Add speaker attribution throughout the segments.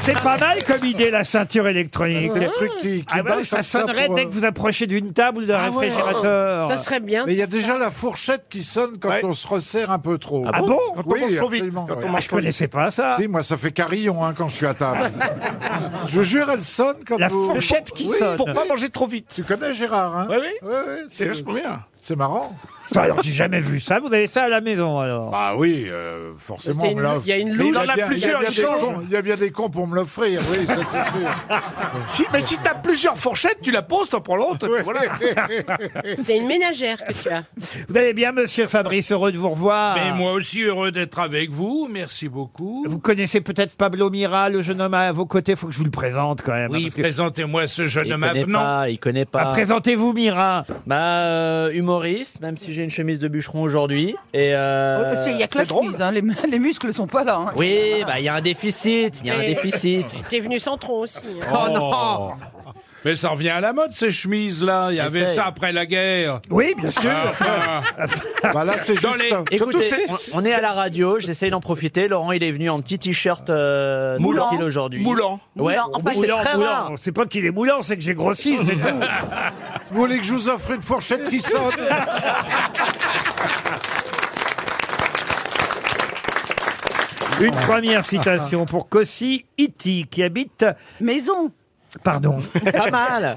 Speaker 1: C'est pas mal comme idée, la ceinture électronique.
Speaker 2: C'est le truc qui, qui
Speaker 1: Ah ouais,
Speaker 2: bat
Speaker 1: ça
Speaker 2: comme
Speaker 1: sonnerait
Speaker 2: pour,
Speaker 1: dès
Speaker 2: euh,
Speaker 1: que vous approchez d'une table ou d'un
Speaker 2: Ah ouais.
Speaker 1: réfrigérateur.
Speaker 3: Ça serait bien.
Speaker 2: Mais il y a déjà la fourchette qui sonne quand
Speaker 4: Ouais.
Speaker 2: on se resserre un peu trop.
Speaker 1: Ah bon
Speaker 2: Quand
Speaker 4: Oui,
Speaker 2: on mange trop vite.
Speaker 4: absolument,
Speaker 2: Quand
Speaker 4: ouais.
Speaker 2: on
Speaker 1: Ah, Je connaissais pas ça.
Speaker 2: Si, moi, ça fait carillon hein, quand je suis à table. je vous jure, elle sonne quand
Speaker 1: La
Speaker 2: vous...
Speaker 1: fourchette qui
Speaker 2: Oui,
Speaker 1: sonne.
Speaker 4: Pour pas manger trop vite.
Speaker 2: Tu connais Gérard, hein
Speaker 4: Oui, oui.
Speaker 2: Ouais, ouais,
Speaker 4: C'est vachement bien.
Speaker 2: C'est marrant.
Speaker 1: Enfin, alors, j'ai jamais vu ça. Vous avez ça à la maison, alors.
Speaker 2: Bah oui, euh, forcément.
Speaker 3: C'est
Speaker 2: on
Speaker 3: une-
Speaker 2: l'a-
Speaker 3: il y a une
Speaker 2: Mais
Speaker 3: louche.
Speaker 4: Il en a
Speaker 2: bien-
Speaker 4: plusieurs,
Speaker 2: bien
Speaker 4: il
Speaker 2: des
Speaker 4: change.
Speaker 2: cons- Il y a bien des cons pour me l'offrir, oui, ça c'est sûr.
Speaker 4: Si, mais si t'as plusieurs fourchettes, tu la poses, t'en prends l'autre.
Speaker 2: Ouais.
Speaker 4: Voilà.
Speaker 3: C'est une ménagère que tu as.
Speaker 1: Vous allez bien, monsieur Fabrice, heureux de vous revoir.
Speaker 5: Mais moi aussi heureux d'être avec vous, merci beaucoup.
Speaker 1: Vous connaissez peut-être Pablo Mira, le jeune homme à vos côtés. Faut que je vous le présente quand même. hein,
Speaker 5: Oui,
Speaker 1: parce que-
Speaker 5: présentez-moi ce jeune
Speaker 6: Il
Speaker 5: homme
Speaker 6: connaît
Speaker 5: avenant.
Speaker 6: pas, il connaît
Speaker 1: Ah,
Speaker 6: pas.
Speaker 1: présentez-vous, Mira.
Speaker 6: Bah, euh, humoriste, même si j'ai une chemise de bûcheron aujourd'hui. Et euh,
Speaker 7: Oh, Il y a que la chemise, hein, les, les muscles sont pas là. hein.
Speaker 6: Oui, bah il y a un déficit, il y a un
Speaker 3: Et-
Speaker 6: déficit.
Speaker 3: T'es venu sans tronc aussi. hein.
Speaker 5: Oh non Mais ça revient à la mode, ces chemises-là. Il y avait
Speaker 6: Essaye.
Speaker 5: ça après la guerre.
Speaker 1: Oui, bien sûr.
Speaker 5: Ah, ah.
Speaker 2: Bah là, c'est
Speaker 5: Dans
Speaker 2: juste...
Speaker 5: les-
Speaker 2: un- surtout,
Speaker 6: Écoutez,
Speaker 2: c'est-
Speaker 6: on, on est à la radio, j'essaye d'en profiter. Laurent, il est venu en petit t-shirt euh,
Speaker 7: Moulant.
Speaker 6: tranquille aujourd'hui.
Speaker 4: Moulant.
Speaker 6: Ouais,
Speaker 7: Moulant, enfin,
Speaker 6: moulant,
Speaker 7: c'est très
Speaker 6: moulant.
Speaker 7: rare.
Speaker 1: On sait pas qu'il est moulant, c'est que j'ai grossi, c'est tout.
Speaker 2: Vous voulez que je vous offre une fourchette qui sonne
Speaker 1: Une première citation pour Kossi Iti, qui habite.
Speaker 7: Maison,
Speaker 1: Pardon.
Speaker 6: Pas mal.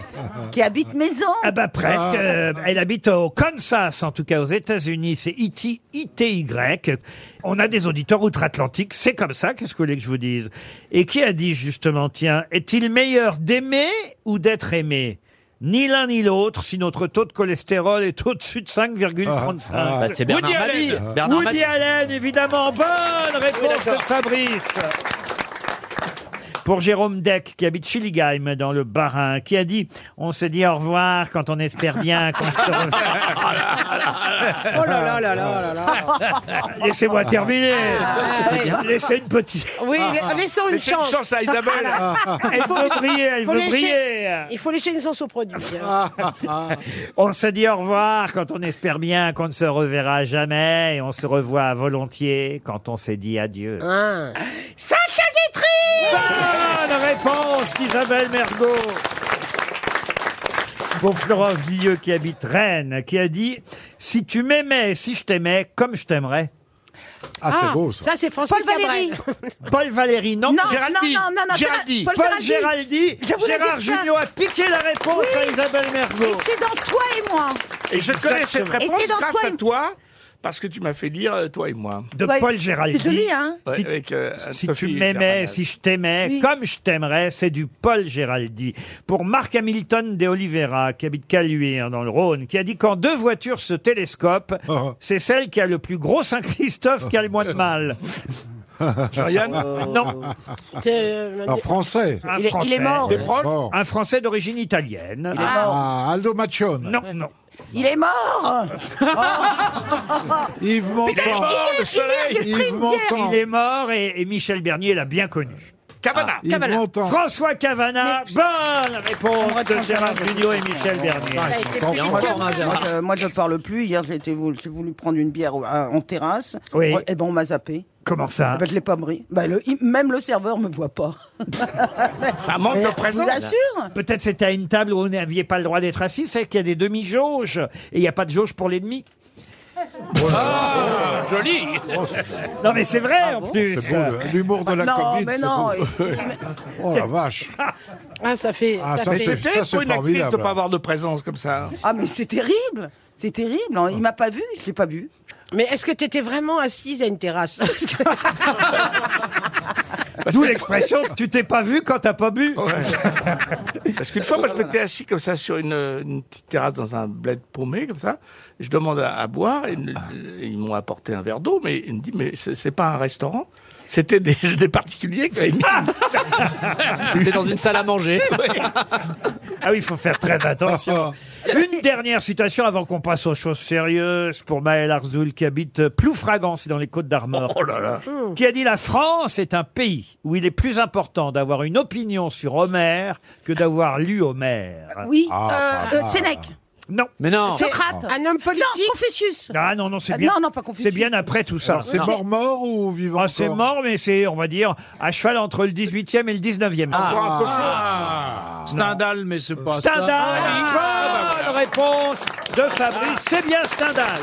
Speaker 7: qui habite maison.
Speaker 1: Ah bah presque. Euh, elle habite au Kansas, en tout cas aux États-Unis. C'est Iti, I-T-Y. On a des auditeurs outre-Atlantique. C'est comme ça. Qu'est-ce que vous voulez que je vous dise Et qui a dit justement, tiens, est-il meilleur d'aimer ou d'être aimé Ni l'un ni l'autre, si notre taux de cholestérol est au-dessus de 5,35.
Speaker 6: Bah, c'est Bernard
Speaker 5: Woody
Speaker 6: Mabille.
Speaker 5: Allen.
Speaker 6: Bernard
Speaker 1: Woody
Speaker 6: Mabille.
Speaker 1: Allen, évidemment. Bonne réponse de Fabrice. Pour Jérôme Deck, qui habite Chiligaim dans le Barin, qui a dit On se dit au revoir quand on espère bien qu'on se revoit.
Speaker 3: Oh là là là là là là.
Speaker 1: Laissez-moi terminer.
Speaker 3: Ah, allez.
Speaker 1: Laissez une petite.
Speaker 3: Oui, la- laissons une
Speaker 4: C'est une
Speaker 3: chance. Ah,
Speaker 4: chance à Isabelle.
Speaker 1: Ah. Elle veut briller, elle
Speaker 3: Faut
Speaker 1: veut
Speaker 3: laisser-
Speaker 1: briller.
Speaker 3: Il faut lécher une chance au produit. hein.
Speaker 7: Ah,
Speaker 1: On se dit au revoir quand on espère bien qu'on ne se reverra jamais et on se revoit volontiers quand on s'est dit adieu.
Speaker 4: Euh.
Speaker 2: Ah.
Speaker 3: Hein.
Speaker 7: Sacha Guitry
Speaker 1: Bonne réponse d'Isabelle Mergot. Pour Florence Guilleux qui habite Rennes, qui a dit Si tu m'aimais, si je t'aimais, comme je t'aimerais.
Speaker 2: Ah, c'est beau,
Speaker 3: Ça,
Speaker 2: ça.
Speaker 3: c'est Francis
Speaker 7: Paul Valéry.
Speaker 3: Cabrel.
Speaker 1: Paul Valéry, non,
Speaker 7: Non,
Speaker 4: Géraldine.
Speaker 7: non, non, non, non,
Speaker 4: Géraldine.
Speaker 7: Paul,
Speaker 1: Paul
Speaker 7: Paul Géraldine.
Speaker 1: Géraldi,
Speaker 7: Je voulais
Speaker 1: Gérard
Speaker 7: dire ça.
Speaker 1: Junior a piqué la réponse à Isabelle
Speaker 7: Et
Speaker 1: Mergot.
Speaker 7: c'est dans toi et moi.
Speaker 4: Et je connais cette
Speaker 7: Exactement.
Speaker 4: réponse
Speaker 7: Et c'est dans
Speaker 4: grâce
Speaker 7: toi
Speaker 4: à
Speaker 7: et-
Speaker 4: toi, parce que tu m'as fait lire euh, Toi et moi.
Speaker 1: De
Speaker 7: Ouais,
Speaker 1: Paul Géraldi.
Speaker 7: C'est joli, hein
Speaker 4: Ouais,
Speaker 1: Si-
Speaker 4: avec, euh,
Speaker 1: Si
Speaker 4: Sophie
Speaker 1: tu m'aimais,
Speaker 4: Laranade.
Speaker 1: si je t'aimais,
Speaker 7: Oui.
Speaker 1: comme je t'aimerais, c'est du Paul Géraldi. Pour Marc Hamilton de Oliveira, qui habite Caluire, dans le Rhône, qui a dit quand deux voitures se télescopent,
Speaker 2: Oh.
Speaker 1: c'est celle qui a le plus gros Saint-Christophe qui a le moins de mal.
Speaker 4: Jean-Yann,
Speaker 1: Non,
Speaker 3: C'est, euh,
Speaker 2: En français.
Speaker 1: un
Speaker 7: Il est-
Speaker 1: Français.
Speaker 7: il est mort.
Speaker 4: des proches
Speaker 2: Bon.
Speaker 1: Un Français d'origine italienne.
Speaker 7: Il est mort.
Speaker 2: Ah, Aldo Machon.
Speaker 1: Non, non.
Speaker 7: Il est mort
Speaker 2: Yves Montand.
Speaker 4: le soleil,
Speaker 2: Yves Montand.
Speaker 1: Il est mort et, et Michel Bernier l'a bien connu. Ah,
Speaker 4: Cavana.
Speaker 2: Yves Montand.
Speaker 1: François Cavana, bonne réponse de
Speaker 7: retiens
Speaker 1: Gérard Junior et
Speaker 7: Ah,
Speaker 1: Michel Bernier.
Speaker 3: ça a été
Speaker 6: Il y
Speaker 3: plus
Speaker 6: a encore
Speaker 3: dur.
Speaker 6: un Gérard.
Speaker 7: Moi, je, moi, je parle plus. Hier, j'ai été voulu, j'ai voulu prendre une bière au- à- en terrasse.
Speaker 1: Oui.
Speaker 7: Et ben, on m'a zappé.
Speaker 1: Comment ça
Speaker 7: Eh ben, je l'ai pas pris. Ben, le- il- même le serveur me voit pas.
Speaker 4: Ça manque de
Speaker 7: Je vous
Speaker 4: présence.
Speaker 7: l'assure.
Speaker 1: Peut-être c'était à une table où vous n'aviez pas le droit d'être assis, c'est qu'il y a des demi-jauges et il n'y a pas de jauge pour l'ennemi.
Speaker 4: Oh
Speaker 5: Ah, joli
Speaker 1: Non mais c'est vrai en plus.
Speaker 2: C'est beau, le- l'humour de la
Speaker 7: non,
Speaker 2: Covid.
Speaker 7: mais
Speaker 2: c'est
Speaker 7: non.
Speaker 2: beau. Oh la vache.
Speaker 3: Ah, ça fait.
Speaker 2: Ah,
Speaker 3: ça
Speaker 2: ça,
Speaker 3: fait-
Speaker 2: c'est-
Speaker 4: C'était pour une actrice
Speaker 2: formidable.
Speaker 4: de ne pas avoir de présence comme ça. hein.
Speaker 7: Ah, mais c'est terrible. C'est terrible. hein. Il m'a pas vu. Je l'ai pas vu.
Speaker 3: Mais est-ce que t'étais vraiment assise à une terrasse Parce que-
Speaker 1: D'où l'expression tu t'es pas vu quand t'as pas bu.
Speaker 4: Parce qu'une fois, moi, je m'étais assis comme ça sur une, une petite terrasse dans un bled paumé, comme ça. Je demande à, à boire, et, le- et ils m'ont apporté un verre d'eau, mais ils me disent, mais c'est c'est pas un restaurant. C'était des, des particuliers qui avaient mis.
Speaker 6: T'es dans une salle à manger.
Speaker 1: Ah oui, il faut faire très attention. Une dernière citation avant qu'on passe aux choses sérieuses pour Maël Arzoul qui habite Ploufragan, c'est dans les Côtes d'Armor.
Speaker 4: Oh là là.
Speaker 8: Mmh.
Speaker 1: qui a dit la France est un pays où il est plus important d'avoir une opinion sur Homère que d'avoir lu Homère.
Speaker 7: Oui. euh,
Speaker 2: Ah, pas
Speaker 7: euh,
Speaker 2: mal.
Speaker 7: Sénèque.
Speaker 1: Non.
Speaker 9: Mais non.
Speaker 2: Socrate.
Speaker 6: Un homme politique.
Speaker 2: Non, Confucius.
Speaker 1: Ah non, non, c'est
Speaker 2: Ah,
Speaker 1: bien.
Speaker 2: non, non, pas Confucius.
Speaker 1: C'est bien après tout ça.
Speaker 10: Alors, C'est
Speaker 1: Non.
Speaker 10: mort mort ou vivant
Speaker 1: Ah, c'est
Speaker 10: encore
Speaker 1: mort, mais c'est, on va dire, à cheval entre le 18e et le 19e.
Speaker 10: Ah.
Speaker 1: Ah.
Speaker 11: Stendhal, mais c'est pas Ah,
Speaker 1: Stendhal,
Speaker 11: bah
Speaker 1: bonne réponse de Fabrice, c'est bien Stendhal.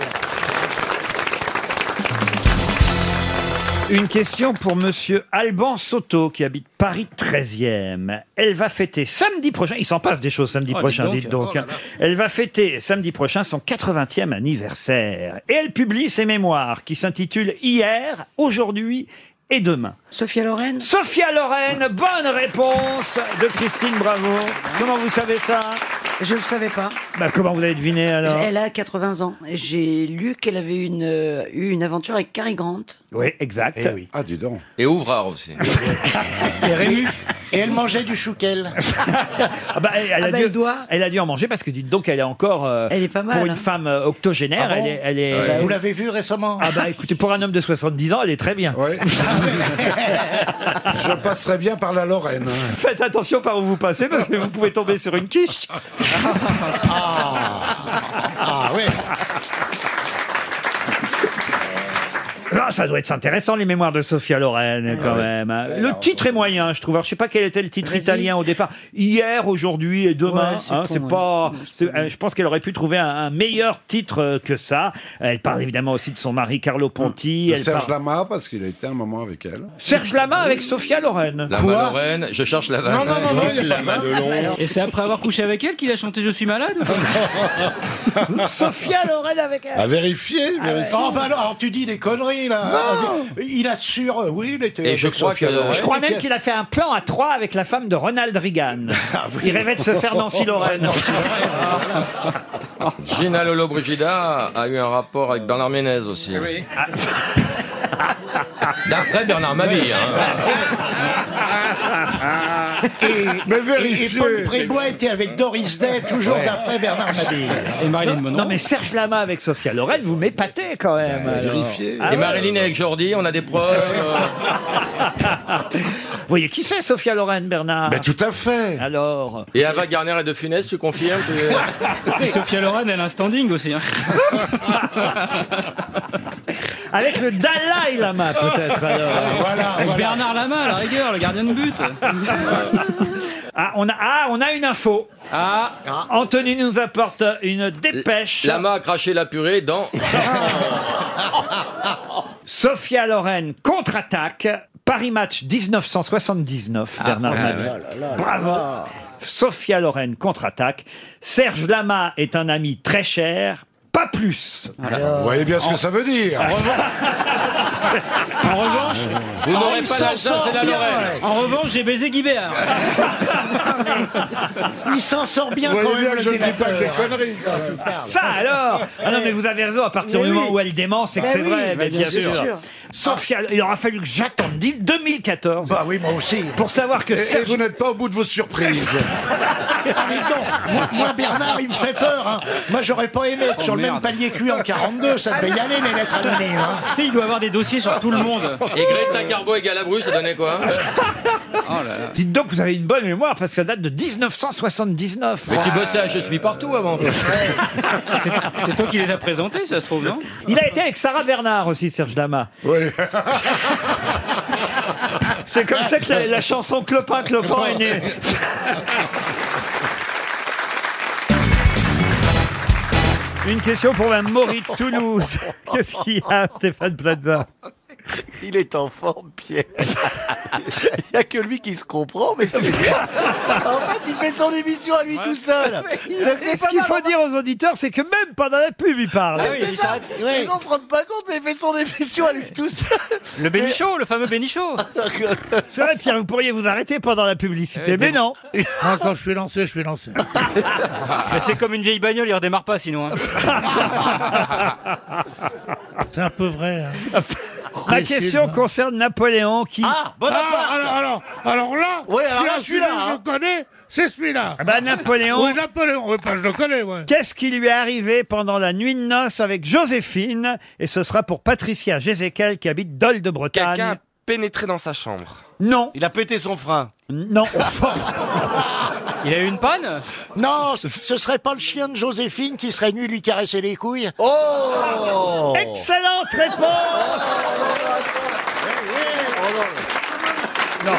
Speaker 1: Ah. Une question pour Monsieur Alban Soto qui habite Paris 13e. Elle va fêter samedi prochain, il s'en passe des choses samedi
Speaker 11: Oh,
Speaker 1: prochain,
Speaker 11: dis donc.
Speaker 1: dites donc. hein. Elle va fêter samedi prochain son 80e anniversaire et elle publie ses mémoires qui s'intitulent Hier, aujourd'hui et demain.
Speaker 7: Sophia Lorraine
Speaker 1: Sophia Lorraine, bonne réponse de Christine Bravo. Comment vous savez ça
Speaker 7: Ah. Je le savais pas.
Speaker 1: bah, Comment vous avez deviné alors
Speaker 7: Elle a 80 ans. J'ai lu qu'elle avait eu une, euh, eu une aventure avec Cary Grant.
Speaker 1: Oui, exact.
Speaker 6: Eh
Speaker 10: Ah, dis donc.
Speaker 12: Et Ouvrard aussi.
Speaker 8: Et elle mangeait du chouquel.
Speaker 1: Ah bah, elle, elle
Speaker 7: Ah
Speaker 1: a
Speaker 7: bah,
Speaker 1: dû,
Speaker 7: elle doit.
Speaker 1: elle a dû en manger parce que dites donc, elle est encore. euh,
Speaker 7: Elle est pas mal,
Speaker 1: Pour une
Speaker 7: hein.
Speaker 1: femme euh, octogénaire,
Speaker 8: Ah bon
Speaker 1: elle est. Elle est
Speaker 12: Ouais.
Speaker 8: Vous l'avez vu récemment
Speaker 1: Ah bah écoutez, pour un homme de 70 ans, elle est très bien.
Speaker 10: Ouais. Je passerai bien par la Lorraine. hein.
Speaker 1: Faites attention par où vous passez parce que vous pouvez tomber sur une quiche.
Speaker 8: Ah ouais.
Speaker 1: Non, Ah, ça doit être intéressant les mémoires de Sophia Loren
Speaker 10: Ah
Speaker 1: quand même. hein. le
Speaker 10: euh,
Speaker 1: titre est moyen, je trouve. Alors, je sais pas quel était le titre italien au départ. Hier, aujourd'hui et demain.
Speaker 7: Ouais, c'est
Speaker 1: hein,
Speaker 7: trop
Speaker 1: c'est
Speaker 7: moyen.
Speaker 1: pas.
Speaker 7: Non, c'est
Speaker 1: c'est-
Speaker 7: pas moyen.
Speaker 1: euh, je pense qu'elle aurait pu trouver un, un meilleur titre euh, que ça. Elle parle évidemment aussi de son mari Carlo Ponti.
Speaker 10: De
Speaker 1: elle
Speaker 10: Serge
Speaker 1: parle...
Speaker 10: Lama, parce qu'il a été un moment avec elle.
Speaker 1: Serge Lama avec Sophia Loren.
Speaker 12: La Valorraine, je cherche la vanne.
Speaker 10: non, il y
Speaker 12: Ah
Speaker 10: a pas
Speaker 12: bah,
Speaker 10: mal.
Speaker 6: Et c'est après avoir couché avec elle qu'il a chanté Je suis malade
Speaker 1: Sophia Loren avec elle.
Speaker 10: À vérifier, vérifier.
Speaker 8: Oh bah non, alors tu dis des conneries là. Ah, Il assure, euh, oui, il était.
Speaker 12: Et je
Speaker 8: avec
Speaker 12: crois
Speaker 8: Sophia
Speaker 12: que-
Speaker 8: Loren.
Speaker 1: Oh. Je crois même qu'il a fait un plan à trois avec la femme de Ronald Reagan.
Speaker 8: Ah
Speaker 1: Il rêvait de se faire Nancy Lorraine.
Speaker 12: Gina Lolo Brigida a eu un rapport avec Bernard Ménez aussi. Oui. D'après Bernard Mabille. hein.
Speaker 10: Ah,
Speaker 8: Et,
Speaker 10: Mais
Speaker 8: et, et
Speaker 10: vérifiez.
Speaker 8: Paul Prébois était avec Doris Day, toujours d'après Bernard Mabille.
Speaker 6: Et Marilyn
Speaker 1: Non mais Serge Lama avec Sophia Loren, vous m'épatez quand même. alors.
Speaker 10: vérifier.
Speaker 1: Ah
Speaker 12: Et
Speaker 1: ouais.
Speaker 12: Marilyn avec Jordi, on a des preuves. euh,
Speaker 1: Vous voyez qui c'est Sophia Loren, Bernard
Speaker 12: Ben,
Speaker 10: Mais tout à fait.
Speaker 1: Alors
Speaker 12: Et Ava Garner et De Funès, tu confirmes tu-
Speaker 6: Et Sophia Loren, elle a un standing aussi. Hein.
Speaker 1: Avec le Dalai Lama Ah, peut-être alors.
Speaker 8: Voilà.
Speaker 6: Avec
Speaker 8: voilà.
Speaker 6: Bernard Lama, à la rigueur, le gardien de but.
Speaker 1: Ah on, a, ah, on a une info.
Speaker 12: Ah,
Speaker 1: Anthony nous apporte une dépêche.
Speaker 12: Lama a craché la purée dans.
Speaker 1: Sophia Loren contre-attaque. Paris Match 1979,
Speaker 12: Ah,
Speaker 1: Bernard Mabille.
Speaker 12: oh
Speaker 1: Bravo. Sophia Loren contre-attaque. Serge Lama est un ami très cher, pas plus.
Speaker 10: Vous voyez bien ce que ça veut dire.
Speaker 6: En revanche,
Speaker 10: Ah,
Speaker 12: Vous n'aurez
Speaker 8: il
Speaker 12: pas
Speaker 6: Ah,
Speaker 8: s'en
Speaker 12: l'Alsace
Speaker 8: sort
Speaker 12: et la
Speaker 8: bien,
Speaker 12: Lorraine.
Speaker 6: en revanche, j'ai baisé Guy Béard.
Speaker 8: Il s'en sort bien
Speaker 10: Vous
Speaker 8: quand
Speaker 10: voyez
Speaker 8: même.
Speaker 10: bien
Speaker 8: le
Speaker 10: que je ne dis pas que des
Speaker 8: débatteur.
Speaker 10: conneries. quand même.
Speaker 1: Ça alors Ah non mais vous avez raison, à partir
Speaker 6: Mais
Speaker 1: du
Speaker 6: oui.
Speaker 1: moment où elle dément, c'est que
Speaker 6: Bah
Speaker 1: c'est
Speaker 6: oui,
Speaker 1: vrai, mais
Speaker 6: bah
Speaker 1: bien,
Speaker 6: bien
Speaker 1: sûr.
Speaker 6: sûr.
Speaker 1: Sophia, il aura fallu que j'attende 2014
Speaker 8: Bah oui, moi aussi.
Speaker 1: pour savoir que
Speaker 10: Et, et
Speaker 1: Serge...
Speaker 10: vous n'êtes pas au bout de vos surprises.
Speaker 8: Ah, mais non, moi, moi, Bernard, il me fait peur. hein. Moi, j'aurais pas aimé
Speaker 10: Oh,
Speaker 8: être sur le même palier cuit en 42. Ça devait y aller, les lettres anonymes. hein.
Speaker 6: Tu sais, il doit avoir des dossiers sur tout le monde.
Speaker 12: Et Greta Garbo et Galabru, ça donnait quoi
Speaker 6: Oh
Speaker 1: Dites donc, vous avez une bonne mémoire parce que ça date de 1979.
Speaker 12: Mais tu bossais à Je suis partout avant.
Speaker 6: C'est- C'est toi qui les as présentés, ça se trouve, non
Speaker 1: Il a été avec Sarah Bernard aussi, Serge Lama.
Speaker 10: Oui.
Speaker 1: C'est comme ça que la, la chanson Clopin Clopin est née. Une question pour Mme Maury de Toulouse. Qu'est-ce qu'il y a, Stéphane Plaza
Speaker 13: Il est en forme, Pierre. Il n'y a que lui qui se comprend, mais c'est. en fait, il fait son émission à lui tout seul.
Speaker 1: Ce qu'il
Speaker 13: hein.
Speaker 1: faut dire aux auditeurs, c'est que même pendant la pub, il parle.
Speaker 13: Ah Les gens se rendent pas compte, mais Bah, il fait son émission à lui tout seul.
Speaker 6: Le Bénichot, Oh, le fameux Bénichot.
Speaker 1: C'est vrai, Pierre, vous pourriez vous arrêter pendant la
Speaker 6: Eh,
Speaker 1: publicité, mais non.
Speaker 11: Ah, quand je suis lancé, je suis lancé.
Speaker 6: Mais c'est comme une vieille bagnole, il redémarre pas sinon. hein.
Speaker 11: C'est un peu vrai. hein.
Speaker 1: Ma question concerne Napoléon qui...
Speaker 8: Ah, bon
Speaker 11: Ah, alors, alors, alors là,
Speaker 8: Ouais, alors
Speaker 11: celui-là,
Speaker 8: là,
Speaker 11: celui-là,
Speaker 8: celui-là, hein. Eh ben,
Speaker 11: je connais, c'est celui-là.
Speaker 1: Ah bah, Napoléon,
Speaker 11: Oui, Napoléon, oui, bah, je le connais, ouais.
Speaker 1: Qu'est-ce qui lui est arrivé pendant la nuit de noces avec Joséphine Et ce sera pour Patricia Gézéquel qui habite Dole de Bretagne.
Speaker 12: Quelqu'un pénétré dans sa chambre.
Speaker 1: Non,
Speaker 2: Il a pété son frein.
Speaker 1: non.
Speaker 6: Il a eu une panne
Speaker 8: Non, ce- ce serait pas le chien de Joséphine qui serait venu lui caresser les couilles
Speaker 2: Oh
Speaker 1: Excellente réponse
Speaker 13: Oh.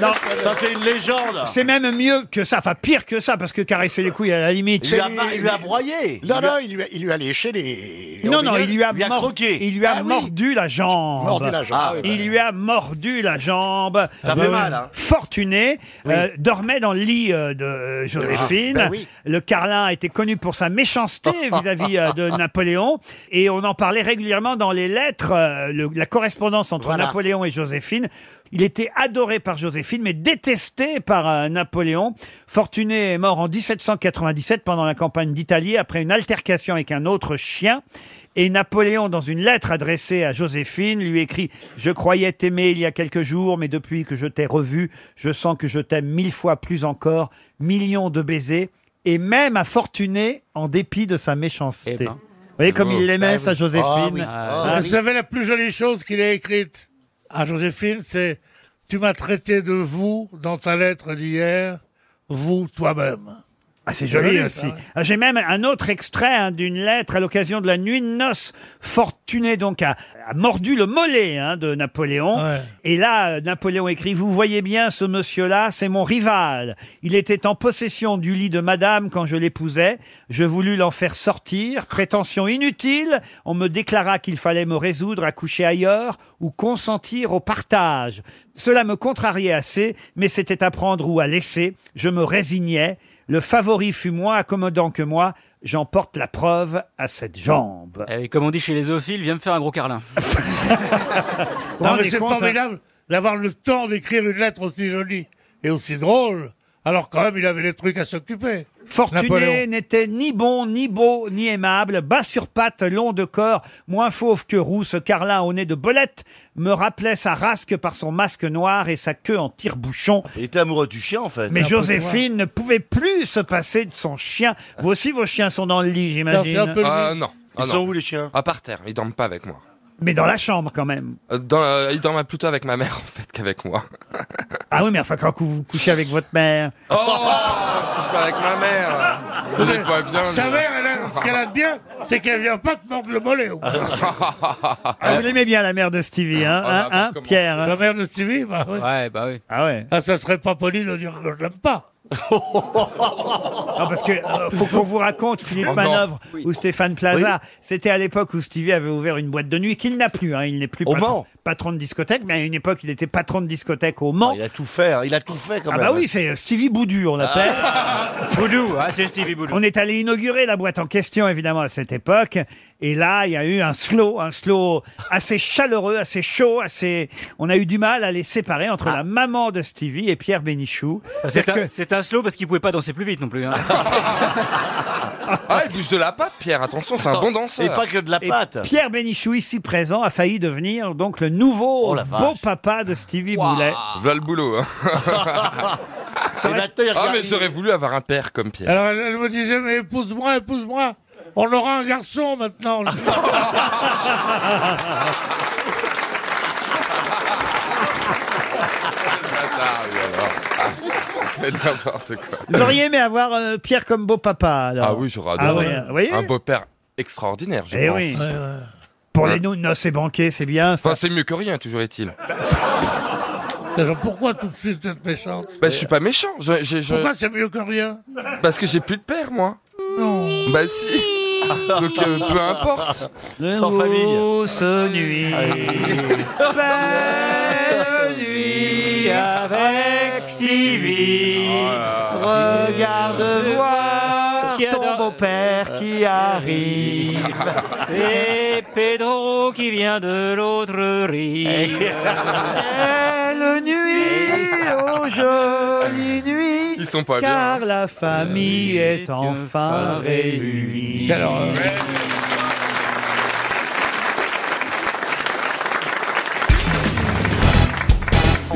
Speaker 1: Non,
Speaker 2: Ça, c'est une légende.
Speaker 1: c'est même mieux que ça, enfin pire que ça, parce que caresser les couilles à la limite.
Speaker 2: Il lui a, il lui a broyé.
Speaker 8: Non, non, il lui a, il lui a léché les...
Speaker 1: Non, non,
Speaker 2: milieu,
Speaker 1: il lui a,
Speaker 2: il a
Speaker 1: mor-
Speaker 2: croqué.
Speaker 1: il lui a
Speaker 8: Ah oui.
Speaker 1: mordu la jambe.
Speaker 8: Mordu la jambe.
Speaker 2: Ah, oui,
Speaker 1: Il lui a mordu la jambe.
Speaker 2: Ça fait mal, hein.
Speaker 1: Fortuné euh, dormait dans le lit euh, de euh, Joséphine.
Speaker 8: Ah, ben oui.
Speaker 1: Le Carlin était connu pour sa méchanceté vis-à-vis euh, de Napoléon. Et on en parlait régulièrement dans les lettres, euh, le- la correspondance entre
Speaker 8: Voilà.
Speaker 1: Napoléon et Joséphine. Il était adoré par Joséphine, mais détesté par euh, Napoléon. Fortuné est mort en 1797 pendant la campagne d'Italie après une altercation avec un autre chien. Et Napoléon, dans une lettre adressée à Joséphine, lui écrit « Je croyais t'aimer il y a quelques jours, mais depuis que je t'ai revu, je sens que je t'aime mille fois plus encore, millions de baisers, et même à Fortuné, en dépit de sa méchanceté.
Speaker 6: Eh ben.
Speaker 1: Vous voyez comme il l'aimait, sa Joséphine Hein,
Speaker 8: Ah Oh, oui. Ah,
Speaker 5: Vous savez, la plus jolie chose qu'il ait écrite à Joséphine, c'est Tu m'as traité de vous dans ta lettre d'hier, vous toi-même.
Speaker 1: Ah, c'est joli
Speaker 5: Joli,
Speaker 1: aussi.
Speaker 5: ça, ouais.
Speaker 1: Ah, J'ai même un autre extrait hein, d'une lettre à l'occasion de la nuit de noces. Fortuné donc a, a mordu le mollet hein, de Napoléon.
Speaker 5: Ouais.
Speaker 1: Et là, euh, Napoléon écrit, vous voyez bien ce monsieur-là, c'est mon rival. Il était en possession du lit de madame quand je l'épousais. Je voulus l'en faire sortir. Prétention inutile. On me déclara qu'il fallait me résoudre à coucher ailleurs ou consentir au partage. Cela me contrariait assez, mais c'était à prendre ou à laisser. Je me résignais. Le favori fut moins accommodant que moi. J'en porte la preuve à cette jambe.
Speaker 6: Et Eh, Comme on dit chez les zoophiles, viens me faire un gros carlin.
Speaker 1: Vous vous
Speaker 5: Non, mais
Speaker 1: rendez
Speaker 5: c'est
Speaker 1: compte, hein
Speaker 5: formidable d'avoir le temps d'écrire une lettre aussi jolie et aussi drôle, alors quand même, il avait des trucs à s'occuper.
Speaker 1: Fortuné
Speaker 5: Napoléon.
Speaker 1: n'était ni bon, ni beau, ni aimable, bas sur pattes, long de corps, moins fauve que roux, ce carlin au nez de bolette me rappelait sa race que par son masque noir et sa queue en tire-bouchon.
Speaker 2: Il était amoureux du chien, en fait.
Speaker 1: Mais Joséphine ne pouvait plus se passer de son chien. Vous aussi, vos chiens sont dans le lit,
Speaker 5: Non, c'est un
Speaker 1: j'imagine.
Speaker 5: peu le-
Speaker 12: Ah non. Ah,
Speaker 2: Ils sont
Speaker 12: non.
Speaker 2: où, les chiens
Speaker 12: Ah, par terre, ils dorment pas avec moi.
Speaker 1: Mais dans la chambre, quand même.
Speaker 12: Euh, Dans, euh, ils dorment plutôt avec ma mère en fait qu'avec moi.
Speaker 1: Ah oui, mais enfin, quand vous couchez avec votre mère.
Speaker 12: Oh, je couche pas avec ma mère. Vous n'êtes pas bien.
Speaker 5: Sa
Speaker 12: je-
Speaker 5: mère, elle a- ce qu'elle a de bien, c'est qu'elle vient pas te mordre le mollet. au moins.
Speaker 1: Ah, vous l'aimez bien, la mère de Stevie, hein,
Speaker 12: Ah,
Speaker 1: hein,
Speaker 12: bah,
Speaker 1: hein,
Speaker 12: comment
Speaker 1: Pierre hein
Speaker 5: La mère de Stevie, bah oui.
Speaker 6: Ouais, bah oui.
Speaker 1: Ah ouais.
Speaker 5: Ah, ça serait pas poli de dire que je l'aime pas.
Speaker 1: Non, parce que euh, faut qu'on vous raconte Philippe
Speaker 12: Oh non.
Speaker 1: Manœuvre ou Stéphane Plaza. C'était à l'époque où Stevie avait ouvert une boîte de nuit qu'il n'a plus. hein. Il n'est plus
Speaker 2: Au
Speaker 1: patron,
Speaker 2: Mans.
Speaker 1: patron de discothèque, mais à une époque, il était patron de discothèque au Mans.
Speaker 2: Il a tout fait, hein. il a tout fait quand
Speaker 1: Ah
Speaker 2: même.
Speaker 1: bah oui, c'est Stevie Boudu,
Speaker 2: Ah.
Speaker 1: on l'appelle.
Speaker 6: Boudou, ah, c'est Stevie Boudou.
Speaker 1: On est allé inaugurer la boîte en question, évidemment, à cette époque. Et là, il y a eu un slow, un slow assez chaleureux, assez chaud, assez... On a eu du mal à les séparer entre
Speaker 2: Ah.
Speaker 1: la maman de Stevie et Pierre Bénichou.
Speaker 6: Bah, C'est
Speaker 1: C'est-à-dire
Speaker 6: un, c'est un slow parce qu'il pouvait pas danser plus vite non plus. hein.
Speaker 12: Ah, il bouge de la patte, Pierre. Attention, c'est un bon danseur.
Speaker 2: Oh. Et pas que de la
Speaker 1: Et
Speaker 2: pâte.
Speaker 1: Pierre Bénichou, ici présent, a failli devenir donc le nouveau
Speaker 2: Oh la vache.
Speaker 1: beau-papa de Stevie Boulet.
Speaker 12: Voilà le boulot. hein.
Speaker 2: Et maintenant, il
Speaker 12: Ah,
Speaker 2: regarde-
Speaker 12: mais j'aurais voulu avoir un père comme Pierre.
Speaker 5: Alors elle, elle me disait, mais épouse-moi, épouse-moi. On aura un garçon maintenant.
Speaker 12: Ah, oui, alors. Ah, mais n'importe quoi.
Speaker 1: Vous auriez aimé avoir euh, Pierre comme beau-papa, alors.
Speaker 12: Ah oui, j'aurais
Speaker 1: Ah oui,
Speaker 12: adoré.
Speaker 1: vous voyez
Speaker 12: un beau-père extraordinaire, je
Speaker 1: Eh
Speaker 12: pense. Hein
Speaker 1: oui. Pour les nous, noces et banquets, c'est bien, ça.
Speaker 12: Enfin, c'est mieux que rien, toujours est-il.
Speaker 5: C'est genre, pourquoi tout de suite cette méchante
Speaker 12: Bah, je suis pas méchant. Je, je- je-
Speaker 5: Pourquoi c'est mieux que rien
Speaker 12: Parce que j'ai plus de père, moi. Non. Bah, si. Donc, euh, peu importe.
Speaker 2: sans famille.
Speaker 1: Douce nuit. Belle nuit avec Stevie.
Speaker 12: Oh
Speaker 1: Regarde voir
Speaker 6: Qui adore-
Speaker 1: ton
Speaker 6: euh,
Speaker 1: beau-père qui arrive.
Speaker 6: C'est Pedro qui vient de l'autre rive.
Speaker 1: Belle nuit, oh jolie nuit.
Speaker 12: Ils sont pas bien.
Speaker 1: Car la famille est enfin réunie.
Speaker 5: Alors, euh,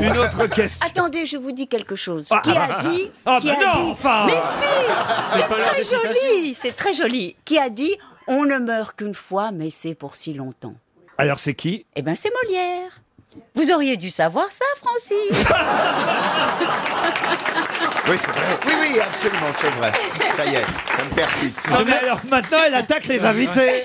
Speaker 1: Une autre question.
Speaker 14: Attendez, je vous dis quelque chose.
Speaker 1: Ah.
Speaker 14: Qui a dit
Speaker 1: Ah,
Speaker 14: qui
Speaker 1: mais
Speaker 14: a
Speaker 1: non,
Speaker 14: dit-
Speaker 1: enfin.
Speaker 14: Mais si, c'est très joli, c'est très joli. Qui a dit on ne meurt qu'une fois, mais c'est pour si longtemps.
Speaker 1: Alors c'est qui
Speaker 14: Eh ben, c'est Molière. Vous auriez dû savoir ça, Francis.
Speaker 15: Oui, c'est vrai. Oui, oui, absolument, c'est vrai. Ça y est, ça me percute.
Speaker 1: Non, mais alors maintenant, elle attaque les invités.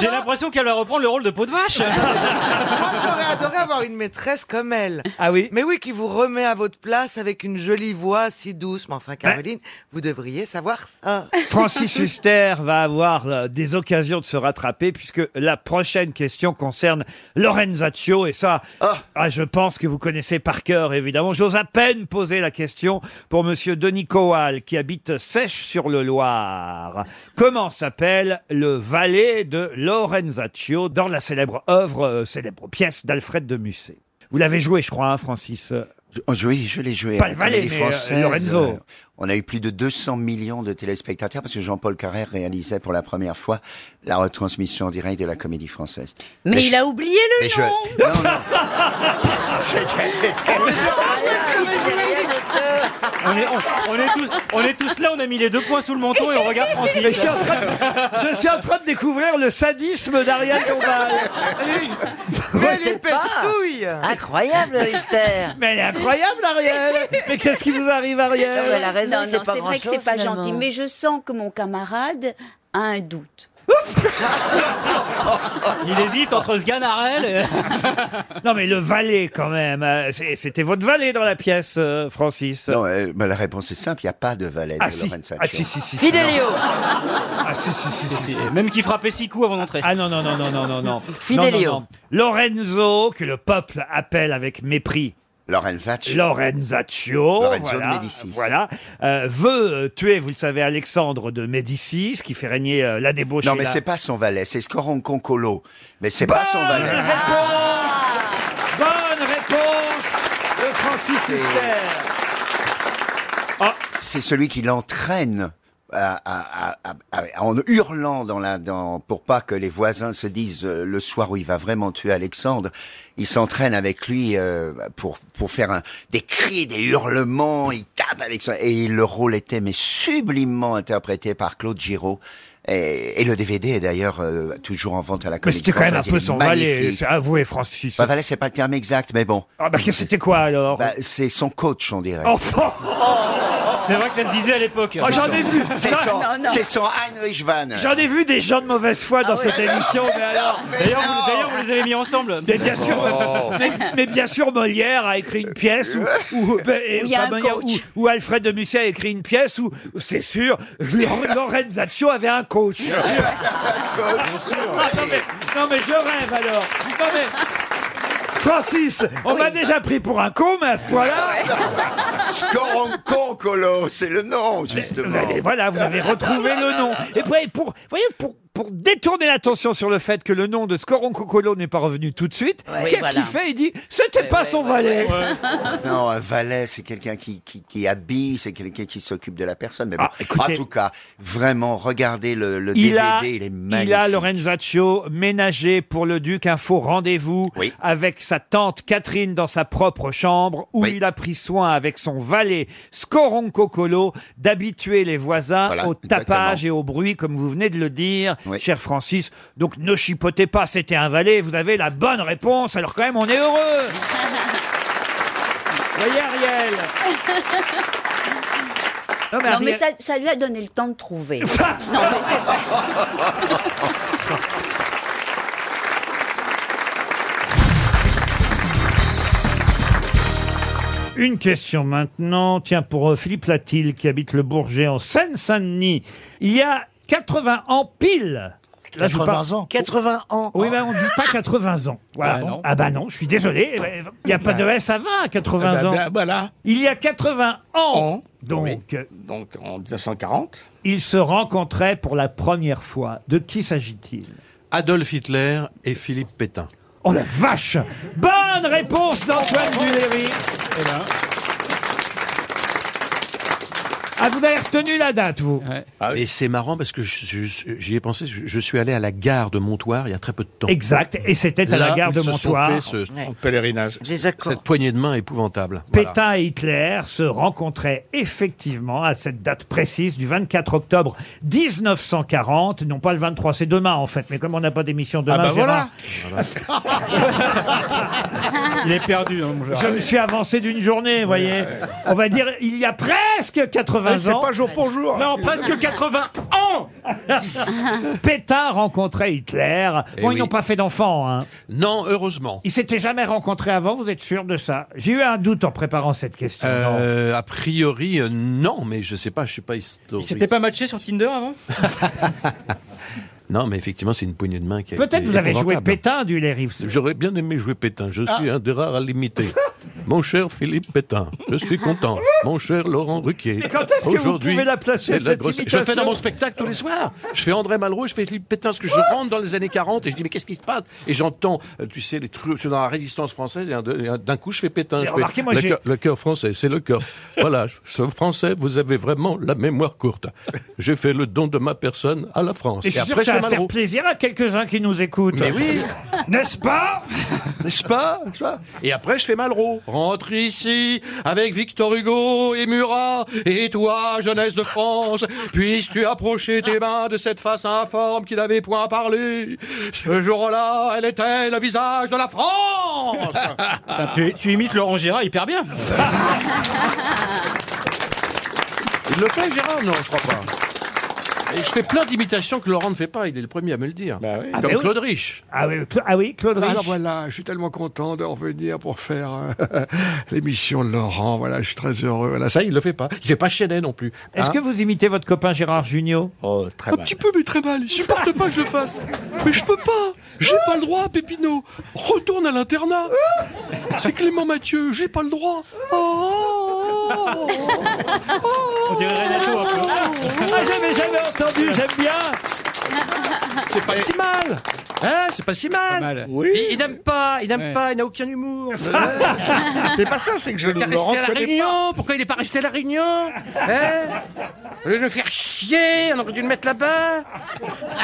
Speaker 6: J'ai l'impression qu'elle va reprendre le rôle de peau de vache.
Speaker 16: Moi, j'aurais adoré avoir une maîtresse comme elle.
Speaker 1: Ah oui
Speaker 16: Mais oui, qui vous remet à votre place avec une jolie voix si douce. Mais
Speaker 1: Ben.
Speaker 16: enfin, Caroline, vous devriez savoir
Speaker 7: Ah
Speaker 16: ça.
Speaker 1: Francis Huster va avoir euh, des occasions de se rattraper puisque la prochaine question concerne Lorenzaccio et ça, ah, je pense que vous connaissez par cœur évidemment. J'ose à peine poser la question pour Monsieur Denis Coal qui habite Sèche sur le Loir. Comment s'appelle le valet de Lorenzaccio dans la célèbre œuvre, euh, célèbre pièce d'Alfred de Musset Vous l'avez joué, je crois, hein, Francis.
Speaker 15: Oui, Oh, je l'ai joué.
Speaker 1: Pas
Speaker 15: à
Speaker 1: le
Speaker 15: la
Speaker 1: valet,
Speaker 15: Comédie
Speaker 1: mais, euh,
Speaker 15: Française.
Speaker 1: Lorenzo.
Speaker 15: Euh, On a eu plus de 200 millions de téléspectateurs parce que Jean-Paul Carrère réalisait pour la première fois la retransmission en direct de la Comédie Française.
Speaker 14: Mais, il a oublié le
Speaker 15: mais je-
Speaker 14: nom.
Speaker 15: Non, non. C'est qu'elle est
Speaker 6: On est, on- on est tous, on est tous là, on a mis les deux points sous le menton et on regarde Francis.
Speaker 1: Mais je suis en train de, je suis en train de découvrir le sadisme d'Ariane Dombal.
Speaker 16: Mais les pestouilles
Speaker 17: Incroyable, Rister.
Speaker 1: Mais elle est incroyable, Ariel. Mais qu'est-ce qui vous arrive, Ariel
Speaker 17: Non, mais elle a raison,
Speaker 14: non,
Speaker 17: c'est
Speaker 14: non,
Speaker 17: pas
Speaker 14: c'est vrai que
Speaker 17: grand-chose,
Speaker 14: c'est pas
Speaker 17: finalement.
Speaker 14: gentil, mais je sens que mon camarade a un doute.
Speaker 6: Il hésite entre ce ganarelle et...
Speaker 1: Non, mais le valet, quand même. euh, c'est- C'était votre valet dans la pièce, euh, Francis.
Speaker 15: Non, euh, bah, la réponse est simple, il n'y a pas de valet
Speaker 1: Ah
Speaker 15: de
Speaker 1: si.
Speaker 15: Lorenzo.
Speaker 1: Ah si, si, si. si.
Speaker 17: Fidelio.
Speaker 1: Ah si, si, si, si, si.
Speaker 6: Même qui frappait six coups avant d'entrer.
Speaker 1: Ah non, non, non, non, non, non, non.
Speaker 6: Fidelio.
Speaker 1: Non, non, non. Lorenzo, que le peuple appelle avec mépris.
Speaker 15: Lorenzaccio.
Speaker 1: Lorenzaccio,
Speaker 15: Lorenzo de
Speaker 1: voilà,
Speaker 15: Médicis.
Speaker 1: voilà euh, veut euh, tuer, vous le savez, Alexandre de Médicis, qui fait régner euh, la débauche.
Speaker 15: Non, mais c'est pas son valet, c'est Scoronconcolo. Mais c'est pas son valet.
Speaker 1: Bonne réponse de Francis Huster. Ah.
Speaker 15: C'est celui qui l'entraîne à- à- à- à- en hurlant dans la, dans, pour pas que les voisins se disent euh, le soir où il va vraiment tuer Alexandre. Il s'entraîne avec lui euh, pour, pour faire un- des cris, des hurlements. Il tape Alexandre. Et le rôle était mais sublimement interprété par Claude Giraud. Et, et le DVD est d'ailleurs euh, toujours en vente à la
Speaker 1: Mais
Speaker 15: comédie.
Speaker 1: c'était quand même un
Speaker 15: Française.
Speaker 1: peu
Speaker 15: Il est
Speaker 1: son valet,
Speaker 15: magnifique.
Speaker 1: c'est avoué, Francis.
Speaker 15: Bah, valet, c'est pas le terme exact, mais bon. Bah,
Speaker 1: Ah, bah, qu'est-ce que c'était quoi alors
Speaker 15: C'est son coach, on dirait.
Speaker 1: Enfin
Speaker 6: C'est vrai que ça se disait à l'époque. hein.
Speaker 15: Oh, j'en ai vu. C'est
Speaker 6: Non,
Speaker 15: son,
Speaker 6: non, non.
Speaker 15: c'est son Heinrich Van.
Speaker 1: J'en ai vu des gens de mauvaise foi
Speaker 6: Ah
Speaker 1: dans cette émission, mais alors.
Speaker 6: D'ailleurs, vous, d'ailleurs, vous les avez mis ensemble.
Speaker 1: Mais bien sûr,
Speaker 6: Oh.
Speaker 1: mais, mais bien sûr, Molière a écrit une pièce où, où- ben, et-
Speaker 6: Où il y a
Speaker 1: pas
Speaker 6: un
Speaker 1: Molière,
Speaker 6: coach.
Speaker 1: où- où Alfred de Musset a écrit une pièce où, c'est sûr, Lor- Lorenzaccio avait un coach. Ah, non, mais, non, mais je rêve alors. Non, mais, Francis, on m'a déjà pris pour un con, mais à ce point-là.
Speaker 15: Scoronconcolo, c'est le nom, justement.
Speaker 1: Vous avez- voilà, vous avez retrouvé le nom. Et puis, pour, vous voyez, pour, pour détourner l'attention sur le fait que le nom de Scoroncoccolo n'est pas revenu tout de suite,
Speaker 15: Ouais,
Speaker 1: qu'est-ce
Speaker 15: voilà.
Speaker 1: qu'il fait Il dit c'était pas son valet.
Speaker 13: Eh ben,
Speaker 15: Non, un valet, c'est quelqu'un qui, qui, qui habille, c'est quelqu'un qui s'occupe de la personne. Mais bon, en tout cas, vraiment, regardez le, le
Speaker 1: Ah, Il
Speaker 15: DVD,
Speaker 1: a,
Speaker 15: il est magnifique.
Speaker 1: il a Lorenzaccio ménagé pour le duc un faux rendez-vous avec sa tante Catherine dans sa propre chambre où il a pris soin avec son valet Scoroncocolo d'habituer les voisins au tapage et au bruit comme vous venez de le dire, cher Francis. Donc ne chipotez pas, c'était un valet, vous avez la bonne réponse, alors quand même on est heureux. Voyez Ariel Non, mais
Speaker 14: Non, mais
Speaker 1: Ariel-
Speaker 14: ça, ça lui a donné le temps de trouver. non, mais c'est vrai.
Speaker 1: Une question maintenant, tiens, pour euh, Philippe Latil, qui habite le Bourget en Seine-Saint-Denis. Il y a 80 ans pile. Là, je vous parle-
Speaker 8: 80 ans.
Speaker 1: 80 ans. Oui, mais on ne dit pas 80 ans. Voilà.
Speaker 8: Ah, non.
Speaker 1: Ah bah non, je suis désolé. Il n'y a pas de S à 20 à
Speaker 13: Ah
Speaker 1: 80
Speaker 13: bah,
Speaker 1: ans.
Speaker 13: bah, voilà.
Speaker 1: Il y a 80 ans. Donc, euh,
Speaker 13: Donc en 1940.
Speaker 1: ils se rencontraient pour la première fois. De qui s'agit-il
Speaker 11: Adolf Hitler et Philippe Pétain.
Speaker 1: Oh la vache Bonne Eh ben, réponse d'Antoine Duléry. Ah, vous avez retenu la date, vous
Speaker 18: Et c'est marrant parce que je- je- j'y ai pensé, je, je suis allé à la gare de Montoire il y a très peu de temps.
Speaker 1: Exact, et c'était à la
Speaker 18: Là
Speaker 1: gare
Speaker 18: où
Speaker 1: de
Speaker 18: se sont
Speaker 1: Montoire.
Speaker 18: fait ce- Cette poignée de main épouvantable. Voilà.
Speaker 1: Pétain et Hitler se rencontraient effectivement à cette date précise du 24 octobre 1940, non pas le 23, c'est demain en fait, mais comme on n'a pas d'émission demain,
Speaker 6: Ah bah voilà.
Speaker 1: Gérard-
Speaker 6: Il est perdu, hein, mon Gérard.
Speaker 1: je me suis avancé d'une journée, vous voyez. On va dire, il y a presque 80
Speaker 6: Oui, c'est
Speaker 1: ans.
Speaker 6: pas jour pour jour. Non, presque
Speaker 1: 80 ans Pétain rencontrait Hitler.
Speaker 18: Eh
Speaker 1: Bon, ils
Speaker 18: oui.
Speaker 1: n'ont pas fait d'enfant, hein.
Speaker 18: Non, heureusement.
Speaker 1: Ils s'étaient jamais rencontrés avant, vous êtes sûr de ça J'ai eu un doute en préparant cette question.
Speaker 18: Euh, a priori, euh, non, mais je sais pas, je suis pas historique.
Speaker 6: C'était pas matché sur Tinder avant
Speaker 18: Non, mais effectivement, c'est une poignée de main qui a
Speaker 1: Peut-être
Speaker 18: été
Speaker 1: vous avez joué
Speaker 18: épouvantable.
Speaker 1: Pétain du Lérif.
Speaker 18: J'aurais bien aimé jouer Pétain. Je suis
Speaker 1: Ah.
Speaker 18: un des rares à l'imiter. Mon cher Philippe Pétain, je suis content. Mon cher Laurent Ruquier.
Speaker 1: Mais quand est-ce que vous
Speaker 18: aujourd'hui,
Speaker 1: pouvez la placer,
Speaker 18: c'est
Speaker 1: cette
Speaker 18: grosse- Je
Speaker 1: imitation
Speaker 18: le fais dans mon spectacle tous les soirs. Je fais André Malraux, je fais Philippe Pétain, parce que je rentre dans les années 40 et je dis mais qu'est-ce qui se passe Et j'entends, euh, tu sais, les trucs, je suis dans la résistance française et un de- et un- d'un coup je fais Pétain.
Speaker 1: Mais
Speaker 18: Je fais,
Speaker 1: remarquez, moi,
Speaker 18: le
Speaker 1: j'ai-
Speaker 18: cœur- le cœur français, c'est le cœur. voilà, ce français, vous avez vraiment la mémoire courte. J'ai fait le don de ma personne à la France.
Speaker 1: Et je suis sûr que ça
Speaker 18: c'est
Speaker 1: va faire plaisir à quelques-uns qui nous écoutent.
Speaker 18: Mais oui.
Speaker 1: N'est-ce pas
Speaker 18: N'est-ce pas N'est-ce pas Et après, je fais Malraux. Rentre ici avec Victor Hugo et Murat. Et toi, jeunesse de France, puisses-tu approcher tes mains de cette face informe qui n'avait point parlé Ce jour-là, elle était le visage de la France
Speaker 6: Ah, tu, tu imites Laurent Gérard hyper bien.
Speaker 18: Il le fait, Gérard Non, je crois pas. Et je fais plein d'imitations que Laurent ne fait pas, il est le premier à me le dire.
Speaker 1: Ah,
Speaker 18: Comme
Speaker 1: bah oui.
Speaker 18: Claude Rich.
Speaker 1: Ah oui, Cla- ah oui Claude Rich.
Speaker 19: Alors voilà, je suis tellement content de revenir pour faire euh, l'émission de Laurent. Voilà, je suis très heureux. Voilà,
Speaker 18: ça, il le fait pas. Il fait pas Chenet non plus.
Speaker 1: Est-ce
Speaker 6: Hein
Speaker 1: que vous imitez votre copain Gérard Junior
Speaker 18: Oh, très
Speaker 19: Un petit peu, mais très mal. Il supporte pas que je le fasse. Mais je peux pas. J'ai pas le droit, Pépino. Retourne à l'internat. C'est Clément Mathieu. J'ai pas le droit. Oh.
Speaker 6: On dirait Renato un peu.
Speaker 1: Ah, j'avais jamais entendu, j'aime bien.
Speaker 18: C'est pas si mal Hein, c'est pas si mal, Il, il n'aime pas, il n'aime
Speaker 6: Ouais.
Speaker 18: pas, il n'a aucun humour.
Speaker 13: C'est pas ça, c'est que je
Speaker 18: Pourquoi il est
Speaker 13: Laurent
Speaker 18: resté à la
Speaker 13: connaît
Speaker 18: Réunion
Speaker 13: pas.
Speaker 18: Pourquoi il n'est pas resté à la Réunion Hein Au lieu de le faire chier, on aurait dû le mettre là-bas.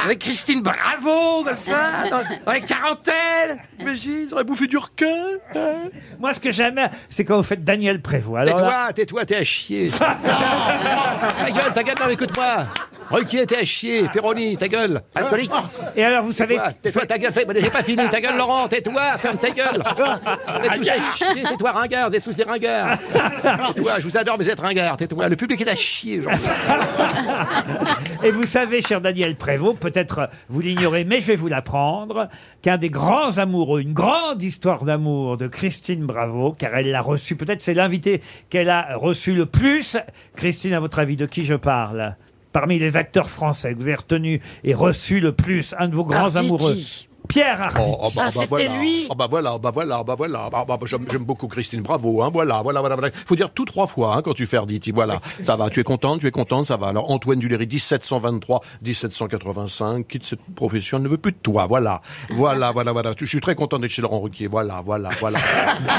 Speaker 18: Avec Christine Bravo, comme ça, dans, dans les quarantaines. Imagine, ils auraient bouffé du requin. hein.
Speaker 1: Moi, ce que j'aime, c'est quand vous faites Daniel Prévost. Alors là-
Speaker 18: Tais-toi, tais-toi, t'es à chier. ta gueule, ta gueule, non, écoute-moi. Ruquier, t'es à chier. Péroni, ta gueule. Alcoolique.
Speaker 1: Et alors, vous savez.
Speaker 18: Tais-toi, tais-toi, ta gueule. fais- J'ai pas fini. Ta gueule, Laurent. Tais-toi, ferme ta gueule. Vous êtes tous à chier. Tais-toi, ringard. Vous êtes tous des ringards. Tais-toi, je vous adore, mais vous êtes ringard. Tais-toi. Le public est à chier. Genre.
Speaker 1: Et vous savez, cher Daniel Prévost, peut-être euh, vous l'ignorez, mais je vais vous l'apprendre, qu'un des grands amoureux, une grande histoire d'amour de Christine Bravo, car elle l'a reçue, peut-être c'est l'invité qu'elle a reçu le plus. Christine, à votre avis, de qui je parle Parmi les acteurs français que vous avez retenu et reçu le plus, un de vos grands
Speaker 18: Arditi.
Speaker 1: amoureux. Pierre Arditi.
Speaker 18: Oh, Ah bah voilà, ah bah voilà, ah bah voilà. Ah bah, bah, j'aime, j'aime beaucoup Christine Bravo. Hein, voilà, voilà, voilà, voilà. Faut dire tout trois fois hein, quand tu fais Arditi. Voilà, ça va. Tu es contente, tu es contente, ça va. Alors Antoine Duléry, 1723, 1785, quitte cette profession, ne veut plus de toi. Voilà, voilà, voilà, voilà. Je suis très content d'être chez Laurent Ruquier. Voilà, voilà, voilà.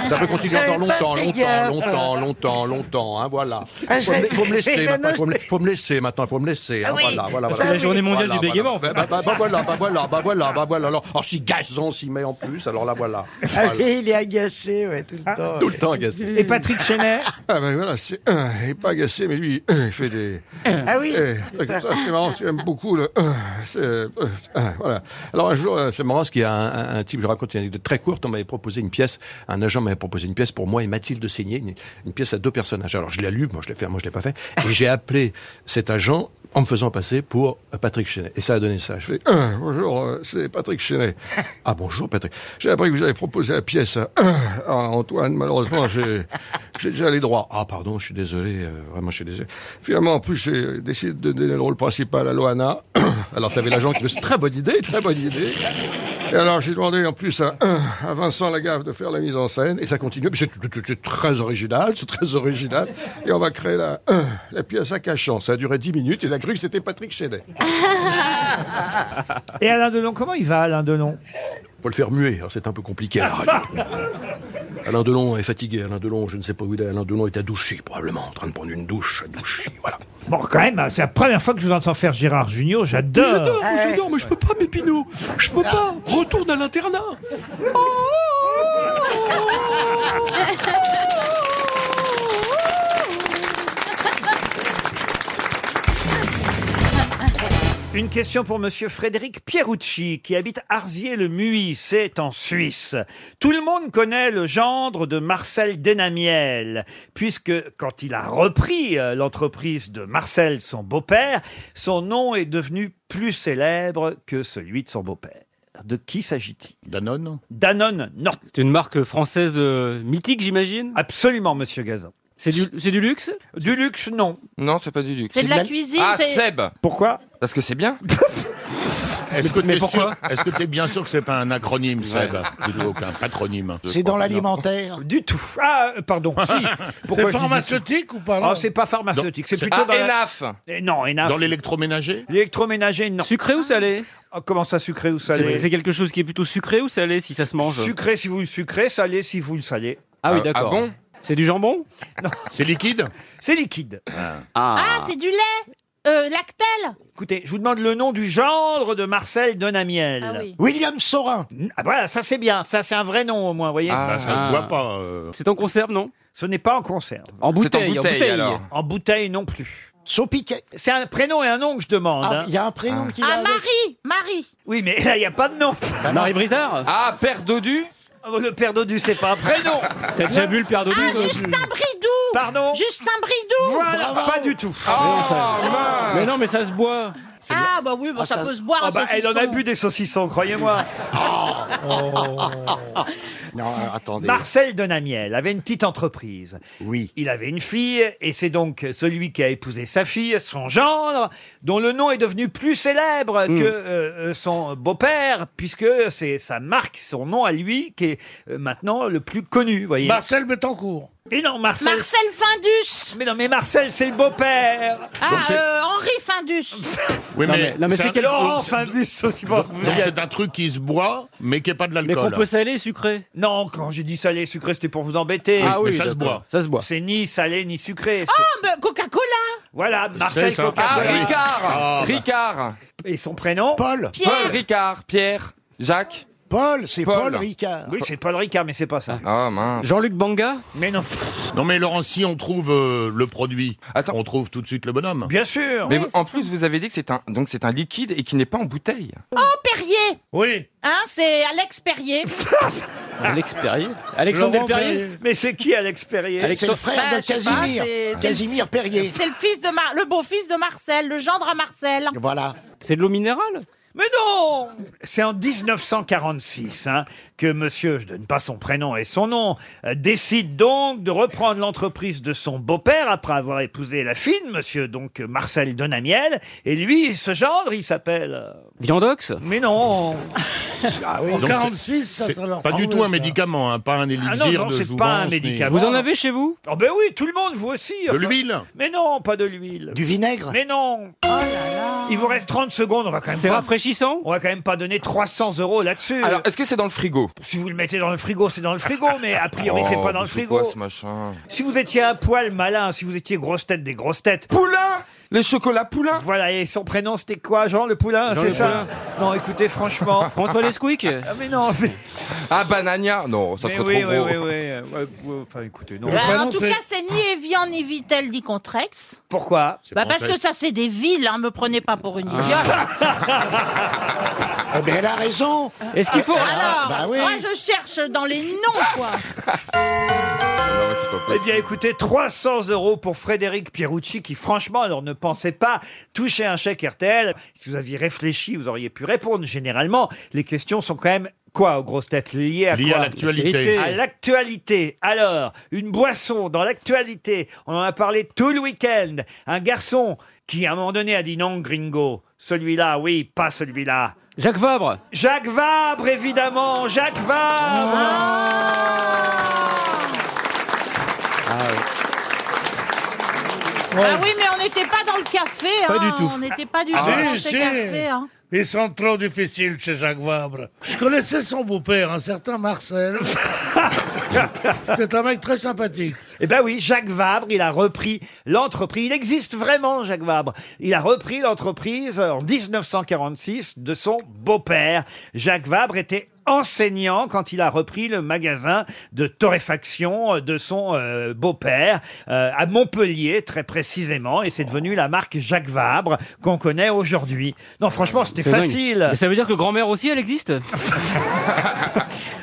Speaker 18: ça peut continuer
Speaker 13: J'avais
Speaker 18: encore longtemps,
Speaker 13: pas fait
Speaker 18: longtemps,
Speaker 13: gaffe.
Speaker 18: longtemps, longtemps, longtemps. Hein, voilà. Faut
Speaker 13: Ah,
Speaker 18: me, faut me laisser
Speaker 13: j'avais-
Speaker 18: maintenant. Faut me, faut me laisser maintenant. Faut me laisser. hein,
Speaker 13: Ah oui.
Speaker 18: Voilà, voilà,
Speaker 13: C'est
Speaker 18: voilà.
Speaker 13: la journée mondiale
Speaker 18: Voilà,
Speaker 13: du bégaiement, en
Speaker 18: voilà.
Speaker 13: fait.
Speaker 18: Bah, bah, bah, voilà, bah
Speaker 19: Ah,
Speaker 18: voilà, bah voilà, bah voilà. Alors,
Speaker 19: oh,
Speaker 18: alors si Gazon s'y met en plus, alors là voilà.
Speaker 7: Ah,
Speaker 10: Ah
Speaker 18: Voilà.
Speaker 13: il est agacé, ouais, tout
Speaker 1: Ah.
Speaker 13: le temps.
Speaker 18: Tout le temps Gazon.
Speaker 1: Et Patrick Chenet
Speaker 19: Ah ben voilà, c'est euh, il est pas agacé, mais lui, euh, il fait des.
Speaker 13: Ah oui,
Speaker 19: Euh,
Speaker 13: c'est
Speaker 19: comme
Speaker 13: ça.
Speaker 19: ça, c'est marrant, c'est- j'aime beaucoup le. euh, c'est, euh, euh, voilà. Alors un jour, euh, c'est marrant, parce qu'il y a un, un- un type, je raconte une anecdote très courte. On m'avait proposé une pièce, un agent m'avait proposé une pièce pour moi et Mathilde Seigné, une, une pièce à deux personnages. Alors je l'ai lu, moi je l'ai fait, moi je l'ai pas fait, et j'ai appelé cet agent en me faisant passer pour euh, Patrick Chenet. Et ça a donné ça. Je fais euh, bonjour, euh, c'est Patrick Chenet. Ah bonjour Patrick. J'ai appris que vous avez proposé la pièce à, à Antoine. Malheureusement, j'ai j'ai déjà les droits. Ah pardon, je suis désolé. euh, vraiment, je suis désolé. Finalement, en plus, j'ai décidé de donner le rôle principal à Loana. Alors, t'avais l'agent qui me dit, très bonne idée, très bonne idée. Et alors, j'ai demandé en plus à, à Vincent Lagaffe de faire la mise en scène. Et ça continue. C'est c'est très original, c'est très original. Et on va créer la, la pièce à Cachan. Ça a duré 10 minutes. Il a cru que c'était Patrick Chenet.
Speaker 1: Et Alain Delon, comment il va, Alain Delon
Speaker 18: Faut le faire muer, alors c'est un peu compliqué à la radio. Alain Delon est fatigué, Alain Delon, je ne sais pas où il est, Alain Delon est à Douchy, probablement, en train de prendre une douche, à Douchy, voilà.
Speaker 1: Bon, quand même, c'est la première fois que je vous entends faire Gérard Junior, j'adore.
Speaker 18: Ah. J'adore, j'adore, mais je peux pas, mes Pinot. Je peux pas. Retourne à l'internat.
Speaker 1: Une question pour Monsieur Frédéric Pierucci, qui habite Arzier-le-Muy, c'est en Suisse. Tout le monde connaît le gendre de Marcel Denamiel, puisque quand il a repris euh, l'entreprise de Marcel, son beau-père, son nom est devenu plus célèbre que celui de son beau-père. De qui s'agit-il Danone Danone, non. C'est une marque française euh, mythique, j'imagine Absolument, monsieur Gazan. C'est du, luxe Du luxe, non.
Speaker 12: Non, c'est pas du luxe.
Speaker 3: C'est de la cuisine,
Speaker 12: Ah,
Speaker 3: c'est-
Speaker 12: Seb
Speaker 1: Pourquoi
Speaker 12: Parce que c'est bien.
Speaker 20: Est-ce que
Speaker 12: Mais
Speaker 20: t'es
Speaker 12: pourquoi
Speaker 20: sûr- Est-ce que t'es bien sûr que c'est pas un acronyme, Seb Plutôt qu'un patronyme.
Speaker 8: C'est dans l'alimentaire.
Speaker 1: Du tout. Ah, euh, pardon. Si. Pourquoi je dis du tout
Speaker 5: ou
Speaker 1: Ah, c'est pas pharmaceutique, c'est
Speaker 4: ah,
Speaker 1: plutôt dans la- Eh, Non, ENAF.
Speaker 20: Dans l'électroménager
Speaker 1: L'électroménager, non. Ah,
Speaker 6: Sucré ou salé
Speaker 1: Comment ça, sucré ou salé
Speaker 6: C'est c'est quelque chose qui est plutôt sucré ou salé si ça se mange
Speaker 1: Sucré si vous le sucrez, salé si vous le salez.
Speaker 6: Ah oui, Ah, d'accord. ah bon
Speaker 1: C'est du jambon Non.
Speaker 20: C'est liquide
Speaker 1: C'est liquide.
Speaker 3: Ah, c'est du lait euh, Lactel
Speaker 1: Écoutez, je vous demande le nom du gendre de Marcel Donamiel.
Speaker 3: Ah oui.
Speaker 1: William Sorin. Ah voilà, ça c'est bien. Ça c'est un vrai nom au moins, vous voyez.
Speaker 20: Ah. Bah, ça se boit pas,
Speaker 1: C'est en conserve, non Ce n'est pas en conserve.
Speaker 6: En bouteille, en bouteille, alors.
Speaker 1: En bouteille non plus. Saupiquet. C'est un prénom et un nom que je demande.
Speaker 6: Ah,
Speaker 1: hein.
Speaker 6: il y a un prénom Ah. qui
Speaker 3: Ah, Marie Marie
Speaker 1: Oui, mais là, il n'y a pas de nom.
Speaker 6: Bah, Marie Brizard
Speaker 1: Ah, Père Dodu Ah, bah, Le Père Dodu, c'est pas un prénom.
Speaker 6: T'as déjà vu le père Dodu
Speaker 3: Ah, Justin Bridou
Speaker 1: Pardon
Speaker 3: Justin Bridou
Speaker 1: Voilà, pas du
Speaker 6: Ah,
Speaker 1: tout.
Speaker 12: Oh,
Speaker 6: Mais non, mais ça se boit.
Speaker 3: Ah, bah oui, bah, ça, peut se boire.
Speaker 1: Ah
Speaker 3: un
Speaker 1: bah, elle en a bu des saucissons, croyez-moi.
Speaker 12: Oh. Non, euh, attendez.
Speaker 1: Marcel Denamiel avait une petite entreprise. Oui. Il avait une fille, et c'est donc celui qui a épousé sa fille, son gendre, dont le nom est devenu plus célèbre
Speaker 12: Hmm.
Speaker 1: que euh, euh, son beau-père, puisque c'est sa marque, son nom à lui, qui est euh, maintenant le plus connu, vous voyez.
Speaker 5: Marcel Betancourt.
Speaker 1: Et non, Marcel.
Speaker 3: Marcel Findus
Speaker 1: Mais non, mais Marcel, c'est le beau-père.
Speaker 3: Ah,
Speaker 1: Donc c'est-
Speaker 3: euh, Henri Findus
Speaker 20: Oui,
Speaker 1: Non,
Speaker 20: mais,
Speaker 1: mais- non, mais c'est quel- Laurent
Speaker 20: c'est un-
Speaker 1: Fabius aussi bon.
Speaker 20: Donc, C'est un truc qui se boit, mais qui n'est pas de
Speaker 1: Mais
Speaker 20: l'alcool.
Speaker 1: qu'on peut
Speaker 6: salé, sucré
Speaker 1: Non, quand j'ai dit salé, sucré, c'était pour vous embêter.
Speaker 20: Ah oui, Mais ça se d'accord. boit.
Speaker 1: Ça se boit. C'est ni salé ni sucré.
Speaker 3: Ah,
Speaker 1: c'est-
Speaker 3: bah, Coca-Cola
Speaker 1: Voilà, Marcel
Speaker 12: ça.
Speaker 1: Coca.
Speaker 12: Ah, Ricard. Ricard.
Speaker 1: Et son prénom
Speaker 12: Paul.
Speaker 1: Pierre.
Speaker 12: Paul Ricard. Pierre. Jacques.
Speaker 1: Paul, c'est
Speaker 12: Paul Paul. Ricard.
Speaker 1: Oui, c'est Paul Ricard, mais c'est pas ça.
Speaker 12: Ah mince.
Speaker 6: Jean-Luc Banga
Speaker 1: Mais non.
Speaker 20: Non, mais Laurent, si on trouve euh, le produit, on trouve tout de suite le bonhomme.
Speaker 1: Bien sûr.
Speaker 12: Mais vous- en plus, vous avez dit que c'est un, donc c'est un liquide et qui n'est pas en bouteille.
Speaker 3: Oh, Perrier
Speaker 5: Oui.
Speaker 3: Hein, c'est Alex Perrier
Speaker 6: Alex Perrier Alexandre Del Perrier
Speaker 1: Mais c'est qui Alex Perrier
Speaker 8: C'est le frère
Speaker 3: Bah,
Speaker 8: de
Speaker 3: je sais pas,
Speaker 8: Casimir.
Speaker 3: c'est- c'est-
Speaker 8: Casimir Perrier.
Speaker 3: C'est le fils de Mar- le beau-fils de Marcel, le gendre à Marcel.
Speaker 1: Voilà.
Speaker 6: C'est de l'eau minérale
Speaker 1: Mais non C'est en 1946 hein, que monsieur, je donne pas son prénom et son nom, euh, décide donc de reprendre l'entreprise de son beau-père après avoir épousé la fille de monsieur, donc euh, Marcel Donamiel. Et lui, ce gendre, il s'appelle... euh,
Speaker 6: Viandox
Speaker 1: Mais non
Speaker 5: En
Speaker 20: Ah Donc, c'est-
Speaker 5: 46, ça,
Speaker 20: c'est
Speaker 5: ça leur
Speaker 20: Pas du
Speaker 5: semble,
Speaker 2: Ah,
Speaker 20: tout un
Speaker 5: ça.
Speaker 20: médicament, hein, pas un
Speaker 1: Ah
Speaker 20: élixir
Speaker 1: non, non,
Speaker 20: de
Speaker 1: c'est
Speaker 20: jouvence,
Speaker 1: pas un
Speaker 20: ni-
Speaker 1: médicament.
Speaker 6: avez chez vous
Speaker 1: Oh ben oui, tout le monde, vous aussi.
Speaker 20: De l'huile
Speaker 1: Mais non, pas de l'huile.
Speaker 8: Du vinaigre
Speaker 1: Mais non Il vous reste 30 secondes, Oh, on va quand même
Speaker 6: C'est
Speaker 1: pas-
Speaker 6: rafraîchissant
Speaker 1: On va quand même pas donner 300 euros là-dessus.
Speaker 12: Alors, est-ce que c'est dans le frigo
Speaker 1: Si vous le mettez dans le frigo, c'est dans le frigo, mais a priori, c'est
Speaker 12: Oh,
Speaker 1: pas dans le
Speaker 12: mais c'est
Speaker 1: frigo.
Speaker 12: Quoi, ce machin
Speaker 1: Si vous étiez un poil malin, si vous étiez grosse tête des grosses têtes.
Speaker 12: Poulain Les chocolats Poulain
Speaker 1: Voilà, et son prénom, c'était quoi, Jean le Poulain,
Speaker 12: Jean
Speaker 1: c'est
Speaker 12: le
Speaker 1: ça Non, écoutez, franchement.
Speaker 6: François Lesquick
Speaker 1: Ah, mais non, mais.
Speaker 12: Ah, Banania Non, ça
Speaker 1: mais
Speaker 12: serait
Speaker 1: oui,
Speaker 12: trop
Speaker 1: oui,
Speaker 12: gros.
Speaker 1: oui, oui, euh, ouais, ouais, Enfin, écoutez, non.
Speaker 3: Bah, en tout cas, c'est ni Evian, ni Vitel, ni Contrex.
Speaker 1: Pourquoi
Speaker 3: Bah, parce que ça, c'est des villes, hein, me prenez pas pour
Speaker 6: Ah.
Speaker 3: une idiote.
Speaker 8: Eh ben, elle a raison.
Speaker 6: Est-ce qu'il faut-
Speaker 1: Ah,
Speaker 6: Ah.
Speaker 3: Alors,
Speaker 8: Bah oui.
Speaker 3: moi, je cherche dans les noms, quoi.
Speaker 1: Eh bien, écoutez, 300 euros pour Frédéric Pierucci, qui, franchement, alors ne pensez pas toucher un chèque RTL. Si vous aviez réfléchi, vous auriez pu répondre. Généralement, les questions sont quand même quoi aux grosses têtes liées à
Speaker 20: Liées
Speaker 1: quoi
Speaker 20: à l'actualité.
Speaker 1: À l'actualité. Alors, une boisson dans l'actualité. On en a parlé tout le week-end. Un garçon qui, à un moment donné, a dit non, gringo. Celui-là, oui, pas celui-là.
Speaker 6: Jacques Vabre
Speaker 1: Jacques Vabre, évidemment. Jacques Vabre.
Speaker 6: Ah
Speaker 3: Bah oui, mais on n'était pas dans le café.
Speaker 1: Pas
Speaker 3: hein,
Speaker 1: du tout.
Speaker 5: Ah
Speaker 3: Bah On n'était pas du
Speaker 1: Ah,
Speaker 3: tout dans
Speaker 1: si,
Speaker 3: ces
Speaker 5: bah
Speaker 12: Ah.
Speaker 1: si.
Speaker 3: cafés. hein.
Speaker 5: Ils sont trop difficiles chez Jacques Vabre. Je connaissais son beau-père, un certain Marcel. C'est un mec très sympathique.
Speaker 1: Eh ben oui, Jacques Vabre, il a repris l'entreprise. Il existe vraiment, Jacques Vabre. Il a repris l'entreprise euh, en 1946 de son beau-père. Jacques Vabre était enseignant quand il a repris le magasin de torréfaction euh, de son euh, beau-père euh, à Montpellier très précisément et c'est devenu la marque Jacques Vabre qu'on connaît aujourd'hui. Non franchement c'était
Speaker 6: C'est dingue.
Speaker 1: facile.
Speaker 6: Mais ça veut dire que grand-mère aussi, elle existe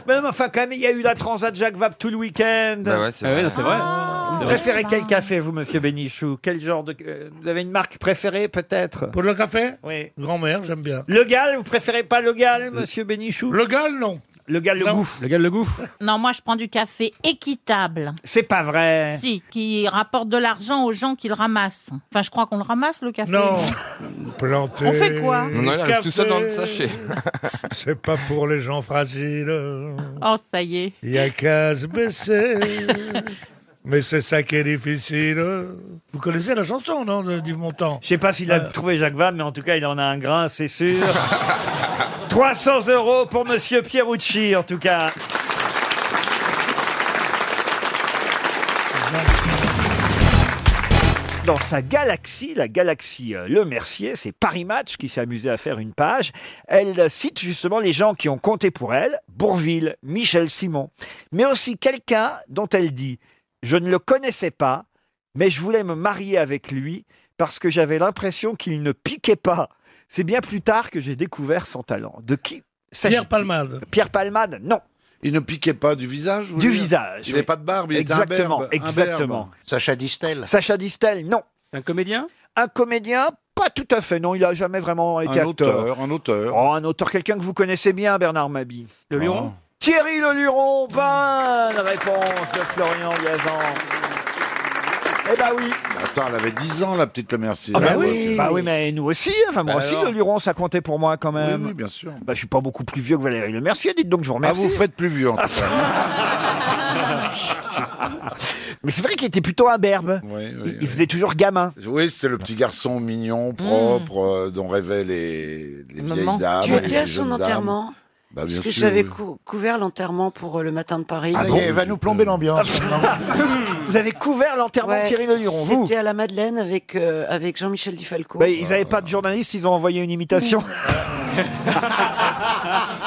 Speaker 1: Mais non, mais enfin, quand même, il y a eu la Transat Jacques Vabre tout le week-end.
Speaker 6: Bah ouais, c'est Ah vrai. ouais, non, c'est vrai.
Speaker 1: Vous
Speaker 8: Ah,
Speaker 6: C'est vrai.
Speaker 1: préférez quel café, vous, monsieur Bénichou Quel genre de. euh, Vous avez une marque préférée, peut-être
Speaker 5: Pour le café
Speaker 1: Oui.
Speaker 5: Grand-mère, j'aime bien.
Speaker 1: Le Gall, vous préférez pas le Gall, monsieur Bénichou
Speaker 5: Le Gall, non.
Speaker 1: Le Gall, le goût. Le Gall, le goût.
Speaker 3: Non, moi je prends du café équitable.
Speaker 1: C'est pas vrai.
Speaker 3: Si, qui rapporte de l'argent aux gens qui le ramassent. Enfin, je crois qu'on le ramasse le café.
Speaker 5: Non. Planté.
Speaker 3: On fait quoi
Speaker 12: Non, il arrive tout seul dans le
Speaker 5: café.
Speaker 12: sachet.
Speaker 5: C'est pas pour les gens fragiles.
Speaker 3: Oh, ça y est.
Speaker 5: Il y a qu'à se baisser. Mais c'est ça qui est difficile. Vous connaissez la chanson, non, de- d'Yves Montand Euh.
Speaker 1: Je sais pas s'il a trouvé Jacques Vabre, mais en tout cas, il en a un grain, c'est sûr. 300 euros pour monsieur Pierucci, en tout cas. Dans sa galaxie, la galaxie euh, Le Mercier, c'est Paris Match qui s'est amusé à faire une page. Elle euh, cite justement les gens qui ont compté pour elle, Bourville, Michel Simon, mais aussi quelqu'un dont elle dit « Je ne le connaissais pas, mais je voulais me marier avec lui parce que j'avais l'impression qu'il ne piquait pas. C'est bien plus tard que j'ai découvert son talent. » De qui Pierre Palmade. Pierre Palmade, non.
Speaker 10: Il ne piquait pas du visage vous
Speaker 1: Du
Speaker 10: voulez dire
Speaker 1: visage,
Speaker 10: Il
Speaker 1: oui.
Speaker 10: n'avait pas de barbe, il
Speaker 1: Exactement,
Speaker 10: était imberbe,
Speaker 1: exactement.
Speaker 10: imberbe.
Speaker 15: Sacha Distel.
Speaker 1: Sacha Distel, non.
Speaker 6: Un comédien
Speaker 1: Un comédien pas tout à fait, non, il a jamais vraiment été
Speaker 10: Un
Speaker 1: acteur.
Speaker 10: auteur, un auteur.
Speaker 1: Oh, un auteur, quelqu'un que vous connaissez bien, Bernard Mabi.
Speaker 6: Le Luron
Speaker 10: Ah.
Speaker 1: Thierry Le Luron, bonne réponse de Florian Gazan. Eh ben oui.
Speaker 10: Attends, elle avait 10 ans, la petite Le Mercier.
Speaker 1: Ah bah oui, bah oui, mais nous aussi, enfin moi
Speaker 10: Bah
Speaker 1: aussi,
Speaker 10: alors.
Speaker 1: le Luron, ça comptait pour moi quand
Speaker 10: Oui,
Speaker 1: même.
Speaker 10: oui, bien sûr.
Speaker 1: Bah, je suis pas beaucoup plus vieux que Valérie Le Mercier, dites donc, je vous
Speaker 10: Ah,
Speaker 1: remercie.
Speaker 10: vous faites plus vieux, en tout cas.
Speaker 1: Mais c'est vrai qu'il était plutôt imberbe. il, il faisait toujours gamin.
Speaker 10: Oui, c'était le petit garçon mignon,
Speaker 7: Mm.
Speaker 10: propre, euh, dont rêvaient les, les vieilles dames.
Speaker 7: tu
Speaker 10: et
Speaker 7: étais à
Speaker 10: les
Speaker 7: son
Speaker 10: jeunes dames.
Speaker 7: enterrement
Speaker 10: Bah, bien
Speaker 7: Parce que
Speaker 10: sûr,
Speaker 7: j'avais
Speaker 10: oui.
Speaker 7: cou- couvert l'enterrement pour euh, le matin de Paris.
Speaker 8: Ah bon Elle va nous plomber l'ambiance.
Speaker 1: Vous avez couvert l'enterrement de Thierry Le Luron, vous
Speaker 7: C'était à la Madeleine avec, euh, avec Jean-Michel Dufalco.
Speaker 1: Bah, ils n'avaient pas de journaliste, ils ont envoyé une imitation.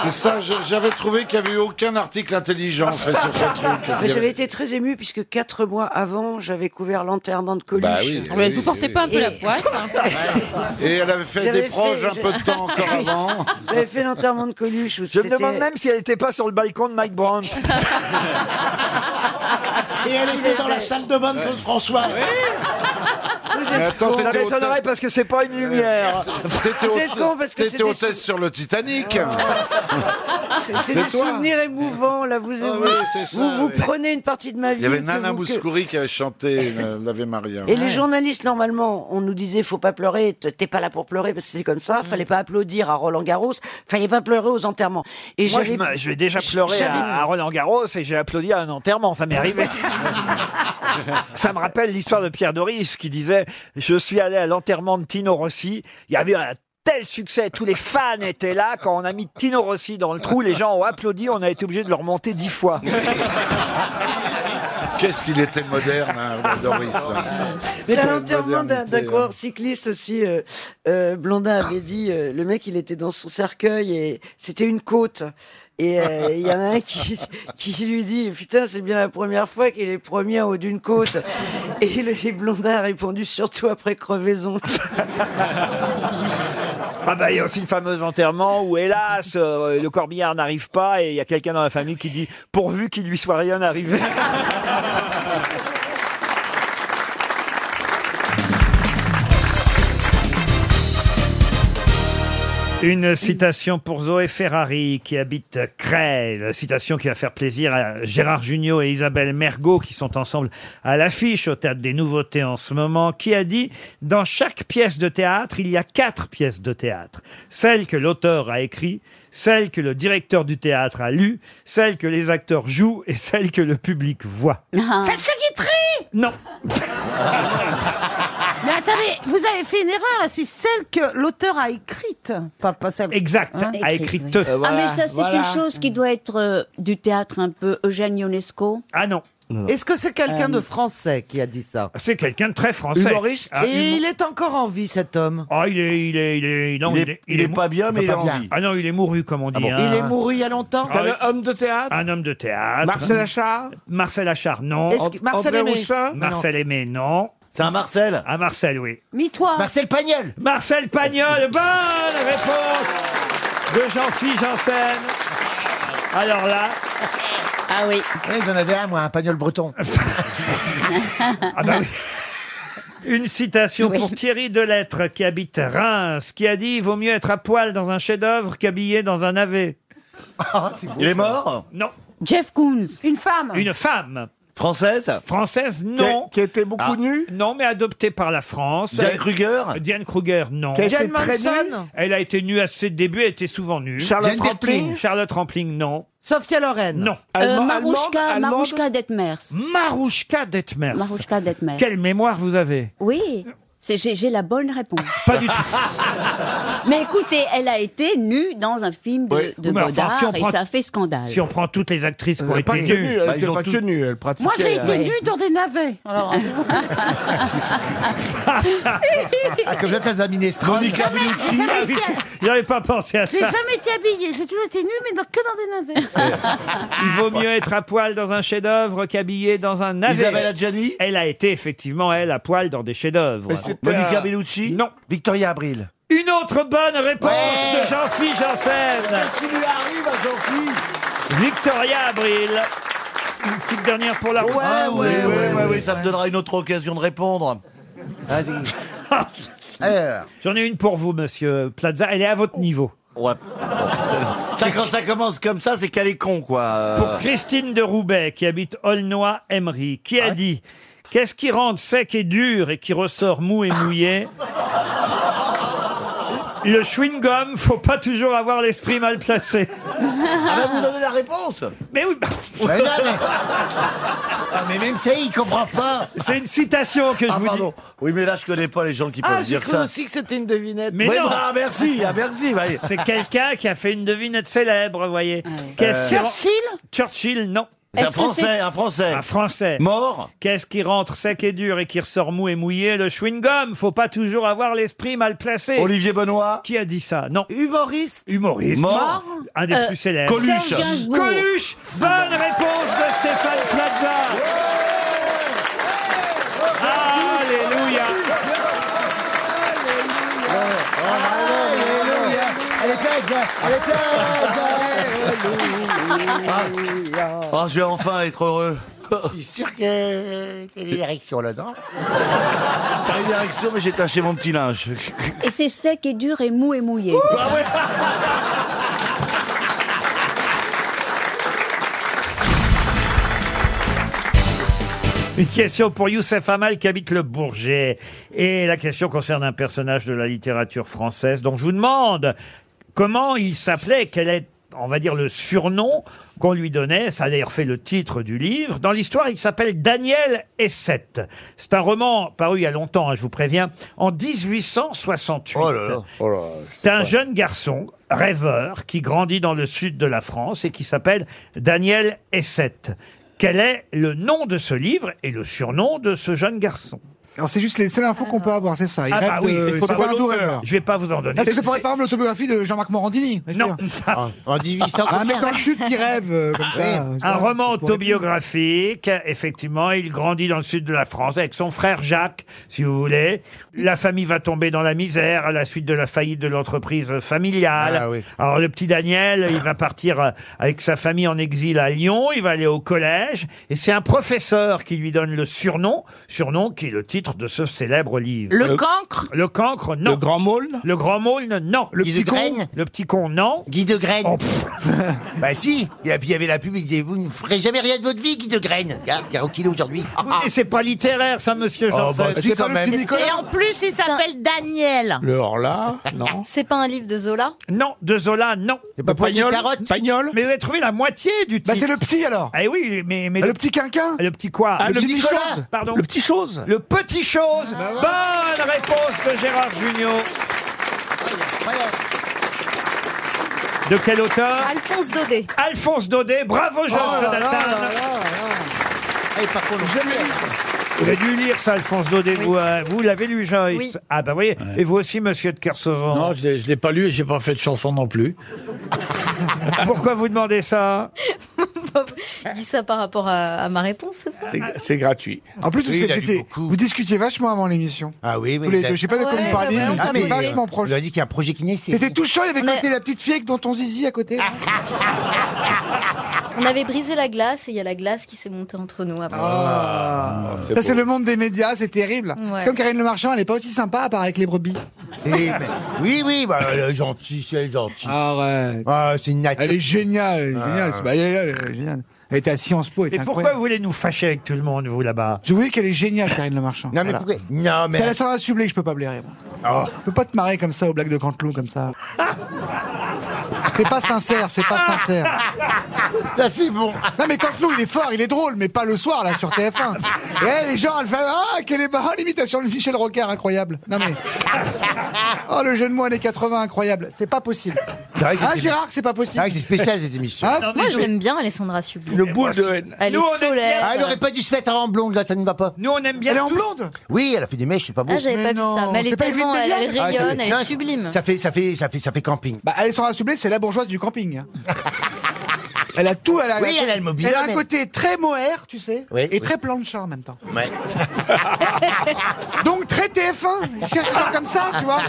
Speaker 10: C'est ça, je- j'avais trouvé qu'il n'y avait eu aucun article intelligent fait sur ce truc.
Speaker 7: Mais Bah, j'avais été très ému puisque quatre mois avant, j'avais couvert l'enterrement de Coluche.
Speaker 10: Bah
Speaker 3: Ah,
Speaker 10: oui, Mais oui, vous portez oui,
Speaker 3: pas un peu la
Speaker 7: poisse hein.
Speaker 10: Et elle avait fait
Speaker 7: J'avais
Speaker 10: des proches
Speaker 7: fait-
Speaker 10: un peu de temps encore avant.
Speaker 7: J'avais fait l'enterrement de Coluche. où
Speaker 1: Je me
Speaker 7: c'était-
Speaker 1: demande même si elle n'était pas sur le balcon de Mike Brandt.
Speaker 8: Et elle était dans la salle de bain de Claude François.
Speaker 10: Mais attends,
Speaker 1: ça
Speaker 10: t'étais
Speaker 1: m'étonnerait parce que c'est pas une lumière.
Speaker 10: T'étais
Speaker 7: C'est con
Speaker 10: au-
Speaker 7: parce que
Speaker 10: t'étais
Speaker 7: c'était
Speaker 10: hôtesse sur le
Speaker 1: Ah
Speaker 10: Titanic.
Speaker 7: C'est c'est
Speaker 10: C'est
Speaker 7: des
Speaker 10: toi
Speaker 7: souvenirs émouvants, là, vous
Speaker 10: Ah
Speaker 7: vous-
Speaker 10: oui, c'est ça,
Speaker 7: vous, vous
Speaker 10: oui.
Speaker 7: prenez une partie de ma vie.
Speaker 10: Il y avait
Speaker 7: que
Speaker 10: Nana
Speaker 7: vous- que-
Speaker 10: Mouskouri qui avait chanté euh, l'Ave Maria.
Speaker 7: Et les journalistes, normalement, on nous disait faut pas pleurer, t- t'es pas là pour pleurer parce que c'est comme
Speaker 1: Mm.
Speaker 7: ça, fallait pas applaudir à Roland Garros, fallait pas pleurer aux enterrements. Et
Speaker 1: Moi, je
Speaker 7: j'avais-
Speaker 1: me- je vais déjà pleurer
Speaker 7: j'avais-
Speaker 1: à, à Roland Garros et j'ai applaudi à un enterrement, ça m'est arrivé. ça me rappelle l'histoire de Pierre Doris qui disait Je suis allé à l'enterrement de Tino Rossi, il y avait un tel succès, tous les fans étaient là. Quand on a mis Tino Rossi dans le trou, les gens ont applaudi, on a été obligé de le remonter dix fois.
Speaker 10: Qu'est-ce qu'il était moderne, hein, Doris.
Speaker 7: Mais à
Speaker 10: Quelle
Speaker 7: l'enterrement d'un-
Speaker 10: modernité,
Speaker 7: d'un
Speaker 10: hein.
Speaker 7: coureur cycliste aussi, euh, euh, Blondin avait dit, euh, le mec, il était dans son cercueil et c'était une côte. Et euh, il y en a un qui, qui lui dit, putain, c'est bien la première fois qu'il est premier en haut d'une côte. Et le et Blondin a répondu, surtout après crevaison.
Speaker 1: Ah bah il y a aussi le fameux enterrement où hélas euh, le corbillard n'arrive pas et il y a quelqu'un dans la famille qui dit pourvu qu'il lui soit rien arrivé. Une citation pour Zoé Ferrari qui habite Creil, citation qui va faire plaisir à Gérard Jugnot et Isabelle Mergot qui sont ensemble à l'affiche au théâtre des nouveautés en ce moment, qui a dit « Dans chaque pièce de théâtre, il y a quatre pièces de théâtre. Celle que l'auteur a écrite, celle que le directeur du théâtre a lue, celle que les acteurs jouent et celle que le public voit.
Speaker 14: Salsa Guitry
Speaker 1: Non. »
Speaker 21: Mais attendez, vous avez fait une erreur, là, c'est celle que l'auteur a écrite. Pas, pas celle.
Speaker 1: Exact,
Speaker 21: Hein
Speaker 1: a écrit
Speaker 21: Écrite,
Speaker 1: te.
Speaker 14: ah mais ça c'est une chose qui doit être euh, du théâtre un peu Eugène Ionesco.
Speaker 1: Ah non.
Speaker 16: Est-ce que c'est quelqu'un de
Speaker 14: Euh,
Speaker 16: français qui a dit ça
Speaker 1: C'est quelqu'un de très français.
Speaker 16: Humoriste.
Speaker 1: Ah,
Speaker 16: Et
Speaker 1: humo-
Speaker 16: il est encore en vie, cet homme.
Speaker 1: Ah, il est, il est, il est, non,
Speaker 16: Il est- il est
Speaker 1: mou-
Speaker 16: pas bien, mais il est en vie.
Speaker 1: Ah non, il est mouru, comme on dit.
Speaker 16: bon
Speaker 1: hein.
Speaker 16: Il est mouru il y a longtemps
Speaker 1: Ah oui.
Speaker 16: Un homme de théâtre
Speaker 1: Un homme de théâtre.
Speaker 16: Marcel
Speaker 1: Achard Marcel Achard, non.
Speaker 16: Est-ce que- Marcel
Speaker 1: André
Speaker 16: Aimé
Speaker 1: Roussin
Speaker 16: Non.
Speaker 1: Marcel Aimé, non. C'est un Marcel Un Marcel, oui.
Speaker 16: Oh.
Speaker 21: Mets-toi.
Speaker 8: Marcel Pagnol.
Speaker 1: Marcel Pagnol, bonne réponse de Jean-Philippe Janssen. Alors là.
Speaker 8: Ah oui. Oui, j'en avais un, moi, un pagnol breton.
Speaker 1: Ah bah oui. Une citation pour Thierry Delettre, qui habite Reims, qui a dit Il vaut mieux être à poil dans un chef-d'œuvre qu'habillé dans un AV.
Speaker 8: Ah,
Speaker 2: Il est mort
Speaker 1: Non.
Speaker 14: Jeff Koons.
Speaker 21: Une femme.
Speaker 1: Une femme.
Speaker 2: Française
Speaker 1: Française, non.
Speaker 2: Qui, était beaucoup
Speaker 1: nue Non, mais adoptée par la France. Euh,
Speaker 2: Diane Kruger
Speaker 1: Diane Kruger, non.
Speaker 2: Qui a été Jane très Manson nue
Speaker 1: Elle a été nue à ses débuts, elle était souvent nue.
Speaker 14: Charlotte Jane Rampling Birkin
Speaker 1: Charlotte Rampling, non.
Speaker 16: Sophia Loren.
Speaker 1: Non.
Speaker 14: Euh, Marouchka, Marouchka Detmers.
Speaker 1: Marouchka Detmers.
Speaker 14: Marouchka Detmers.
Speaker 1: Quelle mémoire vous avez
Speaker 14: Oui, c'est- j'ai j'ai la bonne réponse.
Speaker 1: Pas du tout.
Speaker 14: Mais écoutez, elle a été nue dans un film de,
Speaker 1: Oui.
Speaker 14: de
Speaker 1: Mais enfin,
Speaker 14: Godard
Speaker 1: si on prend-
Speaker 14: et ça a fait scandale.
Speaker 1: Si on prend toutes les actrices qui ont
Speaker 14: Elle a
Speaker 1: été
Speaker 14: pas été
Speaker 1: nues.
Speaker 14: nue, elle
Speaker 1: bah,
Speaker 14: était
Speaker 1: ils ont
Speaker 14: pas
Speaker 1: tous-
Speaker 14: que nue,
Speaker 13: elle pratiquait.
Speaker 21: Moi, j'ai été
Speaker 1: Euh, Ouais.
Speaker 21: nue dans des navets. Alors,
Speaker 8: ah, comme ça, ça nous a mis
Speaker 21: Monica Bellucci.
Speaker 1: Ah oui, Il n'avait pas pensé à
Speaker 21: j'ai
Speaker 1: ça.
Speaker 21: jamais été habillée. J'ai toujours été nue, mais dans- que dans des navets.
Speaker 1: Il vaut mieux être à poil dans un chef-d'œuvre qu'habillé dans un navet.
Speaker 2: Isabelle
Speaker 1: Adjani Elle a été effectivement, elle, à poil dans des chefs-d'œuvre.
Speaker 2: Monica
Speaker 1: Euh,
Speaker 2: Bellucci
Speaker 1: Non.
Speaker 2: Victoria Abril.
Speaker 1: Une autre bonne réponse
Speaker 2: Ouais.
Speaker 1: de Jean-Philippe Janssen. Victoria Abril. Une petite dernière pour la
Speaker 2: Ouais,
Speaker 1: Ah,
Speaker 2: ouais, ouais, ouais, ouais, ça me donnera une autre occasion de répondre. Vas-y.
Speaker 1: J'en ai une pour vous, monsieur Plaza. Elle est à votre niveau.
Speaker 2: Ouais. Ça, quand ça commence comme ça, c'est qu'elle est con, quoi. Euh,
Speaker 1: Pour Christine de Roubaix, qui habite Aulnoy-Emery, qui
Speaker 2: Ah.
Speaker 1: a dit Qu'est-ce qui rentre sec et dur et qui ressort mou et mouillé Le chewing-gum, faut pas toujours avoir l'esprit mal placé.
Speaker 2: Ah bah, vous donnez la réponse
Speaker 1: Mais oui bah-
Speaker 2: Mais non, mais-
Speaker 1: Ah,
Speaker 2: mais même ça, il comprend pas
Speaker 1: C'est une citation que je
Speaker 2: vous Ah, pardon. Oui, mais là, je connais pas les gens qui peuvent
Speaker 16: Ah, j'ai
Speaker 2: dire
Speaker 16: cru
Speaker 2: ça.
Speaker 16: aussi que c'était une devinette.
Speaker 1: Mais
Speaker 2: Ouais,
Speaker 1: non.
Speaker 2: bah, merci, ah, merci. bah,
Speaker 1: C'est quelqu'un qui a fait une devinette célèbre, vous voyez. Qu'est-ce
Speaker 2: Euh,
Speaker 1: qui ren-
Speaker 21: Churchill
Speaker 1: Churchill, non.
Speaker 2: C'est un Est-ce que Français, c'est- un Français.
Speaker 1: Un Français.
Speaker 2: Mort
Speaker 1: Qu'est-ce qui rentre sec et dur et qui ressort mou et mouillé Le chewing-gum. Faut pas toujours avoir l'esprit mal placé.
Speaker 2: Olivier Benoît
Speaker 1: Qui a dit ça Non.
Speaker 16: Humoriste.
Speaker 1: Humoriste.
Speaker 2: Mort
Speaker 1: Un des
Speaker 2: Euh,
Speaker 1: plus célèbres.
Speaker 2: Coluche. Serge Gainsbourg.
Speaker 1: Coluche. Bonne réponse de Stéphane Plaza. Alléluia.
Speaker 8: Elle était avec la- Elle était avec la-
Speaker 2: Oh, je vais enfin être heureux.
Speaker 8: Je suis sûr
Speaker 16: Euh,
Speaker 8: que t'as des érections là-dedans.
Speaker 2: T'as une érection, mais j'ai taché mon petit linge.
Speaker 14: Et c'est sec et dur et mou et mouillé. c'est
Speaker 1: bah
Speaker 14: ça
Speaker 1: Une question pour Youssef Amal qui habite le Bourget. Et la question concerne un personnage de la littérature française. Donc je vous demande comment il s'appelait, quel est, on va dire, le surnom qu'on lui donnait. Ça a d'ailleurs fait le titre du livre. Dans l'histoire, il s'appelle Daniel Essette. C'est un roman paru il y a longtemps, hein, je vous préviens, en 1868.
Speaker 8: Oh
Speaker 1: C'est un jeune garçon, rêveur, qui grandit dans le sud de la France et qui s'appelle Daniel Essette. Quel est le nom de ce livre et le surnom de ce jeune garçon
Speaker 22: Alors c'est juste les seules infos qu'on peut avoir, c'est ça. Il
Speaker 1: Ah
Speaker 22: rêve
Speaker 1: bah oui,
Speaker 22: de-
Speaker 1: mais
Speaker 22: c'est
Speaker 1: faut
Speaker 22: pas
Speaker 1: pas
Speaker 22: un doux
Speaker 1: l'auteur.
Speaker 22: rêveur.
Speaker 1: Je vais pas vous en donner.
Speaker 22: Est-ce que ça pourrait être, par exemple l'autobiographie de Jean-Marc Morandini Non.
Speaker 13: Ah,
Speaker 1: En
Speaker 22: Un mec dans le sud qui rêve euh, comme ça. euh, tu
Speaker 1: Ah Un
Speaker 22: vois.
Speaker 1: roman autobiographique. Effectivement, il grandit dans le sud de la France avec son frère Jacques, si vous voulez. La famille va tomber dans la misère à la suite de la faillite de l'entreprise euh, familiale.
Speaker 23: Ah oui.
Speaker 1: Alors le petit Daniel, il va partir euh, avec sa famille en exil à Lyon. Il va aller au collège et c'est un professeur qui lui donne le surnom, surnom qui est le titre de ce célèbre livre.
Speaker 3: Le cancre
Speaker 1: Le cancre, non. Le grand maulne Le grand maulne, non. Le
Speaker 22: Guy de Graigne
Speaker 1: Le petit con, non.
Speaker 22: Guy de Graigne.
Speaker 8: Bah si, il y a- il y avait la pub, il disait, vous ne ferez jamais rien de votre vie, Guy de Graine. Regarde, il y a au kilo aujourd'hui.
Speaker 1: Mais c'est pas littéraire, ça, monsieur
Speaker 8: Oh,
Speaker 1: Janssen.
Speaker 8: bah, si, C'est quand pas le même. petit
Speaker 21: Et en plus, il s'appelle Daniel.
Speaker 1: Le Horla, non.
Speaker 21: C'est pas un livre de Zola
Speaker 1: Non, de Zola, Ah, non. Et
Speaker 22: pas Pagnol
Speaker 1: Pagnol Mais vous avez trouvé la moitié du titre.
Speaker 22: Bah, c'est le petit, alors.
Speaker 1: Eh oui, mais... mais
Speaker 22: Le petit quinquin
Speaker 1: Le petit quoi
Speaker 24: Ah,
Speaker 22: Ah, Le le petit petit chose. chose.
Speaker 1: Pardon Le petit chose Le petit six choses.
Speaker 24: bah
Speaker 1: Bonne réponse de Gérard Junior. De quel auteur
Speaker 9: Alphonse Daudet.
Speaker 1: Alphonse Daudet, bravo
Speaker 24: Oh
Speaker 1: Georges Jonathan. Eh, hein. Vous avez dû lire ça, Alphonse Daudet. Vous, euh, vous l'avez lu, Joyce
Speaker 23: Oui.
Speaker 1: Ah, bah voyez. Et vous aussi, monsieur de Kersauzon.
Speaker 23: Non, je l'ai- je l'ai pas lu et j'ai pas fait de chanson non plus.
Speaker 1: Pourquoi vous demandez ça
Speaker 9: Dis ça par rapport à, à ma réponse, c'est ça
Speaker 13: C'est gratuit.
Speaker 22: En plus, vous, étiez- vous discutiez vachement avant l'émission.
Speaker 24: Ah oui,
Speaker 22: Tous les deux, je sais pas de quoi
Speaker 9: Ouais,
Speaker 22: vous parliez,
Speaker 9: ouais,
Speaker 22: mais
Speaker 9: ouais,
Speaker 22: vous
Speaker 9: on
Speaker 22: étiez
Speaker 24: s'appelle.
Speaker 22: vachement proche.
Speaker 24: Il a dit qu'il y a un projet kiné.
Speaker 22: C'était touchant, il y avait côté la petite fille avec dont ton zizi à côté.
Speaker 13: Ah,
Speaker 9: On avait brisé la glace et il y a la glace qui s'est montée entre nous après.
Speaker 22: Ah.
Speaker 13: ah,
Speaker 22: Ça, c'est le monde des médias, c'est terrible.
Speaker 9: Ouais.
Speaker 22: C'est comme Karine Le Marchand, elle est pas aussi sympa à part avec les brebis.
Speaker 24: Oui, mais- oui, oui, bah, elle est gentille, si elle est gentille. Ah, c'est une nature.
Speaker 22: Elle est géniale, elle est
Speaker 24: Ah.
Speaker 22: géniale. Bah, elle, est- elle est géniale. Elle était à Sciences Po.
Speaker 1: Mais pourquoi vous voulez nous fâcher avec tout le monde, vous, là-bas
Speaker 22: Je vous dis qu'elle est géniale, Karine Le Marchand.
Speaker 24: Non, mais pourquoi Non, mais. Oh.
Speaker 22: C'est à la Sarah Sublé que je peux pas blairer. moi. Je peux pas te marrer comme ça aux blagues de Cantelou, comme ça. C'est pas sincère, c'est pas sincère.
Speaker 24: Ah,
Speaker 22: Là, c'est bon. Non, mais Cantelou, il est fort, il est drôle, mais pas le soir, là, sur TF1. Et là, les gens, elle fait Ah, quelle est marrant, l'imitation de Michel Rocard, incroyable. Non, mais. Oh, le jeu de mots années 80, incroyable. C'est pas possible.
Speaker 24: C'est vrai que
Speaker 22: Ah,
Speaker 24: c'est-
Speaker 22: Gérard, c'est pas possible.
Speaker 24: C'est vrai que c'est spécial, cette émission.
Speaker 22: Hein
Speaker 9: Moi, je l'aime bien, Alessandra Sublet. Elle
Speaker 24: Nous, on
Speaker 9: est
Speaker 24: aime bien.
Speaker 9: solaire.
Speaker 24: Ah, elle aurait pas dû se mettre en blonde, là, ça ne va pas.
Speaker 1: Nous, on aime bien.
Speaker 24: Elle est
Speaker 22: en blonde
Speaker 24: Oui, elle a fait des mèches, c'est pas beau.
Speaker 9: Ah, j'avais pas vu ça. Mais elle est
Speaker 22: c'est pas
Speaker 9: tellement,
Speaker 22: Evelyne
Speaker 9: elle, elle
Speaker 22: Delia.
Speaker 9: rayonne, elle
Speaker 24: Non,
Speaker 9: est sublime.
Speaker 24: Ah, Ça fait, ça fait, ça fait, ça fait camping.
Speaker 22: Bah, Alessandra Sublet, c'est la bourgeoise du camping. hein. Elle a tout, elle a,
Speaker 24: Oui, elle a le mobile,
Speaker 22: elle a un
Speaker 24: mais-
Speaker 22: côté très mohair, tu sais,
Speaker 24: Oui,
Speaker 22: et
Speaker 24: oui.
Speaker 22: très planchard en même temps.
Speaker 24: Ouais.
Speaker 22: Donc très TF1, ils cherchent des gens comme ça, tu vois.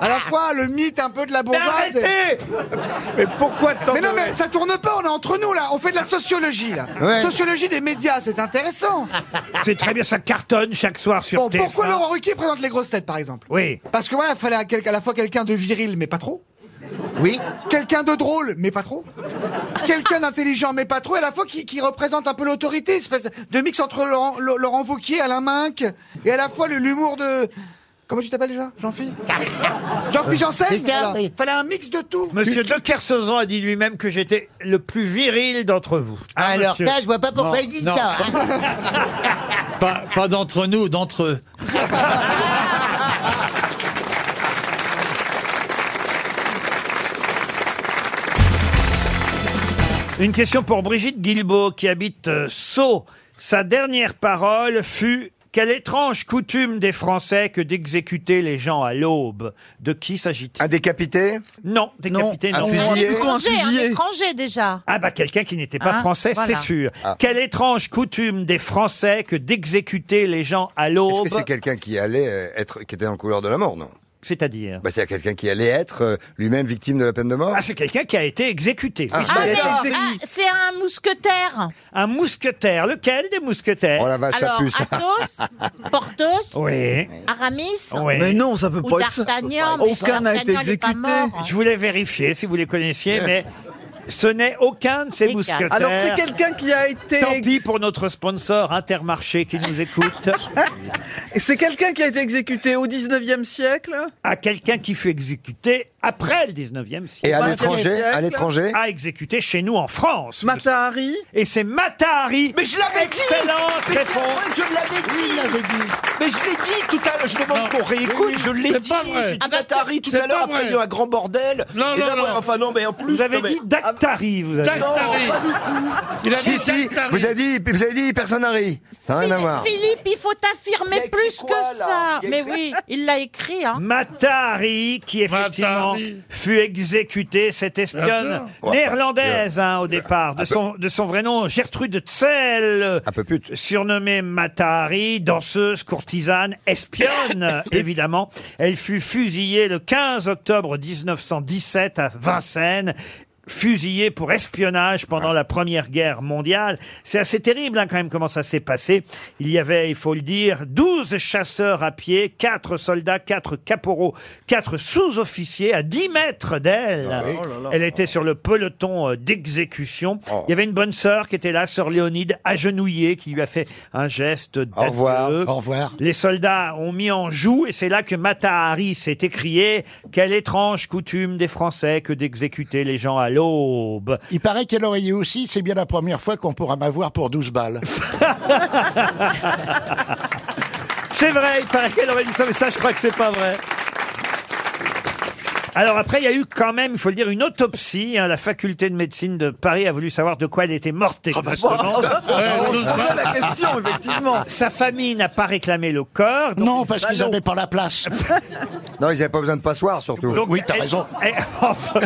Speaker 22: À la fois le mythe un peu de la bourgeoise.
Speaker 13: Mais arrêtez Mais pourquoi tant
Speaker 22: Mais non,
Speaker 13: de-
Speaker 22: mais ça tourne pas, on est entre nous là, on fait de la sociologie là.
Speaker 1: Ouais.
Speaker 22: Sociologie des médias, c'est intéressant.
Speaker 1: C'est très bien, ça cartonne chaque soir sur TF1.
Speaker 22: Pourquoi Laurent Ruquier présente les grosses têtes par exemple
Speaker 1: Oui.
Speaker 22: Parce que voilà, il fallait à, quel- à la fois quelqu'un de viril, mais pas trop.
Speaker 24: Oui.
Speaker 22: Quelqu'un de drôle, mais pas trop. quelqu'un d'intelligent, mais pas trop. Et à la fois qui, qui représente un peu l'autorité, une espèce de mix entre Laurent, Lo- Laurent Wauquiez, Alain Minck, et à la fois le- l'humour de. Comment tu t'appelles déjà Jean-Philippe Jean-Philippe Janssen voilà. Fallait un mix de tout.
Speaker 1: Monsieur de Kersauzon a dit lui-même que j'étais le plus viril d'entre vous.
Speaker 24: Ah,
Speaker 1: Ah,
Speaker 24: Alors,
Speaker 1: monsieur
Speaker 24: ça, je vois pas pourquoi
Speaker 1: Non,
Speaker 24: il dit
Speaker 1: non.
Speaker 24: ça. hein.
Speaker 23: Pas, pas d'entre nous, d'entre eux.
Speaker 1: Une question pour Brigitte Guilbeault qui habite euh, Sceaux. Sa dernière parole fut Quelle étrange coutume des Français que d'exécuter les gens à l'aube. De qui s'agit-il Un décapité Non, décapité
Speaker 23: Un
Speaker 1: non.
Speaker 23: fusillé étranger, un étranger déjà.
Speaker 1: Ah bah quelqu'un qui n'était pas
Speaker 23: Hein,
Speaker 1: français,
Speaker 23: voilà.
Speaker 1: c'est sûr.
Speaker 4: Ah.
Speaker 1: Quelle étrange coutume des Français que d'exécuter les gens à
Speaker 4: Est-ce
Speaker 1: l'aube.
Speaker 4: que c'est quelqu'un qui allait euh, être, qui était dans le couloir de la mort, non
Speaker 1: C'est-à-dire
Speaker 4: Bah, c'est quelqu'un qui allait être euh, lui-même victime de la peine de mort. Ah,
Speaker 1: c'est quelqu'un qui a été exécuté.
Speaker 4: Ah,
Speaker 23: Ah, mais- ah, c'est un mousquetaire.
Speaker 1: Un mousquetaire. Lequel des mousquetaires
Speaker 4: Oh la vache,
Speaker 23: Alors, Athos, Porthos,
Speaker 1: Oui.
Speaker 23: Aramis.
Speaker 1: Oui. Mais non, ça peut
Speaker 23: ou
Speaker 1: pas être ça.
Speaker 23: D'Artagnan, mais
Speaker 1: Aucun n'a été
Speaker 23: D'Artagnan, il est pas mort, hein.
Speaker 1: Je voulais vérifier si vous les connaissiez, mais ce n'est aucun de ces
Speaker 23: Les quatre.
Speaker 1: mousquetaires.
Speaker 23: Alors, c'est quelqu'un
Speaker 1: qui a été. Tant pis pour notre sponsor Intermarché qui nous écoute.
Speaker 25: C'est quelqu'un qui a été exécuté au 19e siècle
Speaker 1: à quelqu'un qui fut exécuté après le 19e siècle.
Speaker 4: Et à l'étranger, à l'étranger
Speaker 1: À exécuter chez nous en France. Matahari Et c'est Matahari
Speaker 4: Mais je l'avais dit
Speaker 1: Excellente
Speaker 4: Mais c'est
Speaker 1: réponse
Speaker 4: vrai, je l'avais dit
Speaker 1: Mais je l'ai dit tout à l'heure, je demande qu'on
Speaker 20: Écoute, je l'ai dit, j'ai dit Atari tout à l'heure, après il y a eu un grand bordel.
Speaker 1: Non,
Speaker 20: Et
Speaker 1: non,
Speaker 20: là,
Speaker 1: non.
Speaker 20: ouais, Enfin non, mais en plus...
Speaker 1: Vous avez dit Dactari, vous avez dit.
Speaker 4: Si, si, vous avez dit, vous avez dit, personne n'a ri. Ça n'a rien à voir.
Speaker 23: Philippe, il faut affirmer plus que ça. Mais oui, il l'a écrit. Hein.
Speaker 1: Matari, qui effectivement fut exécuté, cette espionne
Speaker 4: Bien sûr.
Speaker 1: néerlandaise hein,
Speaker 4: euh,
Speaker 1: au départ, de son, de son vrai nom Gertrude Tsel, surnommée Matari, danseuse, courtisane, espionne évidemment. Elle fut fusillée le 15 octobre 1917 à Vincennes fusillée pour espionnage pendant la Première Guerre mondiale. C'est assez terrible hein, quand même comment ça s'est passé. Il y avait, il faut le dire, 12 chasseurs à pied, 4 soldats, 4 caporaux, 4 sous-officiers à 10 mètres d'elle.
Speaker 4: Ah oui. Oh là là.
Speaker 1: Elle était sur le peloton euh, d'exécution.
Speaker 4: Oh.
Speaker 1: Il y avait une bonne sœur qui était là, sœur Léonide, agenouillée, qui lui a fait un geste
Speaker 4: Au revoir,
Speaker 1: d'adieu.
Speaker 4: au revoir.
Speaker 1: Les soldats ont mis en joue et c'est là que Matahari s'est écrié « Quelle étrange coutume des Français que d'exécuter les gens à l'aube
Speaker 8: Il paraît qu'elle aurait eu aussi, c'est bien la première fois qu'on pourra m'avoir pour 12 balles. »
Speaker 1: C'est vrai, il paraît qu'elle aurait dit ça, mais ça, je crois que c'est pas vrai. Alors après, il y a eu quand même, il faut le dire, une autopsie. hein. la faculté de médecine de Paris a voulu savoir de quoi elle était morte
Speaker 4: Ah, bah,
Speaker 1: exactement.
Speaker 4: bon, on se posait la question, effectivement.
Speaker 1: Sa famille n'a pas réclamé le corps. donc-
Speaker 8: Non, parce qu'ils n'avaient pas la place.
Speaker 4: Non, ils n'avaient pas besoin de passoire, surtout.
Speaker 1: Donc,
Speaker 4: oui, t'as
Speaker 1: elle-
Speaker 4: raison.
Speaker 1: elle- enfin,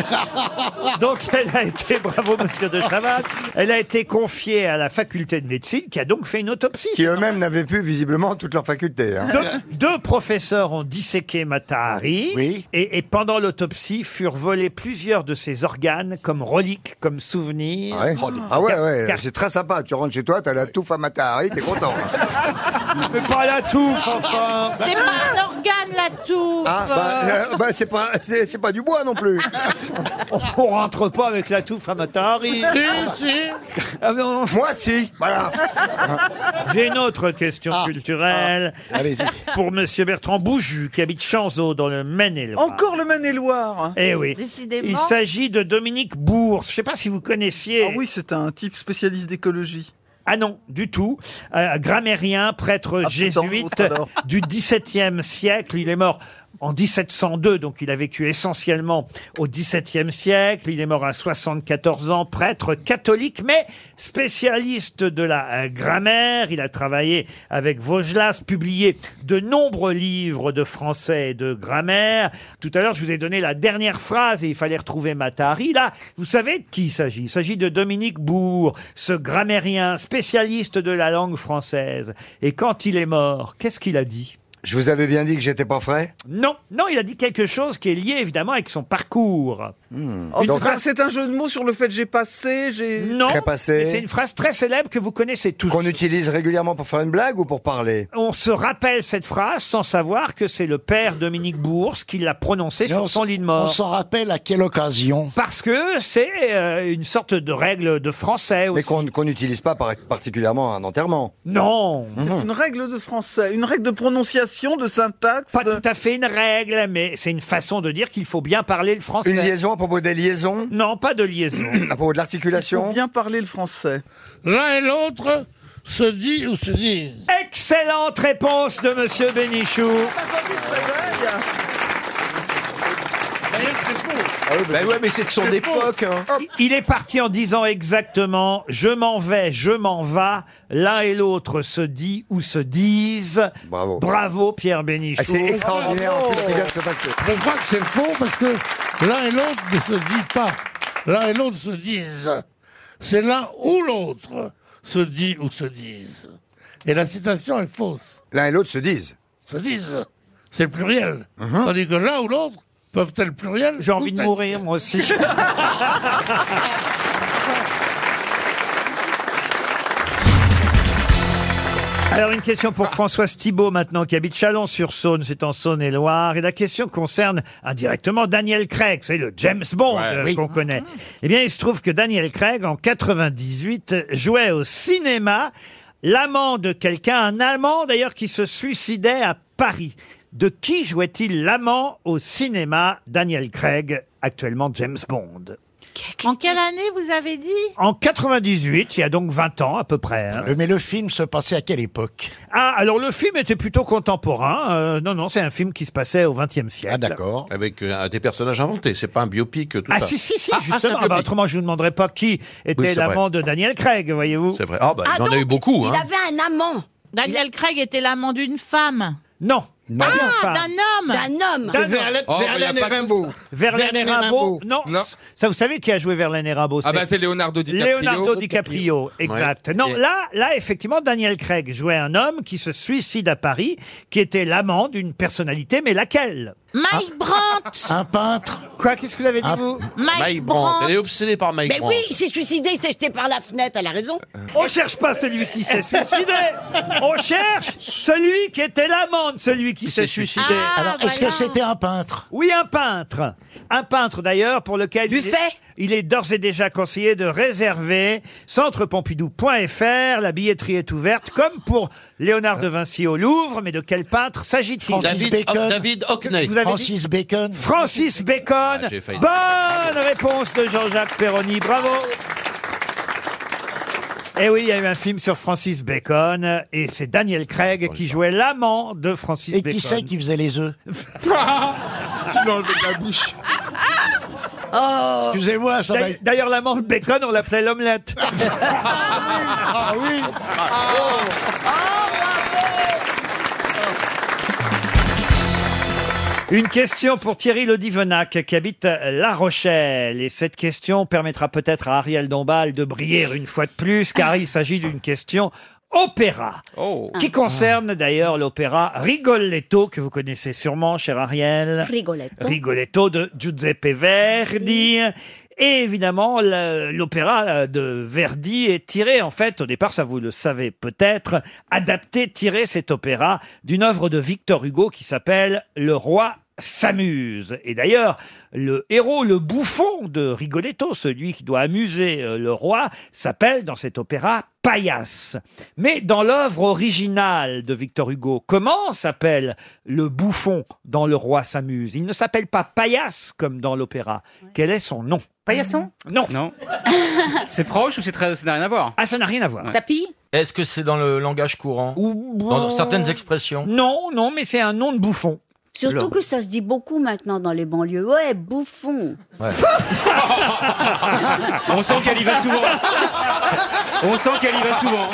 Speaker 1: donc elle a été, bravo monsieur de Chavannes, elle a été confiée à la faculté de médecine qui a donc fait une autopsie.
Speaker 4: Qui eux-mêmes n'avaient plus, visiblement, toute leur faculté. hein.
Speaker 1: Deux, deux professeurs ont disséqué Matahari et, et pendant l'autopsie furent volés plusieurs de ses organes comme reliques, comme souvenirs.
Speaker 4: Ouais. Ah ouais, ouais,
Speaker 1: Car-
Speaker 4: c'est très sympa. Tu rentres chez toi, t'as la touffe à Matahari, t'es content. hein.
Speaker 1: Mais pas la touffe, enfin
Speaker 23: C'est pas un organe, la touffe
Speaker 4: Ah, bah, euh, bah, c'est pas, c'est, c'est pas du bois non plus.
Speaker 1: On rentre pas avec la touffe à Matahari.
Speaker 4: Si, Moi, si. Voilà.
Speaker 1: Ah
Speaker 4: Ah.
Speaker 1: J'ai une autre question culturelle pour Monsieur Bertrand Bouju qui habite Chanzeau dans le Maine-et-Loire.
Speaker 25: Encore le Maine-et-Loire.
Speaker 1: Eh oui.
Speaker 25: Décidément.
Speaker 1: Il s'agit de Dominique Bourse. Je ne sais pas si vous connaissiez. Ah oui,
Speaker 25: c'est un type spécialiste d'écologie.
Speaker 1: Ah non, du tout. Euh, grammairien,
Speaker 25: Ah,
Speaker 1: prêtre jésuite
Speaker 25: alors.
Speaker 1: du XVIIe siècle. Il est mort en 1702, donc il a vécu essentiellement au XVIIe siècle. Il est mort à 74 ans, prêtre catholique, mais spécialiste de la euh, grammaire. Il a travaillé avec Vaugelas, publié de nombreux livres de français et de grammaire. Tout à l'heure, je vous ai donné la dernière phrase et il fallait retrouver Matari. Là, vous savez de qui il s'agit Il s'agit de Dominique Bourg, ce grammairien spécialiste de la langue française. Et quand il est mort, qu'est-ce qu'il a dit
Speaker 4: Je vous avais bien dit que j'étais pas frais.
Speaker 1: non, non, il a dit quelque chose qui est lié évidemment avec son parcours.
Speaker 25: Oh,
Speaker 4: Hmm.
Speaker 1: Une
Speaker 25: c'est un-
Speaker 1: phrase-
Speaker 25: c'est un jeu de mots sur le fait que j'ai passé, j'ai...
Speaker 1: Non,
Speaker 4: Très passé.
Speaker 1: mais c'est une phrase très célèbre que vous connaissez tous.
Speaker 4: Qu'on utilise régulièrement pour faire une blague ou pour parler
Speaker 1: On se rappelle cette phrase sans savoir que c'est le père Dominique Bourse qui l'a prononcée
Speaker 8: Mais on
Speaker 1: sur son
Speaker 8: s-
Speaker 1: lit de
Speaker 8: On
Speaker 1: mort.
Speaker 8: s'en rappelle à quelle occasion
Speaker 1: Parce que c'est euh, une sorte de règle de français
Speaker 4: Mais
Speaker 1: aussi.
Speaker 4: qu'on qu'on n'utilise pas par- particulièrement à un enterrement.
Speaker 1: Non
Speaker 25: C'est une règle de français, une règle de prononciation, de syntaxe.
Speaker 1: Pas tout à fait une règle, mais c'est une façon de dire qu'il faut bien parler le français.
Speaker 4: Une liaison à propos des liaisons
Speaker 1: Non, pas de liaison.
Speaker 4: À propos de
Speaker 25: Pour
Speaker 4: l'articulation
Speaker 25: bien parler le français.
Speaker 5: L'un et l'autre se dit ou se disent.
Speaker 1: Excellente réponse de Monsieur Bénichou.
Speaker 2: Ben ouais, mais c'est de son époque. hein.
Speaker 1: Il est parti en disant exactement Je m'en vais, je m'en va. L'un et l'autre se dit ou se disent.
Speaker 4: Bravo.
Speaker 1: Bravo Pierre Bénichou.
Speaker 4: Ah, c'est extraordinaire en plus ce qui vient de se passer.
Speaker 5: Je crois que c'est faux parce que l'un et l'autre ne se dit pas. L'un et l'autre se disent. C'est l'un ou l'autre se dit ou se disent. Et la citation est fausse.
Speaker 4: L'un et l'autre se disent. Mhm.
Speaker 5: Se disent. C'est le pluriel. Tandis que l'un ou l'autre peuvent être pluriel.
Speaker 1: J'ai envie de mourir moi aussi. Alors une question pour Françoise Thibault maintenant qui habite Chalon-sur-Saône, c'est en Saône-et-Loire et la question concerne indirectement Daniel Craig, c'est le James Bond euh, qu'on connaît. Eh bien il se trouve que Daniel Craig en 98 jouait au cinéma l'amant de quelqu'un, un Allemand d'ailleurs qui se suicidait à Paris. De qui jouait-il l'amant au cinéma Daniel Craig, actuellement James Bond
Speaker 23: En quelle année vous avez dit
Speaker 1: en 98, il y a donc 20 ans à peu près. hein.
Speaker 8: Mais le film se passait à quelle époque
Speaker 1: Ah, alors le film était plutôt contemporain. Euh, non, non, c'est un film qui se passait au XXe siècle. Ah,
Speaker 8: d'accord.
Speaker 20: Avec euh, des personnages inventés, c'est pas un biopic, tout
Speaker 1: Ah,
Speaker 20: ça.
Speaker 1: si, si, si,
Speaker 20: Ah, ah, c'est un
Speaker 1: justement. Ah, bah,
Speaker 20: biopic.
Speaker 1: autrement, je ne vous demanderais pas qui était
Speaker 20: Oui, c'est vrai.
Speaker 1: l'amant de Daniel Craig, voyez-vous.
Speaker 20: C'est vrai. Ah, bah,
Speaker 23: Ah,
Speaker 20: il en a
Speaker 23: donc,
Speaker 20: eu beaucoup,
Speaker 23: il
Speaker 20: hein.
Speaker 23: avait un amant. Daniel Craig était l'amant d'une femme.
Speaker 1: Non. Non.
Speaker 23: Ah, d'un homme. D'un homme.
Speaker 1: D'un homme.
Speaker 11: Oh, bah, y a pas que ça.
Speaker 1: Verlaine et
Speaker 11: Verlaine et Rimbaud.
Speaker 1: Rimbaud. Non. Ça, vous savez qui a joué Verlaine et Rimbaud
Speaker 11: Ah bah, c'est Leonardo DiCaprio.
Speaker 1: Leonardo DiCaprio,
Speaker 11: Ouais.
Speaker 1: exact. Non,
Speaker 11: Et-
Speaker 1: là, là, effectivement, Daniel Craig jouait un homme qui se suicide à Paris, qui était l'amant d'une personnalité, mais laquelle
Speaker 20: hein.
Speaker 23: Mike Brandt.
Speaker 8: Un peintre
Speaker 1: Quoi Qu'est-ce que vous avez dit,
Speaker 8: Un-
Speaker 1: vous
Speaker 23: Mike, Brandt.
Speaker 20: Elle est obsédée par Mike
Speaker 23: Mais
Speaker 20: Brandt.
Speaker 23: oui,
Speaker 11: Il s'est suicidé, il s'est jeté par la fenêtre, elle a raison.
Speaker 1: On cherche pas celui qui s'est suicidé. On cherche celui qui était l'amant de celui qui s'est suicidé.
Speaker 8: Alors, est-ce que c'était un peintre
Speaker 1: Oui, un peintre. Un peintre d'ailleurs pour lequel il est, il est d'ores et déjà conseillé de réserver centrepompidou.fr. La billetterie est ouverte comme pour Léonard de Vinci au Louvre. Mais de quel peintre s'agit-il
Speaker 8: Francis Bacon.
Speaker 20: David Hockney.
Speaker 1: Vous avez dit
Speaker 8: Francis Bacon.
Speaker 1: Francis Bacon.
Speaker 20: Ah, j'ai failli.
Speaker 1: Bonne réponse de Jean-Jacques Perroni. Bravo. Et Eh oui, il y a eu un film sur Francis Bacon et c'est Daniel Craig qui jouait l'amant de Francis
Speaker 8: Et
Speaker 1: Bacon.
Speaker 8: qui c'est qui faisait les œufs
Speaker 1: Tu l'as enlevé de la bouche.
Speaker 8: Excusez-moi, ça va-
Speaker 1: Oh. D'ailleurs, l'amant de Bacon, on l'appelait l'omelette.
Speaker 8: Ah oui
Speaker 1: Une question pour Thierry Lodivenac qui habite La Rochelle. Et cette question permettra peut-être à Ariel Dombal de briller une fois de plus, car il s'agit d'une question opéra, qui concerne d'ailleurs l'opéra Rigoletto, que vous connaissez sûrement, cher Ariel.
Speaker 14: Rigoletto.
Speaker 1: Rigoletto de Giuseppe Verdi. Et évidemment, le- l'opéra euh, de Verdi est tiré, en fait, au départ, ça vous le savez peut-être, adapté, tiré cet opéra d'une œuvre de Victor Hugo qui s'appelle Le Roi s'amuse. Et d'ailleurs, le héros, le bouffon de Rigoletto, celui qui doit amuser euh, le roi, s'appelle dans cet opéra Paillasse. Mais dans l'œuvre originale de Victor Hugo, comment s'appelle le bouffon dans Le Roi s'amuse Il ne s'appelle pas Paillasse comme dans l'opéra. Quel est son nom
Speaker 23: Paillasson
Speaker 1: Non. Non.
Speaker 12: C'est proche ou c'est très, ça n'a rien à voir
Speaker 1: Ah, ça n'a rien à voir.
Speaker 23: Tapis
Speaker 12: Est-ce que c'est dans le langage courant Dans certaines expressions
Speaker 1: Non, non, mais c'est un nom de bouffon.
Speaker 14: Surtout
Speaker 12: Alors.
Speaker 14: que ça se dit beaucoup maintenant dans les banlieues. Ouais, bouffon.
Speaker 12: On sent qu'elle y va souvent. On sent qu'elle y va souvent.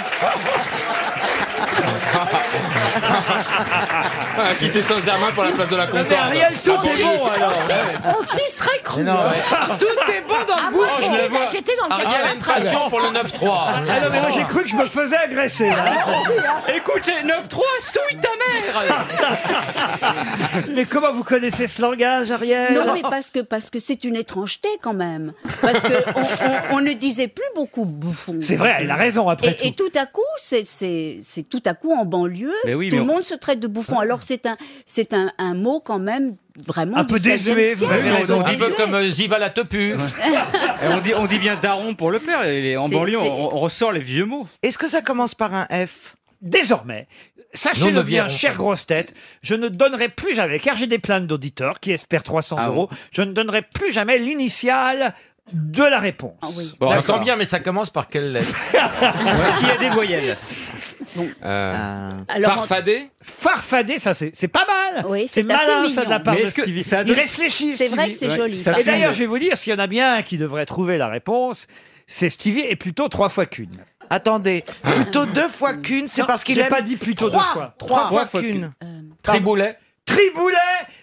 Speaker 15: Quitter Saint-Germain pour la place de la Concorde. Ah,
Speaker 12: Ah,
Speaker 21: On s'y serait cru.
Speaker 15: Mais non,
Speaker 21: hein.
Speaker 15: ouais.
Speaker 21: Tout est bon dans le bouffon.
Speaker 15: je la vois.
Speaker 21: J'étais dans le
Speaker 15: Euh, Ariel a une
Speaker 21: 93.
Speaker 15: passion pour le 9-3.
Speaker 1: Ah non, mais moi j'ai cru que je me faisais agresser.
Speaker 21: Ah,
Speaker 1: là.
Speaker 21: hein.
Speaker 12: Écoute, 9-3, souille ta mère
Speaker 1: mais comment vous connaissez ce langage, Ariel
Speaker 14: Non, mais parce que parce que c'est une étrangeté quand même. Parce que on, on- on ne disait plus beaucoup bouffon.
Speaker 1: C'est vrai, elle a raison, après
Speaker 14: et,
Speaker 1: tout.
Speaker 14: Et tout à coup, c'est c'est c'est tout à coup en banlieue,
Speaker 1: Mais oui,
Speaker 14: tout
Speaker 1: mais
Speaker 14: le
Speaker 1: on-
Speaker 14: monde se traite de bouffon. Alors c'est un c'est un, un mot quand même vraiment
Speaker 12: Un
Speaker 14: du
Speaker 12: peu
Speaker 14: 16e
Speaker 12: désuet, vous
Speaker 14: siècle.
Speaker 12: avez raison.
Speaker 15: Un petit peu comme euh, Ziva la tepu.
Speaker 12: Et on, dit, on dit bien daron pour le père. et les- en
Speaker 15: C'est-
Speaker 12: banlieue,
Speaker 15: c'est-
Speaker 12: on, on ressort les vieux mots.
Speaker 1: Est-ce que ça commence par un F Désormais,
Speaker 12: Nous
Speaker 1: sachez-le
Speaker 12: ne
Speaker 1: bien,
Speaker 12: verrons
Speaker 15: euh,
Speaker 1: chère grosse tête, je ne donnerai plus jamais, car j'ai des plaintes d'auditeurs qui espèrent 300
Speaker 15: Ah
Speaker 1: euros, je ne donnerai plus jamais l'initiale de la réponse.
Speaker 15: Ah Bon,
Speaker 1: D'accord.
Speaker 15: j'entends bien, mais ça commence par quelle lettre
Speaker 12: Est-ce qu'il y a des voyelles
Speaker 15: Euh,
Speaker 1: Alors,
Speaker 15: Farfadé
Speaker 1: Farfader, ça c'est c'est pas mal. c'est
Speaker 15: c'est
Speaker 1: malin
Speaker 15: assez
Speaker 1: ça de la
Speaker 15: mignon.
Speaker 1: part
Speaker 15: Mais
Speaker 1: de
Speaker 15: est-ce que
Speaker 1: Stevie.
Speaker 15: ça
Speaker 1: Ils
Speaker 15: donne-
Speaker 1: réfléchissent.
Speaker 15: C'est vrai
Speaker 1: Stevie.
Speaker 15: que c'est Ouais, joli. ça
Speaker 1: Et
Speaker 15: fait
Speaker 1: d'ailleurs,
Speaker 15: une-
Speaker 1: je vais vous dire, s'il y en a bien un qui devrait trouver la réponse, c'est Stevie et plutôt trois fois qu'une.
Speaker 16: Attendez, plutôt deux fois qu'une, c'est
Speaker 1: Non,
Speaker 16: parce qu'il
Speaker 1: j'ai
Speaker 16: aime...
Speaker 1: pas dit plutôt deux
Speaker 16: trois,
Speaker 1: fois.
Speaker 16: Trois,
Speaker 1: Trois
Speaker 16: fois
Speaker 1: fois
Speaker 16: qu'une.
Speaker 6: Euh,
Speaker 15: Triboulet.
Speaker 1: Triboulet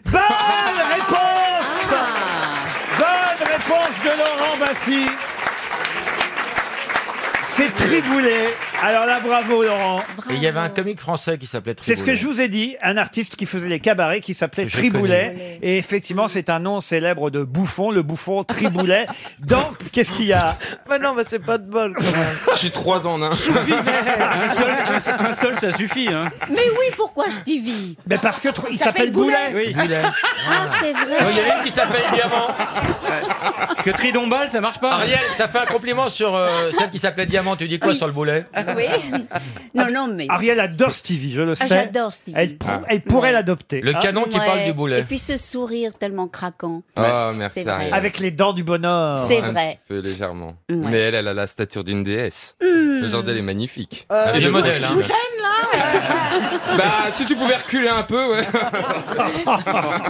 Speaker 1: Bonne réponse
Speaker 21: Ah.
Speaker 1: Bonne réponse de Laurent Baffy C'est Triboulet. Alors là, bravo Laurent.
Speaker 15: Et il y avait un comique français qui s'appelait Triboulet.
Speaker 1: C'est ce que je vous ai dit, un artiste qui faisait les cabarets qui s'appelait
Speaker 15: Je
Speaker 1: Triboulet. Et effectivement, c'est un nom célèbre de bouffon, le bouffon Triboulet. Dans, qu'est-ce qu'il y a
Speaker 16: Mais non, mais c'est pas de bol. quand même.
Speaker 15: J'ai trois
Speaker 1: hein.
Speaker 15: en un.
Speaker 12: un, seul, un seul- un seul, ça suffit. Hein.
Speaker 14: Mais oui, pourquoi Stevie
Speaker 1: Mais parce que tro- il
Speaker 14: Il
Speaker 1: s'appelle
Speaker 14: s'appelle
Speaker 1: Boulet.
Speaker 12: Oui.
Speaker 14: Ah, c'est vrai.
Speaker 15: Il y en a une qui s'appelle Diamant.
Speaker 12: Parce que tridombal, ça marche pas.
Speaker 15: Ariel, t'as fait un compliment sur euh, celle qui s'appelait Diamant. Tu dis quoi sur le boulet
Speaker 14: Oui. Non, non, mais
Speaker 1: Ariel adore Stevie, je le sais.
Speaker 14: Ah, j'adore Stevie.
Speaker 1: Elle,
Speaker 15: Ah.
Speaker 1: pr- elle pourrait l'adopter.
Speaker 15: Le canon qui parle
Speaker 14: Ouais.
Speaker 15: du boulet.
Speaker 14: Et puis ce sourire tellement craquant.
Speaker 15: Ah, merci,
Speaker 14: C'est vrai.
Speaker 15: Ariel.
Speaker 1: Avec les dents du bonheur.
Speaker 14: C'est vrai.
Speaker 15: peu légèrement.
Speaker 14: Ouais.
Speaker 15: Mais elle, elle a la stature d'une déesse.
Speaker 14: Hmm.
Speaker 15: Le jardin est magnifique.
Speaker 21: Euh,
Speaker 15: Un vieux
Speaker 21: je vous-
Speaker 15: modèle.
Speaker 21: je
Speaker 15: hein.
Speaker 21: vous traîne, là
Speaker 15: Bah, si tu pouvais reculer un peu, ouais.
Speaker 14: Ah.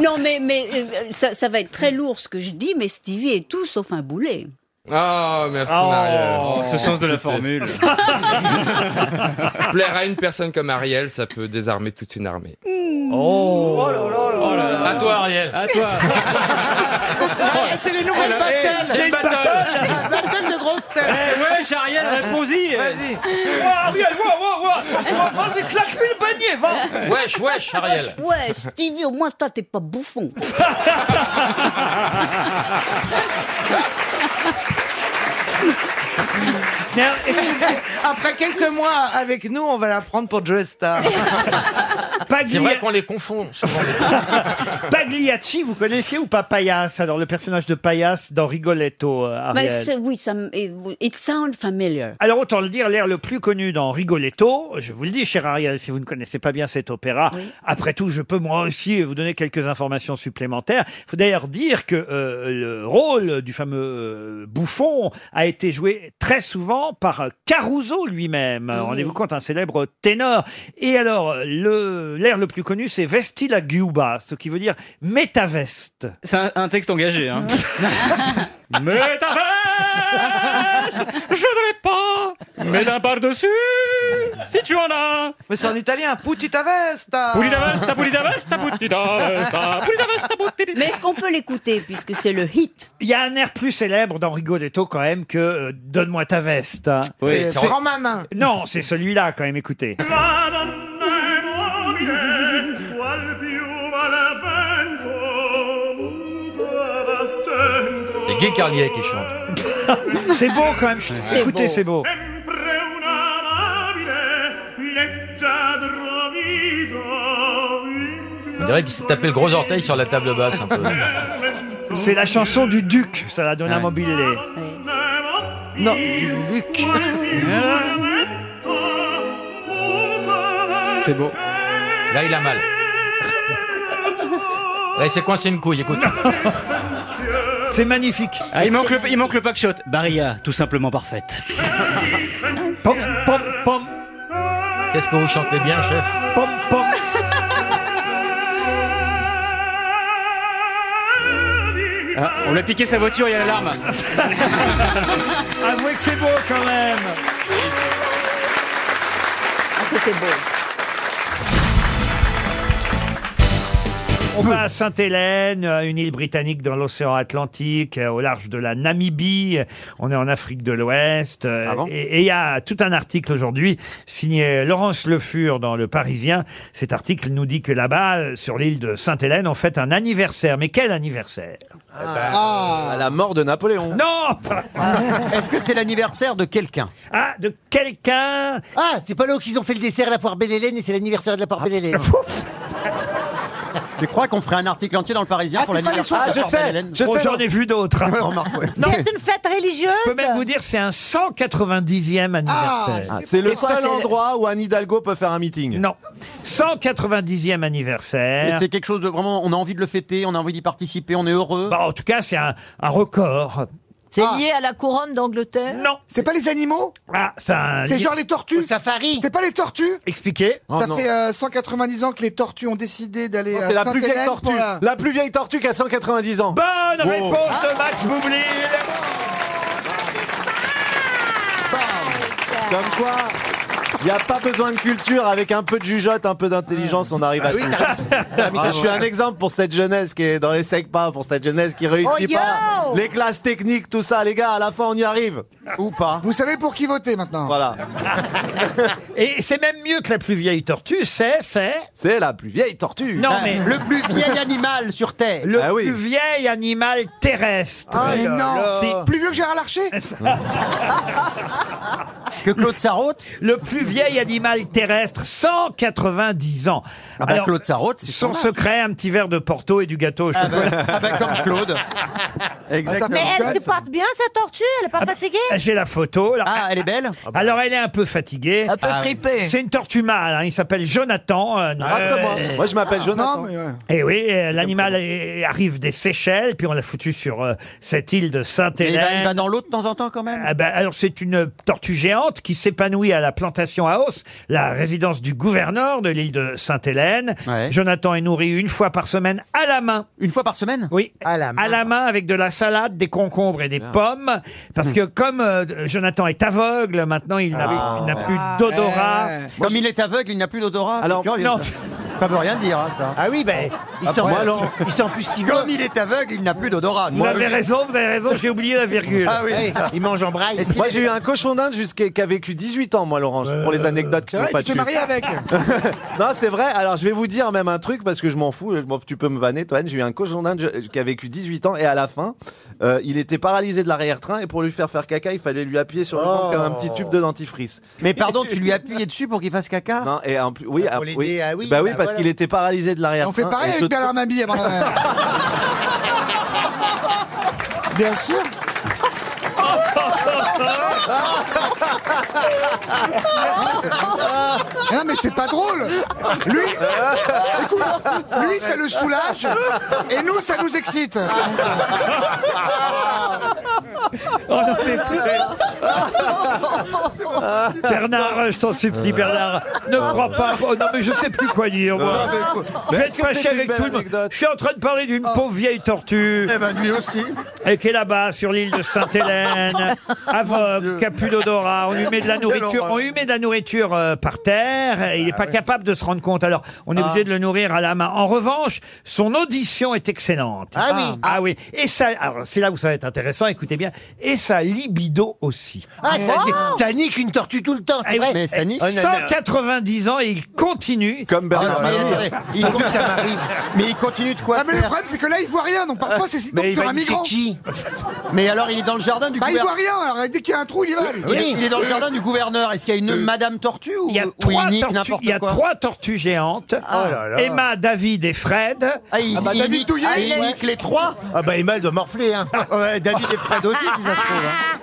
Speaker 14: Non, mais, mais euh, ça, ça va être très lourd ce que je dis, mais Stevie est tout sauf un boulet.
Speaker 15: Oh, merci,
Speaker 12: Oh,
Speaker 15: Ariel.
Speaker 12: ce sens de la formule.
Speaker 15: Plaire à une personne comme Ariel, ça peut désarmer toute une armée.
Speaker 1: Oh.
Speaker 15: À toi, Ariel.
Speaker 12: À toi.
Speaker 21: Ah, C'est les nouvelles
Speaker 12: Eh,
Speaker 21: battles.
Speaker 12: c'est une battle.
Speaker 21: La battle de grosses
Speaker 12: Eh
Speaker 21: têtes.
Speaker 12: ouais, Ariel, réponds-y. Oh,
Speaker 21: Vas-y.
Speaker 1: Ouah, Ariel, ouah, ouah, ouah. Ouah, vas-y, claque-lui le panier, va.
Speaker 15: Wesh, wesh, Ariel.
Speaker 14: Ouais, Stevie, au moins toi, t'es pas bouffon.
Speaker 8: Ah.
Speaker 1: Est-ce que-
Speaker 16: Après quelques mois avec nous, on va la prendre pour Joe Star.
Speaker 15: C'est vrai
Speaker 1: Paglia-
Speaker 15: qu'on les confond. souvent.
Speaker 1: Pagliacci, vous connaissiez ou pas Paias Alors, le personnage de Paias dans Rigoletto, euh,
Speaker 14: Mais
Speaker 1: Ariel.
Speaker 14: Ben, c'est- oui, ça, me- it it sound familiar.
Speaker 1: Alors autant le dire, l'air le plus connu dans Rigoletto, je vous le dis cher Ariel, si vous ne connaissez pas bien cet opéra, après tout je peux moi aussi vous donner quelques informations supplémentaires. Il faut d'ailleurs dire que euh, le rôle du fameux euh, bouffon a été joué très souvent par euh, Caruso lui-même, rendez-vous compte, un célèbre ténor. Et alors euh, le l'air le plus connu c'est Vesti la Giuba, ce qui veut dire métaveste.
Speaker 12: C'est un, un texte engagé. Hein. Mais ta veste, je ne l'ai pas. Mais d'un par-dessus, si tu en as.
Speaker 25: Mais c'est en italien, putita vesta
Speaker 12: Pulita vesta, pulita vesta, putita vesta, pulita vesta.
Speaker 14: Mais est-ce qu'on peut l'écouter puisque c'est le hit
Speaker 1: Il y a un air plus célèbre dans Rigoletto quand même que euh, Donne-moi ta veste. hein.
Speaker 25: Oui, c'est- Prends ma main.
Speaker 1: Non, c'est celui-là quand même, écoutez.
Speaker 15: C'est Guy Carlier qui chante.
Speaker 1: c'est beau quand même. chut,
Speaker 15: C'est
Speaker 1: écoutez,
Speaker 15: beau.
Speaker 1: c'est beau.
Speaker 15: On dirait qu'il s'est tapé le gros orteil sur la table basse un peu.
Speaker 1: C'est la chanson du duc, ça la donne à
Speaker 15: Ouais.
Speaker 1: Mobile.
Speaker 25: Non, du Luc.
Speaker 15: C'est beau. Là, il a mal. Là, il s'est Eh, coincé une couille, écoute.
Speaker 1: C'est magnifique.
Speaker 12: Ah, il manque le, il manque le packshot. Barilla, tout simplement parfaite.
Speaker 1: Pom, pom, pom.
Speaker 15: Qu'est-ce que vous chantez bien, chef
Speaker 1: Pom, pom.
Speaker 12: Ah, on lui a piqué sa voiture, il y a l'alarme.
Speaker 1: Avouez que c'est beau quand même.
Speaker 14: C'était beau.
Speaker 1: On va à Sainte-Hélène, euh, une île britannique dans l'océan Atlantique, euh, au large de la Namibie. On est en Afrique de l'Ouest. euh,
Speaker 10: Ah
Speaker 1: et et il y a tout un article aujourd'hui signé Laurence Le Fur dans Le Parisien. Cet article nous dit que là-bas, euh, sur l'île de Sainte-Hélène, on fête un anniversaire. Mais quel anniversaire
Speaker 2: Eh ben,
Speaker 10: À la mort de Napoléon.
Speaker 1: Ah. Non
Speaker 10: Est-ce que c'est l'anniversaire de quelqu'un
Speaker 1: Ah, de quelqu'un
Speaker 6: Ah, c'est pas là où qu'ils ont fait le dessert à la poire belle Hélène et c'est l'anniversaire de la poire belle Hélène.
Speaker 10: Tu crois qu'on ferait un article entier dans le Parisien
Speaker 6: Ah,
Speaker 10: pour
Speaker 6: c'est pas les
Speaker 10: l'anniversaire
Speaker 6: choses-
Speaker 10: de
Speaker 6: Ah, je sais,
Speaker 10: Barbara
Speaker 6: je sais,
Speaker 10: Hélène
Speaker 6: non.
Speaker 1: J'en ai vu d'autres.
Speaker 10: Ouais, remarque, ouais.
Speaker 6: C'est une fête religieuse.
Speaker 1: Je peux même vous dire, c'est un 190e anniversaire.
Speaker 10: Ah, c'est le seul
Speaker 1: endroit
Speaker 10: endroit où Anne Hidalgo peut faire un meeting.
Speaker 1: Non. 190e anniversaire.
Speaker 10: Et Ah, c'est quelque chose de vraiment, on a envie de le fêter, on a envie d'y participer, on est heureux.
Speaker 1: Bah, en tout cas, c'est un, un record.
Speaker 6: C'est
Speaker 22: Ah.
Speaker 17: lié à la couronne d'Angleterre
Speaker 1: Non.
Speaker 6: C'est pas les animaux
Speaker 1: Ah, ça.
Speaker 6: C'est genre
Speaker 22: les tortues.
Speaker 6: safari.
Speaker 22: C'est pas les tortues
Speaker 1: Expliquez.
Speaker 22: Ça fait euh, 190 ans que les tortues ont décidé d'aller à
Speaker 10: Oh, C'est la plus vieille
Speaker 22: Sainte-Hélène pour
Speaker 10: tortue.
Speaker 22: la-
Speaker 10: La plus vieille tortue qui a 190 ans.
Speaker 1: Bonne
Speaker 10: Wow.
Speaker 1: réponse de Max Boublil.
Speaker 10: Comme quoi, il n'y a pas besoin de culture, avec un peu de jugeote, un peu d'intelligence, on arrive à tout. Ah, je suis un exemple pour cette jeunesse qui est dans les secs pas, pour cette jeunesse qui
Speaker 22: Oh,
Speaker 10: réussit
Speaker 22: yo
Speaker 10: pas. Les classes techniques, tout ça, les gars, à la fin on y arrive. Ou pas.
Speaker 22: Vous savez pour qui voter maintenant
Speaker 10: Voilà.
Speaker 1: Et c'est même mieux que la plus vieille tortue, c'est, c'est.
Speaker 10: C'est la plus vieille tortue.
Speaker 1: Non, mais.
Speaker 10: Le plus vieil animal sur Terre.
Speaker 1: Le
Speaker 10: Ah oui.
Speaker 1: plus vieil animal terrestre.
Speaker 22: Ah, mais
Speaker 1: Oh là
Speaker 22: non.
Speaker 1: là.
Speaker 22: C'est Plus vieux que Gérard Larcher
Speaker 1: que Claude Sarraute Le plus vieil animal terrestre, 190 ans.
Speaker 10: bah, Claude Sarraute, c'est
Speaker 1: Son
Speaker 10: son âge.
Speaker 1: secret, un petit verre de Porto et du gâteau au chocolat.
Speaker 10: comme Claude.
Speaker 17: Mais elle se porte bien, sa tortue Elle est pas fatiguée
Speaker 1: J'ai la photo. ah, elle est belle Alors, elle est un peu fatiguée.
Speaker 17: Un peu Ah, fripée. oui.
Speaker 1: C'est une tortue mâle. hein. Il s'appelle Jonathan. euh,
Speaker 10: Ah, comme moi. Moi, je m'appelle
Speaker 22: Ah.
Speaker 10: Jonathan.
Speaker 1: Et oui, euh, l'animal est- arrive des Seychelles, puis on l'a foutu sur euh, cette île de
Speaker 10: Et il
Speaker 1: Sainte-Hélène.
Speaker 10: va, Eh ben, il va dans l'eau de temps en temps quand même.
Speaker 1: Ah ben, alors c'est une tortue géante qui s'épanouit à la plantation à Haus, la résidence du gouverneur de l'île de Sainte-Hélène. Jonathan est nourri une fois par semaine à la main.
Speaker 10: Une fois par semaine
Speaker 1: Oui.
Speaker 10: À la main.
Speaker 1: À la main avec de la salade, des concombres et des pommes.
Speaker 10: Hmm.
Speaker 1: Parce que comme euh, Jonathan est aveugle maintenant, il n'a
Speaker 10: Ah.
Speaker 1: il n'a plus
Speaker 6: Ah,
Speaker 1: d'odorat.
Speaker 10: Comme il est aveugle, il n'a plus d'odorat. Alors,
Speaker 1: non.
Speaker 10: Ça veut rien dire, hein, ça. Ah oui, ben,
Speaker 1: il sent- alors,
Speaker 10: il sent plus qu'il veut. Comme il est aveugle, il n'a plus
Speaker 22: Ah,
Speaker 10: d'odorat.
Speaker 1: Vous avez raison, vous avez raison, j'ai oublié la virgule.
Speaker 10: Ah oui, c'est ça.
Speaker 1: il mange en braille.
Speaker 10: Moi, j'ai eu un cochon d'Inde jusqu'à qui a vécu 18 ans, moi, Laurent, pour les anecdotes qui
Speaker 22: Euh, C'est
Speaker 10: m'ont pas tué.
Speaker 22: vrai, tu t'es marié avec.
Speaker 10: non, c'est vrai. Alors, je vais vous dire même un truc parce que je m'en fous. je m'en- Tu peux me vanner, toi, Anne. J'ai eu un cochon d'Inde je- qui a vécu 18 ans et à la fin, euh, il était paralysé de l'arrière-train et pour lui faire faire caca, il fallait lui appuyer sur le ventre comme un petit tube de dentifrice. Mais pardon, tu lui appuyais dessus pour qu'il fasse caca Non, et en plus, oui, ah,
Speaker 4: l'aider,
Speaker 10: oui.
Speaker 4: ah oui.
Speaker 10: Bah oui,
Speaker 4: Ah,
Speaker 10: parce parce qu'il était paralysé de l'arrière.
Speaker 22: On fait pareil avec Bernard Mabille avant la- Bien sûr. Mais Non mais c'est pas drôle. Lui, écoute, lui ça le soulage et nous ça nous excite.
Speaker 1: Bernard, je t'en supplie, Bernard, ne prends pas. Oh non, mais je sais plus quoi dire. moi. Je vais
Speaker 10: Est-ce
Speaker 1: être
Speaker 10: que
Speaker 1: fâché
Speaker 10: c'est une
Speaker 1: avec
Speaker 10: belle
Speaker 1: tout le monde. Je suis en train de parler d'une pauvre vieille tortue. Eh ben, lui aussi. Et qui est là-bas, sur l'île de Sainte-Hélène, aveugle, qui a plus d'odorat. On lui met de la
Speaker 8: Quelle
Speaker 1: nourriture,
Speaker 8: horreur.
Speaker 1: on lui met de la nourriture euh, par terre. et il n'est pas capable de se rendre compte. Alors, on est obligé de le nourrir à la main. En revanche, son audition est excellente.
Speaker 8: Ah oui.
Speaker 1: Ah oui. Et ça, alors, c'est là où ça va être intéressant. Écoutez bien. Et sa libido aussi.
Speaker 26: Ah, ça,
Speaker 1: Wow.
Speaker 26: ça nique une tortue tout le temps, c'est
Speaker 1: oh Eh
Speaker 26: vrai.
Speaker 1: oui, eh, 190 ans et il continue. Comme
Speaker 22: Bernard
Speaker 4: bah,
Speaker 22: Ah, mais Mabille. ouais, il faut que ça m'arrive.
Speaker 1: Mais il continue de
Speaker 22: Ah, mais le problème c'est que là il voit rien donc parfois c'est
Speaker 1: Mais
Speaker 22: donc
Speaker 1: il
Speaker 22: sur
Speaker 1: va
Speaker 22: un
Speaker 1: niquer
Speaker 22: migrant.
Speaker 1: qui
Speaker 8: Mais alors, il est dans le jardin du
Speaker 22: Bah il voit
Speaker 8: gouverneur.
Speaker 22: rien. alors, dès qu'il y a un trou il y va. lui.
Speaker 8: Il est- Il est dans le jardin du gouverneur. Est-ce qu'il y a une Madame Tortue ou,
Speaker 1: Il y a
Speaker 8: ou
Speaker 1: trois,
Speaker 8: il nique
Speaker 1: tortues,
Speaker 8: n'importe
Speaker 1: il y a
Speaker 8: quoi
Speaker 1: trois tortues géantes.
Speaker 8: Oh là là.
Speaker 1: Emma, David et Fred.
Speaker 8: Ah, il, il nique, ah, il nique les trois
Speaker 27: Ah bah Emma, elle doit morfler. Hein.
Speaker 8: Ouais, David et Fred aussi, si ça se trouve.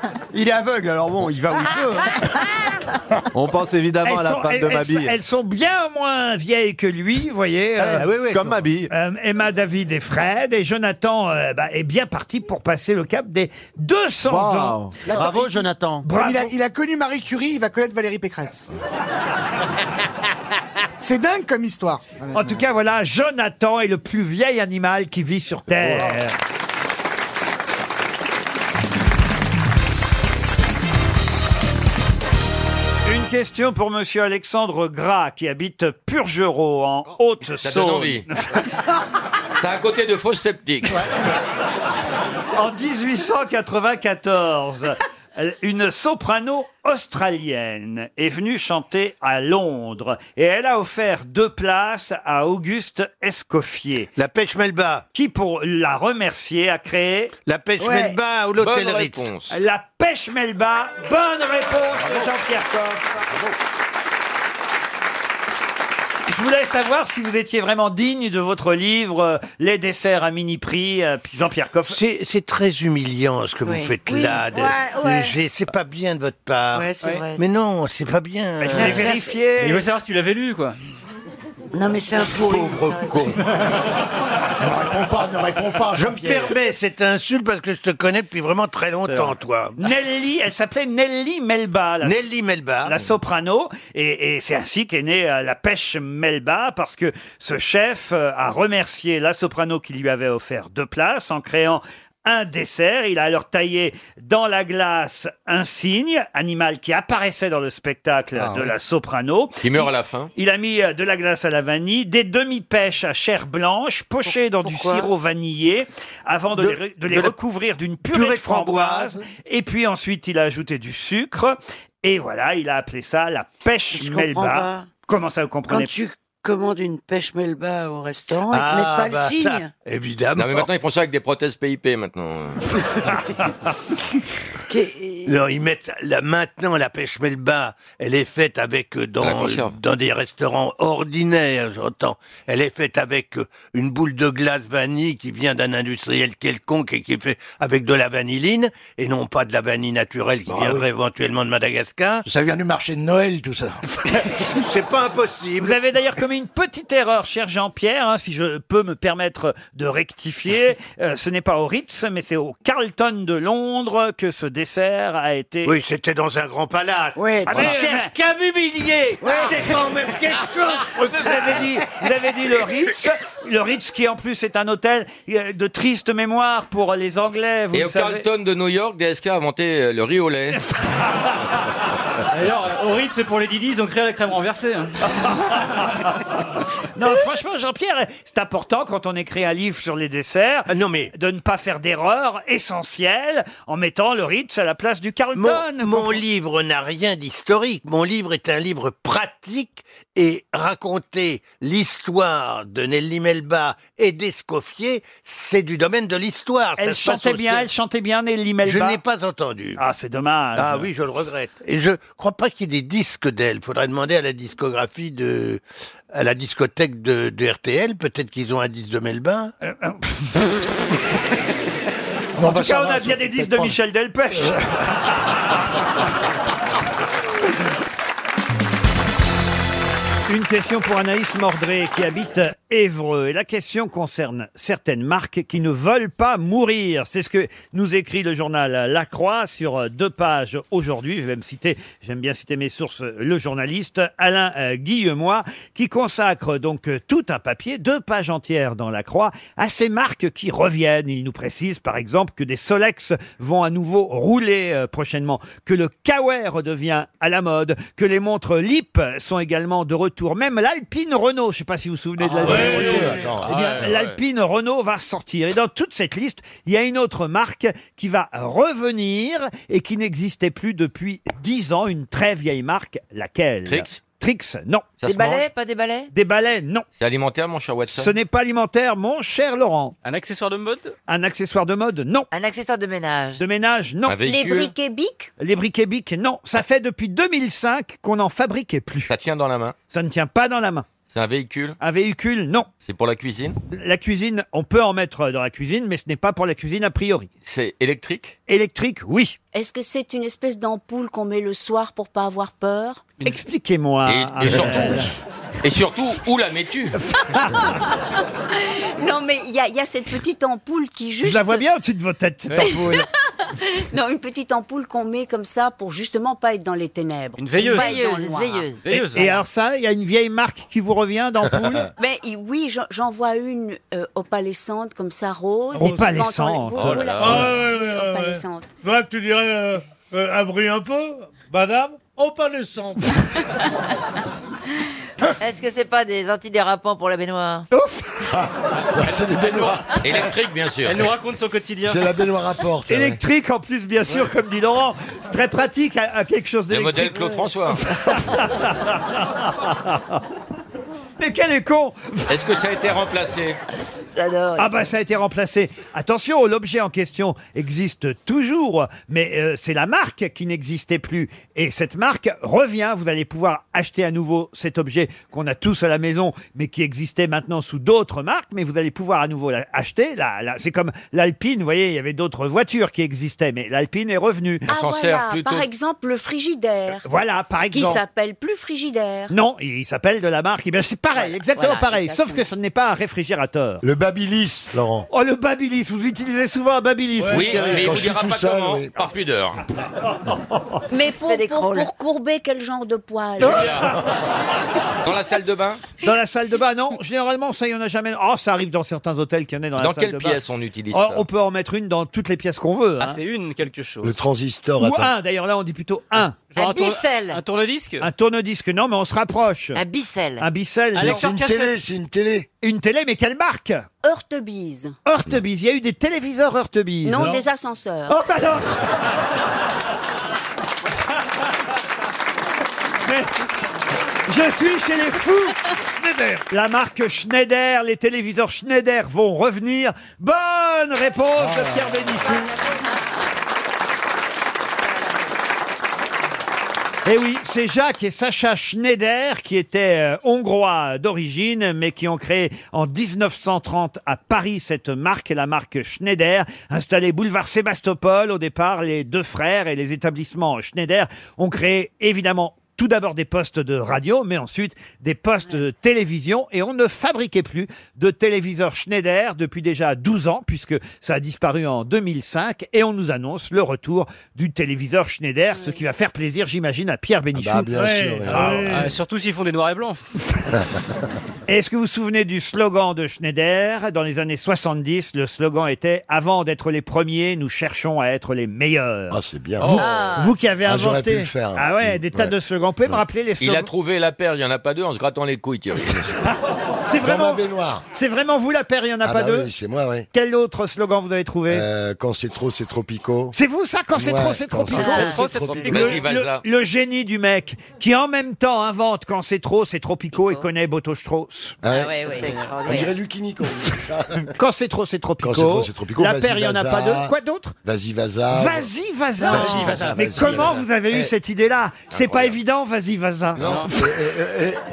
Speaker 8: hein. Il est aveugle, alors bon, il va où il veut. hein.
Speaker 10: On pense évidemment à la femme de
Speaker 1: elles
Speaker 10: Mabille.
Speaker 1: sont- elles sont bien moins vieilles que lui, vous voyez.
Speaker 10: Ah, oui, oui, Comme quoi. Mabille.
Speaker 1: Euh, Emma, David et Fred. Et Jonathan euh, bah, est bien parti pour passer le cap des 200 ans.
Speaker 8: Bravo, Bravo, Jonathan.
Speaker 22: Comme Il, a, il a connu Marie Curie, il va connaître Valérie Pécresse. C'est dingue comme histoire.
Speaker 1: En tout cas, voilà, Jonathan est le plus vieil animal qui vit sur Terre. Une question pour monsieur Alexandre Gras qui habite Purgerot en
Speaker 12: Oh. Ça
Speaker 1: Haute-Saône.
Speaker 12: donne envie. C'est à côté de fausses sceptiques.
Speaker 1: En 1894, une soprano australienne est venue chanter à Londres et elle a offert deux places à Auguste Escoffier. La pêche Melba. Qui, pour la remercier, a créé... La pêche
Speaker 28: Melba ou l'hôtel Bonne Ritz. réponse.
Speaker 1: La pêche Melba. Bonne réponse de Jean-Pierre Coff. Je voulais savoir si vous étiez vraiment digne de votre livre euh, Les desserts à mini prix, euh, puis Jean-Pierre Coff.
Speaker 4: C'est très humiliant ce que
Speaker 1: Oui.
Speaker 4: vous faites
Speaker 1: Oui.
Speaker 4: là. de-
Speaker 1: Ouais, ouais.
Speaker 4: de- j'ai- C'est pas bien de votre part.
Speaker 1: Ouais, c'est Ouais. vrai.
Speaker 4: Mais non, c'est pas bien.
Speaker 6: Mais je l'ai Bah, vérifié. Il veut savoir si tu l'avais lu, quoi.
Speaker 4: Non, mais c'est un Pauvre con.
Speaker 5: Ne réponds pas, ne réponds pas.
Speaker 4: Je me
Speaker 5: Jean-Pierre.
Speaker 4: permets cette insulte parce que je te connais depuis vraiment très longtemps, toi.
Speaker 1: Nelly, elle s'appelait Nelly Melba. La Nelly Melba. La soprano. Et, et c'est ainsi qu'est née euh, la pêche Melba, parce que ce chef euh, a remercié la soprano qui lui avait offert deux places en créant un dessert. Il a alors taillé dans la glace un cygne, animal qui apparaissait dans le spectacle
Speaker 12: Ah,
Speaker 1: de
Speaker 12: oui.
Speaker 1: la soprano.
Speaker 12: Qui meurt à la fin.
Speaker 1: Il a mis euh, de la glace à la vanille, des demi-pêches à chair blanche, pochées dans du
Speaker 12: pourquoi
Speaker 1: sirop vanillé, avant de,
Speaker 4: De-
Speaker 1: les, re- de les
Speaker 4: de la-
Speaker 1: recouvrir d'une purée, de framboise. Et puis ensuite, il a ajouté du sucre. Et voilà, il a appelé ça la pêche
Speaker 7: Je comprends
Speaker 1: melba.
Speaker 7: pas.
Speaker 1: Comment ça, vous
Speaker 7: Quand
Speaker 1: comprenez
Speaker 7: tu commandes une pêche melba au restaurant,
Speaker 12: Ah,
Speaker 7: ils te mettent pas
Speaker 12: bah,
Speaker 7: le signe.
Speaker 12: ça,
Speaker 4: Évidemment.
Speaker 12: Non, mais maintenant, ils font ça avec des prothèses PIP, maintenant.
Speaker 4: Non, ils mettent là maintenant la pêche melba. Elle est faite avec euh,
Speaker 12: La
Speaker 4: dans
Speaker 12: conserve.
Speaker 4: dans des restaurants ordinaires, j'entends. Elle est faite avec euh, une boule de glace vanille qui vient d'un industriel quelconque et qui est fait avec de la vanilline et non pas de la vanille naturelle qui
Speaker 12: Bah
Speaker 4: viendrait éventuellement de Madagascar.
Speaker 5: Ça vient du marché de Noël, tout ça.
Speaker 4: C'est pas impossible.
Speaker 1: Vous avez d'ailleurs commis une petite erreur, cher Jean-Pierre, hein, si je peux me permettre de rectifier. Euh, ce n'est pas au Ritz, mais c'est au Carlton de Londres que ce dessert a été...
Speaker 4: Oui, c'était dans un grand palace.
Speaker 1: Oui,
Speaker 4: Ah, mais cherche qu'à m'humilier. C'est Ah, quand même quelque chose.
Speaker 1: Vous avez dit, vous avez dit le Ritz, le Ritz qui en plus est un hôtel euh, de triste mémoire pour les Anglais. Vous
Speaker 12: Et
Speaker 1: le
Speaker 12: au
Speaker 1: savez.
Speaker 12: Carlton de New York, DSK a inventé euh, le riz au lait.
Speaker 6: Alors,
Speaker 12: euh,
Speaker 6: au Ritz, pour les Didi, ils ont créé la crème renversée. hein.
Speaker 1: Non, franchement, Jean-Pierre, c'est important quand on écrit un livre sur les desserts
Speaker 4: Ah,
Speaker 1: de ne pas faire d'erreur essentielle en mettant le Ritz à la place du Carlton.
Speaker 4: Mon, mon livre n'a rien d'historique. Mon livre est un livre pratique et raconter l'histoire de Nelly Melba et d'Escoffier, c'est du domaine de l'histoire.
Speaker 1: Elle chantait bien, elle chantait bien Nelly Melba.
Speaker 4: Je n'ai pas entendu.
Speaker 1: Ah, c'est dommage.
Speaker 4: Ah oui, je le regrette. Et je
Speaker 5: crois pas qu'il y ait des disques d'elle. Faudrait demander à la discographie de, à la discothèque de, de RTL. Peut-être qu'ils ont un disque de Melba.
Speaker 1: En tout cas, on a bien des disques de Michel Delpech. Une question pour Anaïs Mordré qui habite Évreux. Et la question concerne certaines marques qui ne veulent pas mourir. C'est ce que nous écrit le journal La Croix sur euh, deux pages aujourd'hui. Je vais me citer, j'aime bien citer mes sources, euh, le journaliste Alain euh, Guillemois qui consacre donc euh, tout un papier, deux pages entières dans La Croix, à ces marques qui reviennent. Il nous précise par exemple que des Solex vont à nouveau rouler euh, prochainement, que le Kawer redevient à la mode, que les montres Lip sont également de retour, même l'Alpine Renault, je ne sais pas si vous vous souvenez de
Speaker 4: Ah
Speaker 1: l'Alpine
Speaker 4: ouais,
Speaker 1: Renault.
Speaker 4: ouais, attends,
Speaker 1: Eh bien,
Speaker 4: ouais, ouais.
Speaker 1: l'Alpine Renault va sortir. Et dans toute cette liste, il y a une autre marque qui va revenir et qui n'existait plus depuis 10 ans, une très vieille marque, laquelle Trix Trix, non.
Speaker 6: Des se mange balais, pas des balais
Speaker 1: Des balais, non.
Speaker 6: C'est alimentaire, mon cher Watson
Speaker 1: Ce n'est pas alimentaire, mon cher Laurent.
Speaker 6: Un accessoire de mode
Speaker 1: Un accessoire de mode, non.
Speaker 14: Un accessoire de ménage.
Speaker 1: De ménage, non.
Speaker 6: Un véhicule Ah. Les briquets
Speaker 14: Bic
Speaker 1: Les briquets Bic, non. Ça fait depuis 2005 qu'on n'en fabriquait plus. Ça tient dans la main Ça ne tient pas dans la main.
Speaker 6: C'est un véhicule
Speaker 1: Un véhicule, non.
Speaker 6: C'est pour la cuisine
Speaker 1: La cuisine, on peut en mettre dans la cuisine, mais ce n'est pas pour la cuisine a priori.
Speaker 6: C'est électrique
Speaker 1: Électrique, oui.
Speaker 14: Est-ce que c'est une espèce d'ampoule qu'on met le soir pour pas avoir peur
Speaker 1: Expliquez-moi.
Speaker 6: Et
Speaker 1: Ariel.
Speaker 6: surtout, et surtout, où la mets-tu
Speaker 14: Non, mais il y, a- il y a cette petite ampoule qui juste.
Speaker 1: Je la vois bien au-dessus de votre tête, cette
Speaker 14: Oui.
Speaker 1: ampoule.
Speaker 14: non, une petite ampoule qu'on met comme ça pour justement pas être dans les ténèbres.
Speaker 1: Une
Speaker 14: veilleuse.
Speaker 1: Et-
Speaker 14: hein.
Speaker 1: Et, alors ça, il y a une vieille marque qui vous revient d'ampoule
Speaker 14: Mais i- oui, j'en- j'en vois une euh, opalescente comme ça, rose. et puis quand on-
Speaker 1: Opalescente.
Speaker 14: vous-
Speaker 1: Oh
Speaker 14: vous
Speaker 1: là
Speaker 14: la-
Speaker 1: là.
Speaker 14: Opalescente.
Speaker 12: Ouais, tu dirais, euh, euh, abri un peu, madame, opalescente.
Speaker 3: Est-ce que c'est pas des antidérapants pour la baignoire
Speaker 4: c'est des baignoires.
Speaker 6: Électrique, bien sûr.
Speaker 12: Elle nous
Speaker 6: raconte son quotidien.
Speaker 4: C'est la baignoire à porte.
Speaker 1: Électrique en plus, bien sûr, comme dit Laurent. C'est très pratique à, à quelque chose
Speaker 6: Le
Speaker 1: d'électrique.
Speaker 6: modèle Claude François.
Speaker 1: Mais quel est con
Speaker 6: Est-ce que ça a été remplacé
Speaker 14: J'adore.
Speaker 1: Ah bah ça a été remplacé. Attention, l'objet en question existe toujours, mais euh, c'est la marque qui n'existait plus. Et cette marque revient, vous allez pouvoir acheter à nouveau cet objet qu'on a tous à la maison, mais qui existait maintenant sous d'autres marques, mais vous allez pouvoir à nouveau l'acheter. Là, là, c'est comme l'Alpine, vous voyez, il y avait d'autres voitures qui existaient, mais l'Alpine est revenue.
Speaker 14: Ah, voilà, Par exemple, le frigidaire.
Speaker 1: Voilà, par
Speaker 14: Qui
Speaker 1: exemple.
Speaker 14: s'appelle plus frigidaire.
Speaker 1: Non, il s'appelle de la marque. Eh bien, c'est pareil, exactement
Speaker 14: Voilà,
Speaker 1: pareil, sauf
Speaker 14: exactement.
Speaker 1: que ce n'est pas un réfrigérateur.
Speaker 4: Le babilis, Laurent.
Speaker 1: Oh, le babilis, vous utilisez souvent un babilis.
Speaker 6: Oui,
Speaker 1: Thierry.
Speaker 6: mais il
Speaker 4: Quand
Speaker 6: vous
Speaker 4: je suis
Speaker 6: dira
Speaker 4: tout
Speaker 6: pas
Speaker 4: seul,
Speaker 6: comment,
Speaker 4: oui.
Speaker 6: par pudeur.
Speaker 14: Mais pour, pour, pour courber, quel genre de poil
Speaker 6: Dans la salle de bain
Speaker 1: Dans la salle de bain, non. Généralement, ça, il n'y en a jamais. Oh, ça arrive dans certains hôtels qu'il y en ait dans,
Speaker 6: Dans
Speaker 1: la salle
Speaker 6: quelle
Speaker 1: de bain.
Speaker 6: pièce on utilise
Speaker 1: Oh,
Speaker 6: ça Ah,
Speaker 1: On peut en mettre une dans toutes les pièces qu'on veut. hein.
Speaker 15: une quelque chose.
Speaker 4: Le transistor.
Speaker 1: Ou
Speaker 6: hein.
Speaker 4: attends.
Speaker 1: un, d'ailleurs, là, on dit plutôt un.
Speaker 15: Genre
Speaker 4: Un
Speaker 15: tourne-
Speaker 4: bicelle.
Speaker 15: Un tourne-disque
Speaker 1: Un tourne-disque, non, mais on se rapproche.
Speaker 4: Un
Speaker 14: bicelle.
Speaker 1: Un bicelle.
Speaker 4: C'est- C'est une télé, c'est une télé.
Speaker 1: Une télé, mais quelle marque
Speaker 14: Heurtebise.
Speaker 1: Hurtebise. Il y a eu des téléviseurs Hurtebise.
Speaker 14: Non, des ascenseurs.
Speaker 1: hein. Oh, bah non Mais Je suis chez les fous La marque Schneider, les téléviseurs Schneider vont revenir. Bonne réponse de Pierre Bénichou. Eh oui, c'est Jacques et Sacha Schneider qui étaient euh, hongrois d'origine, mais qui ont créé en 1930 à Paris cette marque, la marque Schneider, installée boulevard Sébastopol. Au départ, les deux frères et les établissements Schneider ont créé évidemment tout d'abord des postes de radio, mais ensuite des postes de télévision. Et on ne fabriquait plus de téléviseurs Schneider depuis déjà 12 ans, puisque ça a disparu en 2005. Et on nous annonce le retour du téléviseur Schneider, ce qui va faire plaisir, j'imagine, à Pierre Bénichou.
Speaker 4: bah, bien Ouais, sûr, ouais.
Speaker 15: Ah, euh, surtout s'ils font des noirs et blancs.
Speaker 1: Est-ce que vous vous souvenez du slogan de Schneider Dans les années 70, le slogan était « Avant d'être les premiers, nous cherchons à être les meilleurs ».
Speaker 4: Ah, c'est bien.
Speaker 1: Vous,
Speaker 4: Ah.
Speaker 1: vous qui avez
Speaker 4: Ah, j'aurais
Speaker 1: inventé
Speaker 4: pu le faire.
Speaker 1: Ah ouais, des
Speaker 4: Mm,
Speaker 1: tas
Speaker 4: ouais.
Speaker 1: de slogans slogans. Vous pouvez me rappeler les slogans
Speaker 29: Il a trouvé la paire, il n'y en a pas deux, en se grattant les couilles, Thierry.
Speaker 1: C'est
Speaker 29: Dans
Speaker 1: vraiment,
Speaker 29: ma baignoire.
Speaker 1: c'est vraiment vous la paire, il n'y en a
Speaker 29: Ah
Speaker 1: pas
Speaker 29: bah
Speaker 1: deux
Speaker 29: oui,
Speaker 4: c'est moi, oui. Euh,
Speaker 1: Quel autre slogan vous avez trouvé
Speaker 4: quand c'est trop, c'est tropico.
Speaker 1: C'est vous ça Quand c'est
Speaker 4: Ouais,
Speaker 1: trop, c'est
Speaker 4: quand
Speaker 1: trop
Speaker 4: c'est
Speaker 1: piquant.
Speaker 4: trop, c'est Trop, c'est trop piquant. piquant.
Speaker 1: Le,
Speaker 4: Vas-y, vas-y,
Speaker 1: le-
Speaker 4: là.
Speaker 1: le génie du mec qui en même temps invente quand c'est trop, c'est trop piquant et connaît Boto Strauss.
Speaker 12: Ah
Speaker 4: Ah
Speaker 1: Ah
Speaker 4: ouais, ouais. On dirait Lucky Nico.
Speaker 1: Quand c'est trop, c'est trop
Speaker 4: Quand c'est trop, c'est tropico.
Speaker 1: La
Speaker 4: Vas-y,
Speaker 1: paire, il n'y en a
Speaker 4: vas-y.
Speaker 1: pas deux. Quoi d'autre
Speaker 4: Vas-y, vas-y.
Speaker 1: Vas-y, vas-y.
Speaker 4: Ah, Vas-y, vas-y,
Speaker 1: Mais
Speaker 4: vas-y,
Speaker 1: comment
Speaker 4: vas-y.
Speaker 1: vous avez eu
Speaker 4: Eh.
Speaker 1: cette idée-là C'est pas évident, vas-y, vas-y.
Speaker 4: Non. et, et-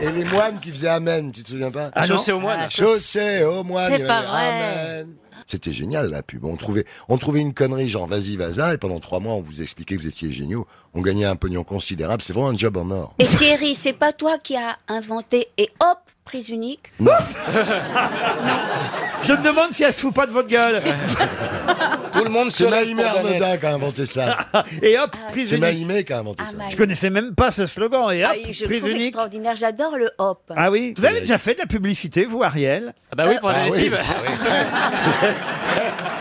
Speaker 4: et- et les moines qui faisaient Amen, tu te souviens pas
Speaker 1: Ah non. Chaussée aux moines.
Speaker 4: Chaussée aux moines.
Speaker 8: C'est
Speaker 4: il y
Speaker 8: pas
Speaker 4: avait
Speaker 8: vrai.
Speaker 4: Amen. C'était génial la pub. On trouvait, on trouvait une connerie genre vas-y, vas-y, et pendant trois mois on vous expliquait que vous étiez géniaux. On gagnait un pognon considérable. C'est vraiment un job en or.
Speaker 14: Et Thierry, c'est pas toi qui as inventé et hop, prise unique.
Speaker 4: Non.
Speaker 1: Je me demande si elle se fout pas de votre gueule.
Speaker 4: Tout le monde
Speaker 1: se
Speaker 4: C'est
Speaker 1: lève
Speaker 4: Maïmé
Speaker 1: pour Jeannette.
Speaker 4: Armeda qui a inventé ça.
Speaker 1: Et hop, prise
Speaker 4: C'est
Speaker 1: unique. Ah,
Speaker 4: Maïmé qui a inventé ça.
Speaker 1: Je connaissais même pas ce slogan. Et hop,
Speaker 14: Ah, et je le
Speaker 1: prise
Speaker 14: trouve
Speaker 1: unique.
Speaker 14: extraordinaire, j'adore le hop.
Speaker 1: Ah oui Vous
Speaker 12: Euh,
Speaker 1: avez déjà fait de la publicité, vous, Ariel Ah
Speaker 14: bah oui, pour la Ah oui.
Speaker 29: lessive.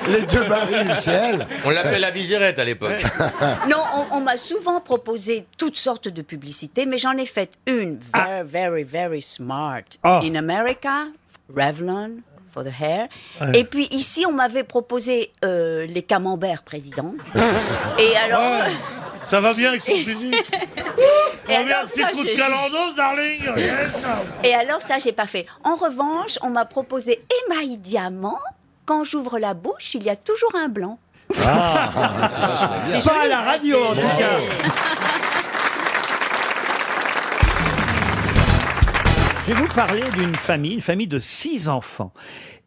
Speaker 4: Les deux barils, c'est elle.
Speaker 29: On l'appelait la vigérette à l'époque.
Speaker 14: Non, on, on m'a souvent proposé toutes sortes de publicités, mais j'en ai fait une.
Speaker 1: Ah.
Speaker 14: Very, very, very smart. In America, Revlon for the hair.
Speaker 30: Ouais.
Speaker 14: Et puis ici, on m'avait proposé euh, les camemberts, président. Et alors...
Speaker 5: Ça va bien avec son physique.
Speaker 14: Et
Speaker 5: On met un
Speaker 1: Ah,
Speaker 14: alors,
Speaker 5: petit
Speaker 14: ça,
Speaker 5: coup de
Speaker 14: j'ai-
Speaker 5: calandos, darling. Yes.
Speaker 14: Et alors ça, j'ai pas fait. En revanche, on m'a proposé émail diamant. Quand j'ouvre la bouche, il y a toujours un blanc.
Speaker 1: Ah, Pas à la radio, en tout cas. Je vais vous parler d'une famille, une famille de six enfants.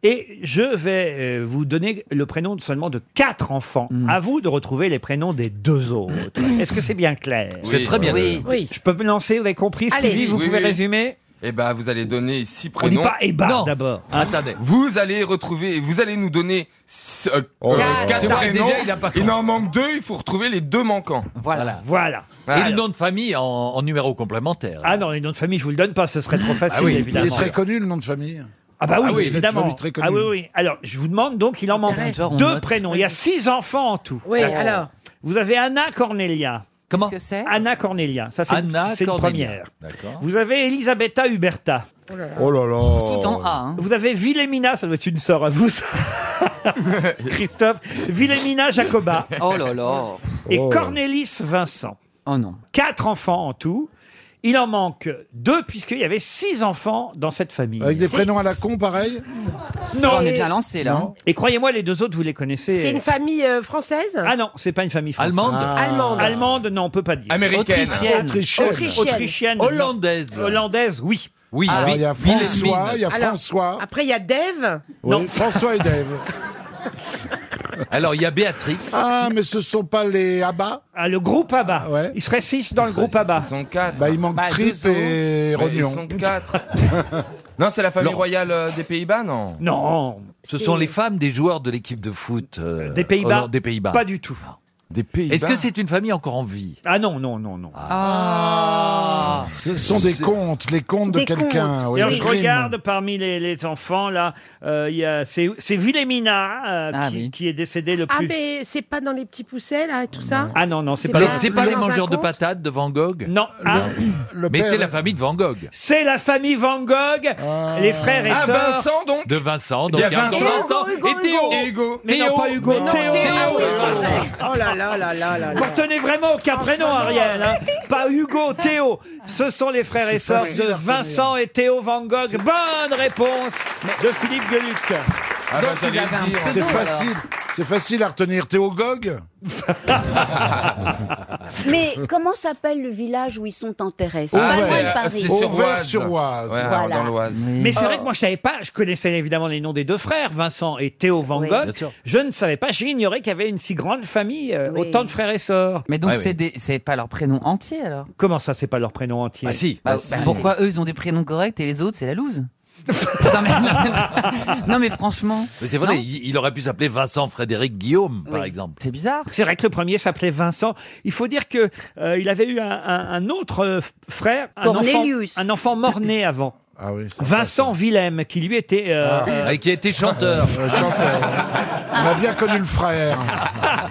Speaker 1: Et je vais euh, vous donner le prénom de seulement de quatre enfants.
Speaker 12: Mm.
Speaker 1: À vous de retrouver les prénoms des deux autres. Est-ce que c'est bien clair
Speaker 12: C'est Oui. très bien. Oui. Oui.
Speaker 1: Je peux me lancer, vous avez compris, Stevie, vous pouvez résumer
Speaker 12: Eh ben, vous allez donner six
Speaker 1: On dit
Speaker 12: prénoms.
Speaker 1: pas eh ben,
Speaker 12: Non.
Speaker 1: d'abord.
Speaker 6: Ah.
Speaker 12: Attendez. Vous allez retrouver, vous allez nous donner six- euh, euh,
Speaker 1: là.
Speaker 12: quatre
Speaker 1: Oh, C'est vrai,
Speaker 12: prénoms.
Speaker 1: déjà, il a pas
Speaker 12: il
Speaker 1: compris.
Speaker 12: en manque deux, il faut retrouver les deux manquants.
Speaker 1: Voilà. Voilà.
Speaker 12: Voilà.
Speaker 6: Et le nom de famille en, en numéro complémentaire. Ah
Speaker 1: Ah non, les noms de famille, je vous le donne pas, ce serait
Speaker 2: Ah
Speaker 1: trop facile,
Speaker 6: oui, il est
Speaker 1: évidemment.
Speaker 6: très
Speaker 2: connu le nom de famille.
Speaker 1: Ah bah oui,
Speaker 2: Ah oui, c'est une
Speaker 1: évidemment.
Speaker 2: famille très connue.
Speaker 1: Ah oui, oui. Alors, je vous demande donc, il en manque
Speaker 2: on
Speaker 1: deux
Speaker 2: note.
Speaker 1: prénoms. Il y a six enfants en tout.
Speaker 31: Oui,
Speaker 1: D'accord.
Speaker 31: alors.
Speaker 1: Vous avez Anna Cornelia. Comment que c'est Anna Cornelia. Ça, c'est
Speaker 6: Anna
Speaker 1: c'est une
Speaker 6: Cornelia.
Speaker 1: première.
Speaker 6: D'accord.
Speaker 1: Hein Vous avez Elisabetta Huberta.
Speaker 4: Oh là là.
Speaker 1: Tout en A.
Speaker 31: hein.
Speaker 1: Vous avez Wilhelmina, ça doit être une sœur à vous, ça. Christophe. Wilhelmina Jacoba.
Speaker 31: Oh là là.
Speaker 1: Et
Speaker 31: Oh.
Speaker 1: Cornelis Vincent.
Speaker 31: Oh non.
Speaker 1: Quatre enfants en tout. Il en manque deux, puisqu'il y avait six enfants dans cette famille.
Speaker 2: Avec des prénoms à la con, pareil
Speaker 31: Non, on est bien lancé là.
Speaker 1: Non. Et croyez-moi, les deux autres, vous les connaissez.
Speaker 31: C'est
Speaker 3: C'est une famille euh, française
Speaker 1: Ah non, c'est pas une famille française.
Speaker 6: Allemande Ah.
Speaker 3: Allemande.
Speaker 1: Allemande, non, on peut pas dire.
Speaker 6: Américaine. Autrichienne. Autrichienne.
Speaker 1: Autrichienne, non.
Speaker 6: Hollandaise.
Speaker 1: Hollandaise, oui. Ah.
Speaker 6: Oui,
Speaker 2: Alors, il y a
Speaker 6: Wilhelmine.
Speaker 2: François, il y a
Speaker 3: Alors,
Speaker 2: François.
Speaker 3: Après, il y a Dave.
Speaker 2: Oui, François et Dave.
Speaker 6: Alors, il y a Béatrix.
Speaker 2: Ah, mais ce sont pas les Abba
Speaker 1: Ah, le groupe Abba. Il serait 6 dans le groupe Abba.
Speaker 6: Ils sont 4.
Speaker 2: Bah, il manque Trip
Speaker 12: Ah,
Speaker 2: et
Speaker 12: Mais ils
Speaker 2: Rognon.
Speaker 12: sont quatre. non, c'est la famille royale euh, des Pays-Bas, non
Speaker 1: Non.
Speaker 6: Ce sont les femmes des joueurs de l'équipe de foot euh,
Speaker 1: Des Pays-Bas
Speaker 6: Hollande- Des Pays-Bas.
Speaker 1: Pas du tout.
Speaker 12: Des Pays-Bas.
Speaker 6: Est-ce que c'est une famille encore en vie
Speaker 1: Ah non, non, non, non.
Speaker 2: Ah Ce sont des contes, les contes de
Speaker 1: Des
Speaker 2: quelqu'un.
Speaker 1: contes.
Speaker 2: oui,
Speaker 1: D'ailleurs,
Speaker 2: les
Speaker 1: je
Speaker 2: rimes.
Speaker 1: regarde parmi les, les enfants, là, euh, il y a- c'est c'est Wilhelmina euh, qui, qui est décédée le
Speaker 3: Ah,
Speaker 1: plus.
Speaker 3: mais c'est pas dans les petits poussets, là, et tout ça
Speaker 1: Ah non, non, c'est pas
Speaker 6: C'est pas les
Speaker 3: Dans un
Speaker 6: mangeurs de
Speaker 3: conte
Speaker 6: patates de Van Gogh
Speaker 1: Non. Ah.
Speaker 6: Mais
Speaker 1: père-
Speaker 6: c'est la famille de Van Gogh.
Speaker 1: C'est la famille Van Gogh, les frères et
Speaker 6: Ah,
Speaker 1: sœurs.
Speaker 6: Vincent, donc De Vincent, donc
Speaker 12: Il y a
Speaker 6: il y a
Speaker 12: Vincent.
Speaker 6: Vincent
Speaker 12: Hugo,
Speaker 6: et Théo.
Speaker 12: Et Hugo.
Speaker 1: Mais non, pas Hugo,
Speaker 3: Mais non,
Speaker 1: Théo.
Speaker 3: Théo,
Speaker 1: Théo.
Speaker 3: oui, Vincent. Oh là là là là là là.
Speaker 1: Vous retenez vraiment aucun
Speaker 2: Ah,
Speaker 1: prénom, Ariel. hein. Pas Hugo, Théo. Ce sont les frères et sœurs
Speaker 12: facile à
Speaker 1: de
Speaker 12: retenir.
Speaker 1: Vincent et Théo Van Gogh. Bonne réponse de Philippe Gueluc.
Speaker 12: Ah, bah, j'allais le dire.
Speaker 2: C'est facile. C'est facile à retenir. Théo Gog
Speaker 14: Mais comment s'appelle le village où ils sont
Speaker 1: Ah
Speaker 14: enterrés C'est
Speaker 6: Ah
Speaker 14: pas loin de Paris.
Speaker 2: Ouvert-sur-Oise.
Speaker 12: Ouais,
Speaker 14: Voilà. Mm. Oh.
Speaker 12: dans l'Oise.
Speaker 1: Mais c'est vrai que moi je savais pas, je connaissais évidemment les noms des deux frères, Vincent et Théo Van
Speaker 31: Oui.
Speaker 1: Gogh.
Speaker 31: Bien sûr.
Speaker 1: Je ne savais pas, j'ignorais qu'il y avait une si grande famille, euh, autant de frères et sœurs.
Speaker 31: Mais donc, c'est des- c'est pas leur prénom entier alors
Speaker 1: Comment ça, c'est pas leur prénom entier
Speaker 6: Ah si.
Speaker 31: Bah, bah, Pourquoi eux ils ont des prénoms corrects et les autres c'est la loose non, mais,
Speaker 1: Ah.
Speaker 31: non, mais franchement.
Speaker 6: Mais c'est vrai,
Speaker 31: Non.
Speaker 6: il, il aurait pu s'appeler Vincent Frédéric Guillaume, par exemple.
Speaker 31: C'est bizarre.
Speaker 1: C'est vrai que le premier s'appelait Vincent. Il faut dire que euh, il avait eu un, un- un autre euh, f- frère, un enfant,
Speaker 31: Cornelius.
Speaker 1: un enfant mort-né avant. Ah oui, Vincent Willem, qui lui était... euh,
Speaker 6: Ah.
Speaker 1: euh,
Speaker 21: Et qui était chanteur.
Speaker 1: Ah, On a bien connu le frère.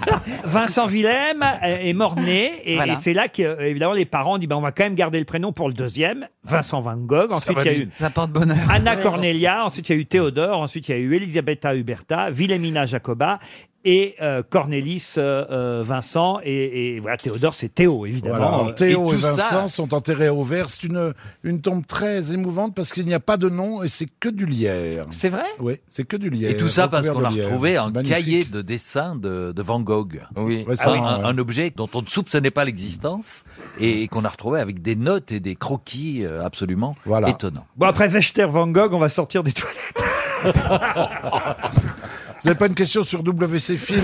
Speaker 1: Vincent Willem euh, est mort-né et,
Speaker 21: Voilà.
Speaker 1: et c'est là que euh, évidemment les parents ont dit ben, on va quand même garder le prénom pour le deuxième, Vincent Van Gogh.
Speaker 21: Ça
Speaker 1: Ensuite
Speaker 21: va
Speaker 1: il y a
Speaker 21: bien.
Speaker 1: eu
Speaker 21: Ça porte bonheur.
Speaker 1: Anna
Speaker 21: Ouais.
Speaker 1: Cornelia, ensuite il y a eu Théodore, ensuite il y a eu Elisabetta Huberta, Wilhelmina Jacoba. Et euh, Cornelis euh, euh, Vincent et, et voilà Théodore c'est Théo évidemment.
Speaker 2: Voilà, alors, Théo et,
Speaker 1: tout ça-
Speaker 2: Vincent sont enterrés au vert. C'est une, une tombe très émouvante parce qu'il n'y a pas de nom et c'est que du lierre.
Speaker 1: C'est vrai
Speaker 2: Oui, c'est que du lierre.
Speaker 21: Et tout ça parce
Speaker 2: recouvert
Speaker 21: qu'on a
Speaker 2: de lierre.
Speaker 21: retrouvé
Speaker 2: C'est
Speaker 21: un
Speaker 2: magnifique.
Speaker 21: cahier de dessin de, de Van Gogh. Ah Oui.
Speaker 2: Ouais, ça,
Speaker 21: un,
Speaker 2: ouais.
Speaker 21: un objet dont on ne soupçonnait pas l'existence et qu'on a retrouvé avec des notes et des croquis euh, absolument étonnants.
Speaker 1: Bon après Vechter Van Gogh on va sortir des toilettes.
Speaker 2: Vous n'avez pas une question sur WC Film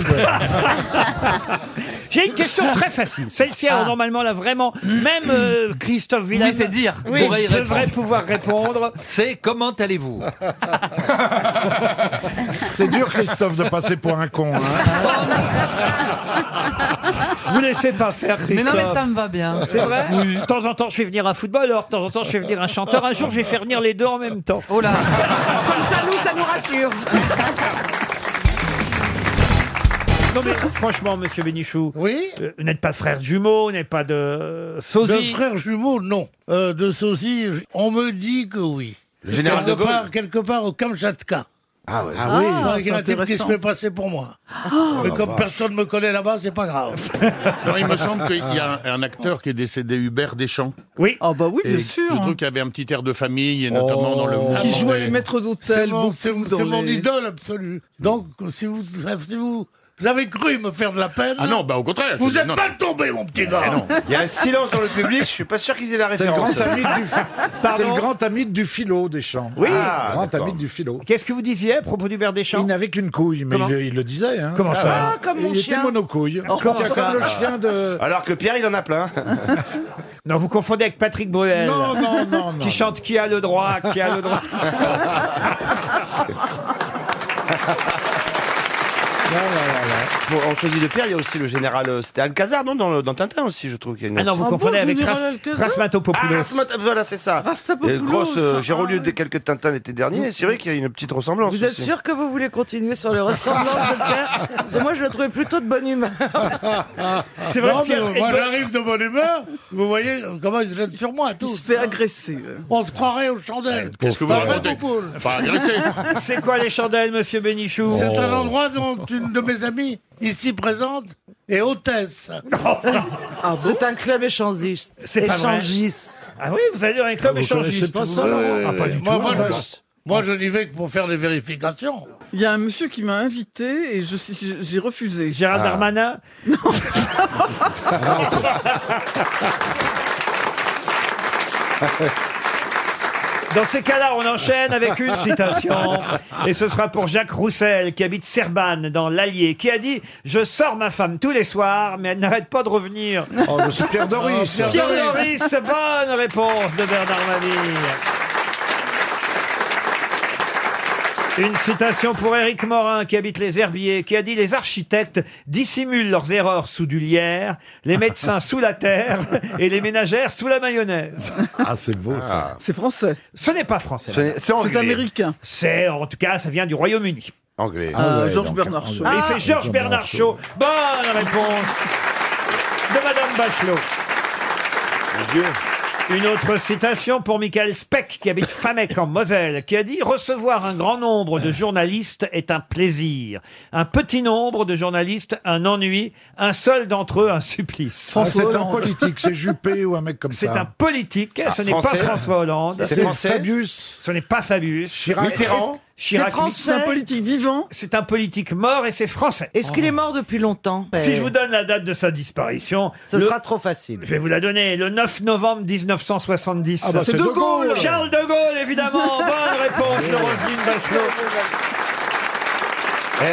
Speaker 1: J'ai une question très facile. Celle-ci, alors, normalement, là, vraiment, même euh, Christophe Villard
Speaker 21: Oui, c'est dire.
Speaker 1: Oui,
Speaker 21: Pourrait y
Speaker 1: devrait
Speaker 21: répondre.
Speaker 1: pouvoir répondre.
Speaker 21: C'est comment allez-vous
Speaker 2: C'est dur, Christophe, de passer pour un con. hein.
Speaker 1: Vous laissez pas faire,
Speaker 2: Mais
Speaker 1: Christophe.
Speaker 2: non, mais ça me
Speaker 21: va bien.
Speaker 1: C'est vrai
Speaker 2: Oui.
Speaker 1: De temps en temps, je fais venir un footballeur, de temps en temps, je fais venir un chanteur. Un jour, je vais faire venir les deux en même temps.
Speaker 21: Oh là
Speaker 1: Comme ça, nous, ça nous rassure. Non mais franchement, Monsieur Bénichou,
Speaker 5: oui
Speaker 1: vous n'êtes pas frère jumeau, vous n'êtes pas de euh, sosie.
Speaker 5: De frères jumeaux, non. Euh, de sosie, j- on me dit que oui.
Speaker 1: Le général
Speaker 5: quelque
Speaker 1: de Gaulle.
Speaker 5: part, quelque part au Kamchatka. Ah oui.
Speaker 1: Ah oui. Ah,
Speaker 5: il y a
Speaker 1: c'est
Speaker 5: un type qui se
Speaker 1: intéressant. Ah.
Speaker 5: fait passer pour moi.
Speaker 6: Oh,
Speaker 5: Mais
Speaker 6: la
Speaker 5: comme
Speaker 6: vache.
Speaker 5: personne me connaît là-bas, c'est pas grave.
Speaker 6: Non, il me semble qu'il y a un, un acteur qui est décédé, Hubert Deschamps.
Speaker 1: Oui.
Speaker 6: Ah bah
Speaker 5: oui, bien sûr,
Speaker 6: Je
Speaker 5: hein.
Speaker 6: trouve qu'il y avait un petit air de famille, et notamment dans le.
Speaker 5: Qui jouait les
Speaker 6: maîtres
Speaker 5: Ah, C'est mon, c'est- c'est mon idole absolue. Donc, si vous, si vous, vous avez cru me faire de la peine.
Speaker 6: Ah non, bah au contraire.
Speaker 5: Vous
Speaker 6: c'est-
Speaker 5: êtes
Speaker 6: non,
Speaker 5: mal
Speaker 6: non. Eh,
Speaker 5: tombé, mon petit gars.
Speaker 4: Il y a un silence dans le public, je suis pas sûr qu'ils aient la
Speaker 2: C'est le
Speaker 4: référence.
Speaker 2: grand ami du, c'est le grand ami du philo des champs.
Speaker 4: Oui.
Speaker 2: Ah, grand
Speaker 4: d'accord.
Speaker 2: ami du philo.
Speaker 1: Qu'est-ce que vous disiez à propos d'Hubert Deschamps
Speaker 2: Il n'avait qu'une couille, mais
Speaker 4: Comment
Speaker 2: il, il le disait. hein.
Speaker 4: Comment ça
Speaker 2: ouais.
Speaker 4: Ah, comme mon
Speaker 2: il
Speaker 4: chien.
Speaker 2: était monocouille.
Speaker 4: Oh,
Speaker 2: Tiens,
Speaker 4: comment ça
Speaker 2: comme le chien de.
Speaker 4: Alors que Pierre, il en a plein.
Speaker 1: Non, vous confondez avec Patrick Bruel.
Speaker 2: Non, non, non, non.
Speaker 1: Qui chante qui a le droit, qui a le droit.
Speaker 2: Ah,
Speaker 4: Bon, en choisit de Pierre, il y a aussi le général. euh, C'était Alcazar, non dans, le- dans Tintin aussi, je trouve qu'il y a une.
Speaker 1: Ah non, vous confondez avec Rasmatopoulos.
Speaker 4: Ah, Rasmat- voilà, c'est ça. Et grosse, euh, j'ai
Speaker 1: Ah
Speaker 4: relu des quelques Tintins l'été dernier, et c'est vrai qu'il y a une petite ressemblance.
Speaker 18: Vous êtes
Speaker 4: aussi.
Speaker 18: sûr que vous voulez continuer sur les ressemblances de Pierre Parce que Moi, je le trouvais plutôt de bonne humeur.
Speaker 5: C'est vrai, moi
Speaker 18: est de-
Speaker 5: j'arrive de bonne humeur, vous voyez comment ils se jettent sur moi tous. Il se fait agresser. On se croirait aux chandelles.
Speaker 6: Qu'est-ce que vous
Speaker 5: Dans la
Speaker 6: racontez
Speaker 5: métropole.
Speaker 6: Pas agressé.
Speaker 1: C'est quoi les chandelles, monsieur Bénichou
Speaker 5: C'est un endroit dont une de mes amies ici présente est hôtesse.
Speaker 18: Ah C'est un club échangiste.
Speaker 1: C'est pas vrai.
Speaker 18: échangiste.
Speaker 1: Ah oui, vous allez dans les clubs
Speaker 5: Vous
Speaker 1: échangistes.
Speaker 5: connaissez pas ça,
Speaker 1: vous.
Speaker 5: Laurent
Speaker 1: Ah, pas du
Speaker 5: Moi,
Speaker 1: tout,
Speaker 5: moi,
Speaker 1: alors.
Speaker 5: je- moi, je n'y vais que pour faire des vérifications.
Speaker 16: Il y a un monsieur qui m'a invité et je suis- je- j'ai refusé.
Speaker 1: Gérard
Speaker 4: Ah.
Speaker 1: Darmanin
Speaker 5: Ah,
Speaker 1: Dans ces cas-là, on enchaîne avec une citation. Et ce sera pour Jacques Roussel, qui habite Serban, dans l'Allier, qui a dit « Je sors ma femme tous les soirs, mais elle n'arrête pas de revenir. Oh,
Speaker 2: Oh, mais c'est Pierre Doris.
Speaker 1: Pierre, Doris, bonne réponse de Bernard Mabille. Une citation pour Éric Morin, qui habite les Herbiers, qui a dit Les architectes dissimulent leurs erreurs sous du lierre, les médecins sous la terre et les ménagères sous la mayonnaise.
Speaker 2: Ah, c'est beau ça.
Speaker 1: C'est français. Ce n'est pas français.
Speaker 2: C'est-
Speaker 1: madame.
Speaker 2: c'est anglais. C'est américain.
Speaker 1: C'est, en tout cas, ça vient du Royaume-Uni.
Speaker 4: Anglais.
Speaker 2: Ah ouais, donc, anglais.
Speaker 1: Et c'est Ah, Georges
Speaker 2: Georges
Speaker 1: Bernard Shaw. Bonne réponse de Madame Bachelot. Une autre citation pour Michael Speck, qui habite Famec en Moselle, qui a dit « Recevoir un grand nombre de journalistes est un plaisir. Un petit nombre de journalistes, un ennui. Un seul d'entre eux, un supplice.
Speaker 2: Ah, c'est un politique, c'est Juppé ou un mec comme
Speaker 1: C'est
Speaker 2: ça.
Speaker 1: un politique,
Speaker 2: Ah,
Speaker 1: ce n'est pas
Speaker 2: français.
Speaker 1: François Hollande.
Speaker 2: C'est C'est français Fabius.
Speaker 1: Ce n'est pas Fabius.
Speaker 2: Chirac. Mitterrand.
Speaker 1: Chirac.
Speaker 18: C'est français.
Speaker 1: C'est un politique vivant. C'est un politique mort et c'est français.
Speaker 18: Est-ce qu'il est mort depuis longtemps
Speaker 1: Si je vous donne la date de sa disparition,
Speaker 18: Ce
Speaker 1: le-
Speaker 18: sera trop facile.
Speaker 1: je vais vous la donner. Le 9 novembre 1970.
Speaker 18: Ah bah, C'est c'est De De Gaulle. Gaulle.
Speaker 1: Charles De Gaulle, évidemment. Bonne réponse de Roselyne Bachelot.
Speaker 4: Eh,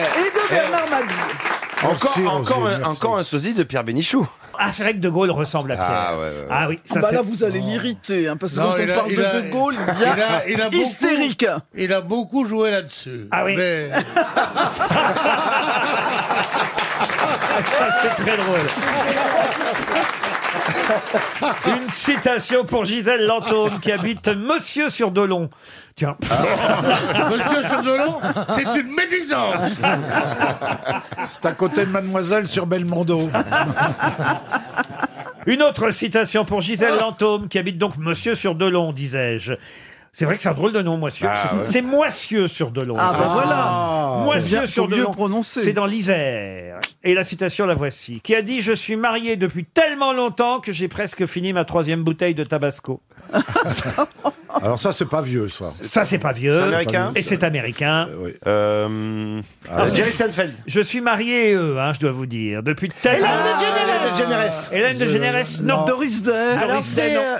Speaker 4: eh,
Speaker 1: Mabille.
Speaker 4: Encore,
Speaker 1: Merci,
Speaker 4: encore,
Speaker 1: Roger,
Speaker 4: un,
Speaker 1: merci.
Speaker 4: encore un sosie de Pierre Bénichou.
Speaker 1: Ah, c'est vrai que De Gaulle ressemble à Pierre.
Speaker 4: Ah, ouais, ouais, ouais.
Speaker 1: Ah oui, ça
Speaker 16: Ah bah
Speaker 1: c'est-
Speaker 16: là, vous allez l'irriter, hein, parce que
Speaker 5: Non,
Speaker 16: quand
Speaker 5: il
Speaker 16: on
Speaker 5: a-
Speaker 16: parle
Speaker 5: il
Speaker 16: de
Speaker 5: a-
Speaker 16: De Gaulle, il vient
Speaker 5: il a- il a beaucoup-
Speaker 16: hystérique.
Speaker 5: Il a beaucoup joué là-dessus.
Speaker 16: Ah oui.
Speaker 5: Mais- euh,
Speaker 1: Ça, c'est très drôle. Une citation pour Gisèle Lantôme qui habite Monsieur sur Dolon. Tiens.
Speaker 5: Monsieur Surdelon, c'est une médisance.
Speaker 2: Ah C'est à côté de Mademoiselle sur Belmondo.
Speaker 1: Une autre citation pour
Speaker 2: Ah.
Speaker 1: Gisèle Lantôme, qui habite donc Monsieur sur Delon, disais-je. C'est vrai que c'est un drôle de nom, Moissieux.
Speaker 5: Ah, ouais.
Speaker 1: C'est Moissieux sur Delon.
Speaker 5: Ah, bah voilà.
Speaker 1: Moissieux
Speaker 5: Faut bien-
Speaker 1: sur
Speaker 5: faut mieux
Speaker 1: Delon.
Speaker 5: prononcer.
Speaker 1: C'est dans l'Isère. Et la citation, la voici. Qui a dit Je suis marié depuis tellement longtemps que j'ai presque fini ma troisième bouteille de tabasco.
Speaker 2: Alors ça, c'est pas vieux, ça.
Speaker 1: Ça, c'est pas vieux.
Speaker 2: C'est américain
Speaker 1: Et c'est américain.
Speaker 4: Euh,
Speaker 2: Ah,
Speaker 1: Alors,
Speaker 4: Jerry
Speaker 1: je-
Speaker 4: Seinfeld.
Speaker 1: Je suis marié, euh, hein, je dois vous dire. Depuis tellement.
Speaker 32: Hélène DeGeneres.
Speaker 1: Ah, Hélène de Généresse, non.
Speaker 33: Doris Day.
Speaker 1: Alors, c'est, euh,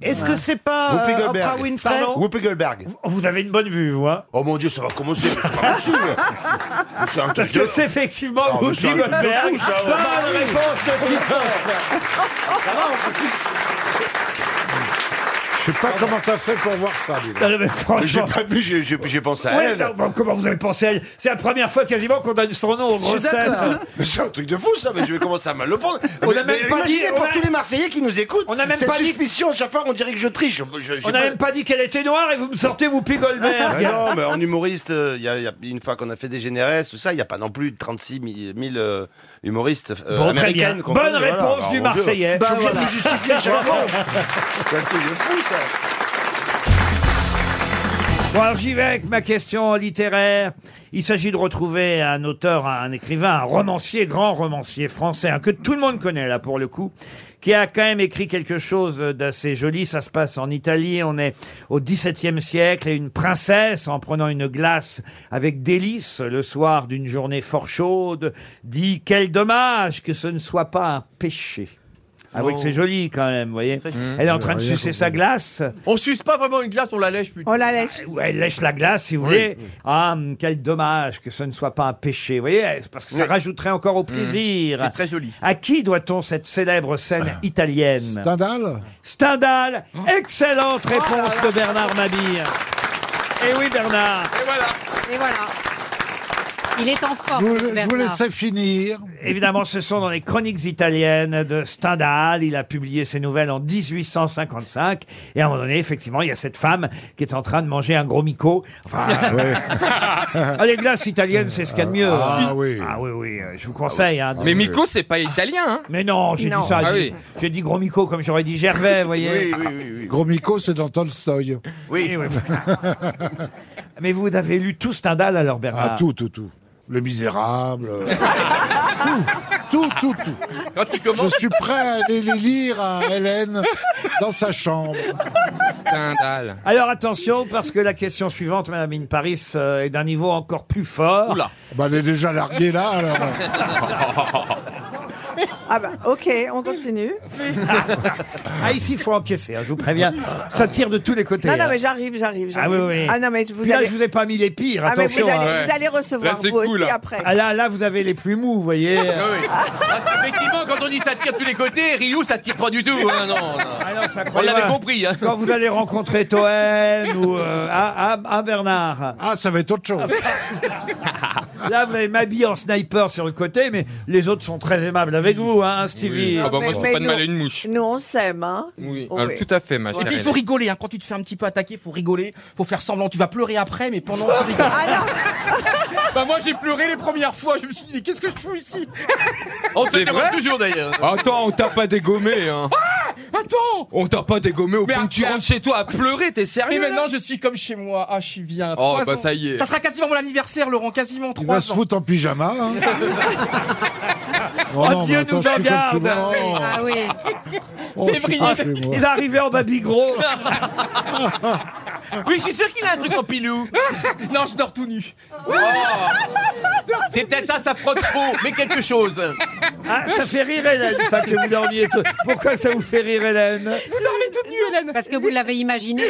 Speaker 33: Est-ce que c'est pas
Speaker 4: Whoopi
Speaker 33: euh,
Speaker 4: Goldberg.
Speaker 33: Oprah Winfrey
Speaker 4: Pardon Whoopi Goldberg.
Speaker 1: Vous avez une bonne vue, vous, hein
Speaker 4: Oh mon Dieu, ça va commencer, mais c'est pas possible. C'est un truc
Speaker 1: Parce que
Speaker 4: de-
Speaker 1: c'est effectivement
Speaker 4: Non, Ah, mais
Speaker 1: Whoopi
Speaker 4: c'est un truc de
Speaker 1: Goldberg.
Speaker 4: fou, ça, ouais.
Speaker 1: Bonne réponse de
Speaker 2: Je sais pas comment t'as fait pour voir ça, dis donc.
Speaker 1: Ah, Non, mais franchement-
Speaker 4: Mais J'ai pas bu, j'ai- j'ai j'ai pensé à
Speaker 1: Ouais,
Speaker 4: elle.
Speaker 1: non, bon, comment vous avez pensé à elle C'est la première fois quasiment qu'on donne son nom aux grosses têtes.
Speaker 4: Mais c'est un truc de fou ça, mais je vais commencer à mal le prendre.
Speaker 1: On
Speaker 4: Mais-
Speaker 1: a même
Speaker 4: mais
Speaker 1: pas
Speaker 4: imaginez
Speaker 1: dit-
Speaker 4: pour
Speaker 1: on a-
Speaker 4: tous les Marseillais qui nous écoutent.
Speaker 1: On a même
Speaker 4: cette
Speaker 1: pas dit-
Speaker 4: suspicion, à chaque fois on dirait que je triche. Je- je- j'ai
Speaker 1: On n'a même pas dit qu'elle était noire et vous me sortez Whoopi Goldberg.
Speaker 4: Mais non, mais en humoriste, euh, il y a, il y a- une fois qu'on a fait des généresses, tout ça, il n'y a pas non plus 36 000 euh, humoristes euh,
Speaker 1: Bon, très bien.
Speaker 4: américaines. qu'on
Speaker 1: Bonne
Speaker 4: connaît, voilà.
Speaker 1: réponse
Speaker 4: Alors,
Speaker 1: du
Speaker 4: mon Dieu,
Speaker 1: Marseillais.
Speaker 4: Je suis obligé de
Speaker 1: Bah,
Speaker 4: me justifier à chaque fois.
Speaker 1: voilà.
Speaker 4: C'est un truc de fou, ça.
Speaker 1: Bon, alors j'y vais avec ma question littéraire. Il s'agit de retrouver un auteur, un écrivain, un romancier, grand romancier français, hein, que tout le monde connaît là pour le coup, qui a quand même écrit quelque chose d'assez joli. Ça se passe en Italie, on est au XVIIe siècle, et une princesse, en prenant une glace avec délices le soir d'une journée fort chaude, dit « Quel dommage que ce ne soit pas un péché ». Ah oui, que c'est joli quand même, vous voyez. Elle est en train de sucer sa glace.
Speaker 6: On suce pas vraiment une
Speaker 1: Ah,
Speaker 6: glace, on la lèche plutôt.
Speaker 7: On Oh, la lèche.
Speaker 1: Ou elle Ah, lèche la glace, si vous
Speaker 6: Oui.
Speaker 1: voulez. Ah, hum, quel dommage que ce ne soit pas un péché. Vous voyez, c'est parce que ça
Speaker 6: Oui. Hum.
Speaker 1: rajouterait encore au plaisir.
Speaker 6: C'est très joli.
Speaker 1: À qui doit-on cette célèbre scène italienne
Speaker 2: Stendhal
Speaker 1: Stendhal Excellente
Speaker 7: Oh
Speaker 1: réponse de Bernard Mabille. Eh oui, Bernard.
Speaker 7: Et voilà. Il est en forme,
Speaker 2: Je vous,
Speaker 7: Bernard.
Speaker 2: je vous laissais finir.
Speaker 1: Évidemment, ce sont dans les chroniques italiennes de Stendhal. Il a publié ses nouvelles en 1855. Et à un moment donné, effectivement, il y a cette femme qui est en train de manger un gros micot. Enfin, euh, ah, les glaces italiennes, c'est ce qu'il y a de mieux.
Speaker 2: Ah
Speaker 1: hein.
Speaker 2: oui.
Speaker 1: Ah oui, oui, euh, je vous conseille. hein, de-
Speaker 12: Mais Miko, c'est pas italien, hein
Speaker 1: Mais non, j'ai
Speaker 12: Non.
Speaker 1: dit ça.
Speaker 12: Ah
Speaker 1: j'ai-
Speaker 12: oui.
Speaker 1: J'ai dit gros micot comme j'aurais dit Gervais, vous voyez.
Speaker 2: Gros Mico, c'est dans Tolstoy.
Speaker 1: Oui, oui. Mais vous avez lu tout Stendhal alors, Bernard
Speaker 2: Ah, tout, tout, tout. Le Misérable. euh, tout, tout, tout, tout.
Speaker 6: Quand il commence.
Speaker 2: Je suis prêt à aller les lire à Hélène dans sa chambre.
Speaker 6: Stendhal.
Speaker 1: Alors attention, parce que la question suivante, Madame In Paris, euh, est d'un niveau encore plus fort.
Speaker 2: Bah, elle est déjà larguée là, alors.
Speaker 7: Ah bah, ok, on continue.
Speaker 1: Ah, ici, il faut encaisser, hein, je vous préviens. Ça tire de tous les côtés.
Speaker 7: Non, non,
Speaker 1: hein.
Speaker 7: mais j'arrive, j'arrive.
Speaker 1: Ah
Speaker 7: j'arrive.
Speaker 1: oui, oui.
Speaker 7: Ah non, mais vous
Speaker 1: Puis là,
Speaker 7: allez...
Speaker 1: je vous ai pas mis les pires,
Speaker 7: Ah, mais vous
Speaker 1: attention.
Speaker 7: allez,
Speaker 1: hein.
Speaker 7: vous allez recevoir vous aussi après.
Speaker 1: Ah, là, là, vous avez les plus mous, vous voyez.
Speaker 12: Ah
Speaker 6: Ah, Effectivement, quand on dit ça tire de tous les côtés, Rio, ça tire pas du tout. hein, non, non.
Speaker 1: Ah
Speaker 6: on
Speaker 1: Voilà.
Speaker 6: l'avait compris. hein.
Speaker 1: Quand vous allez rencontrer Toen ou euh, ah, ah, ah, Bernard.
Speaker 2: Ah, ça va être autre chose.
Speaker 1: Là, vous avez Mabi en sniper sur le côté, mais les autres sont très aimables avec vous, hein, Stevie.
Speaker 12: Oui. Ah bah, moi, je fais pas de
Speaker 7: nous-
Speaker 12: mal à une mouche.
Speaker 7: Nous, on s'aime, hein
Speaker 12: Oui,
Speaker 7: Oh,
Speaker 12: ah,
Speaker 7: oui.
Speaker 12: tout à fait, ma chère.
Speaker 6: Et puis il faut
Speaker 12: Hélène.
Speaker 6: rigoler, hein. quand tu te fais un petit peu attaquer, faut rigoler, faut faire semblant, tu vas pleurer après, mais pendant... tu rigoles.
Speaker 12: Ah
Speaker 7: bah
Speaker 6: moi j'ai pleuré les premières fois, je me suis dit, mais qu'est-ce que je fous ici
Speaker 12: On se demande toujours d'ailleurs. Oh, Attends, on t'a pas dégommé, hein.
Speaker 6: Attends
Speaker 12: On t'a pas dégommé au point que tu
Speaker 6: mais-
Speaker 12: rentres chez toi à pleurer, t'es
Speaker 6: Mais
Speaker 12: sérieux
Speaker 6: maintenant je suis comme chez moi, ah je suis bien.
Speaker 12: Oh,
Speaker 6: Trois
Speaker 12: bah,
Speaker 6: ans.
Speaker 12: ça y est.
Speaker 6: Ça sera quasiment mon anniversaire Laurent, quasiment
Speaker 2: Il
Speaker 6: 3
Speaker 2: va
Speaker 6: ans.
Speaker 2: se foutre en pyjama. hein.
Speaker 1: Oh,
Speaker 2: non,
Speaker 1: Dieu
Speaker 2: mais attends,
Speaker 1: nous
Speaker 2: je suis
Speaker 1: en
Speaker 2: comme
Speaker 1: garde
Speaker 2: tout le monde.
Speaker 7: Ah oui.
Speaker 2: Oh, tu
Speaker 6: Février.
Speaker 4: Ah,
Speaker 2: peux plus, moi.
Speaker 1: Il est arrivé en baby gros.
Speaker 6: Oui, je suis sûr qu'il a un truc en pilou. non, je dors tout nu. C'est peut-être ça, ça frotte trop, mais quelque chose.
Speaker 1: Ah, ça fait rire Hélène, ça que vous dormiez. tout- Pourquoi ça vous fait rire Hélène
Speaker 6: Vous dormez toute nue, Hélène
Speaker 7: Parce que vous l'avez imaginé.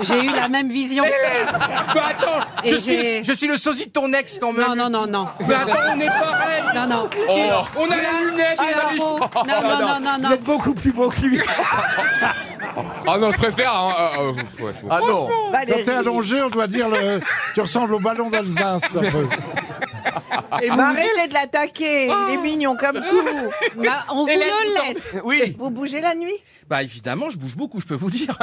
Speaker 8: J'ai eu la même vision.
Speaker 6: Bah attends,
Speaker 8: Et
Speaker 6: je suis,
Speaker 8: j'ai-
Speaker 6: le, je suis le sosie de ton ex quand même.
Speaker 8: Non, non, non, non.
Speaker 6: Mais attends, on est pareil.
Speaker 8: Non, non.
Speaker 6: Oh. On a
Speaker 8: Tu
Speaker 6: les
Speaker 8: as-
Speaker 6: lunettes,
Speaker 8: tu
Speaker 6: on a Oh,
Speaker 8: as
Speaker 6: les-
Speaker 8: beau. Non, non, non, non, non.
Speaker 1: Vous êtes beaucoup plus beau que lui.
Speaker 12: Ah non, je préfère. hein, euh, euh, ouais, ouais.
Speaker 6: Ah non.
Speaker 2: Quand t'es allongé, on doit dire le... tu ressembles au ballon d'Alsace. un peu.
Speaker 1: Et vous
Speaker 7: Bah,
Speaker 1: vous dites-
Speaker 7: arrêtez de l'attaquer,
Speaker 1: Oh.
Speaker 7: il est mignon comme tout.
Speaker 8: Bah, on vous
Speaker 7: Hélène,
Speaker 8: le
Speaker 7: tout le temps.
Speaker 6: Oui.
Speaker 7: Vous bougez la nuit
Speaker 6: Bah évidemment, je bouge beaucoup, je peux vous dire.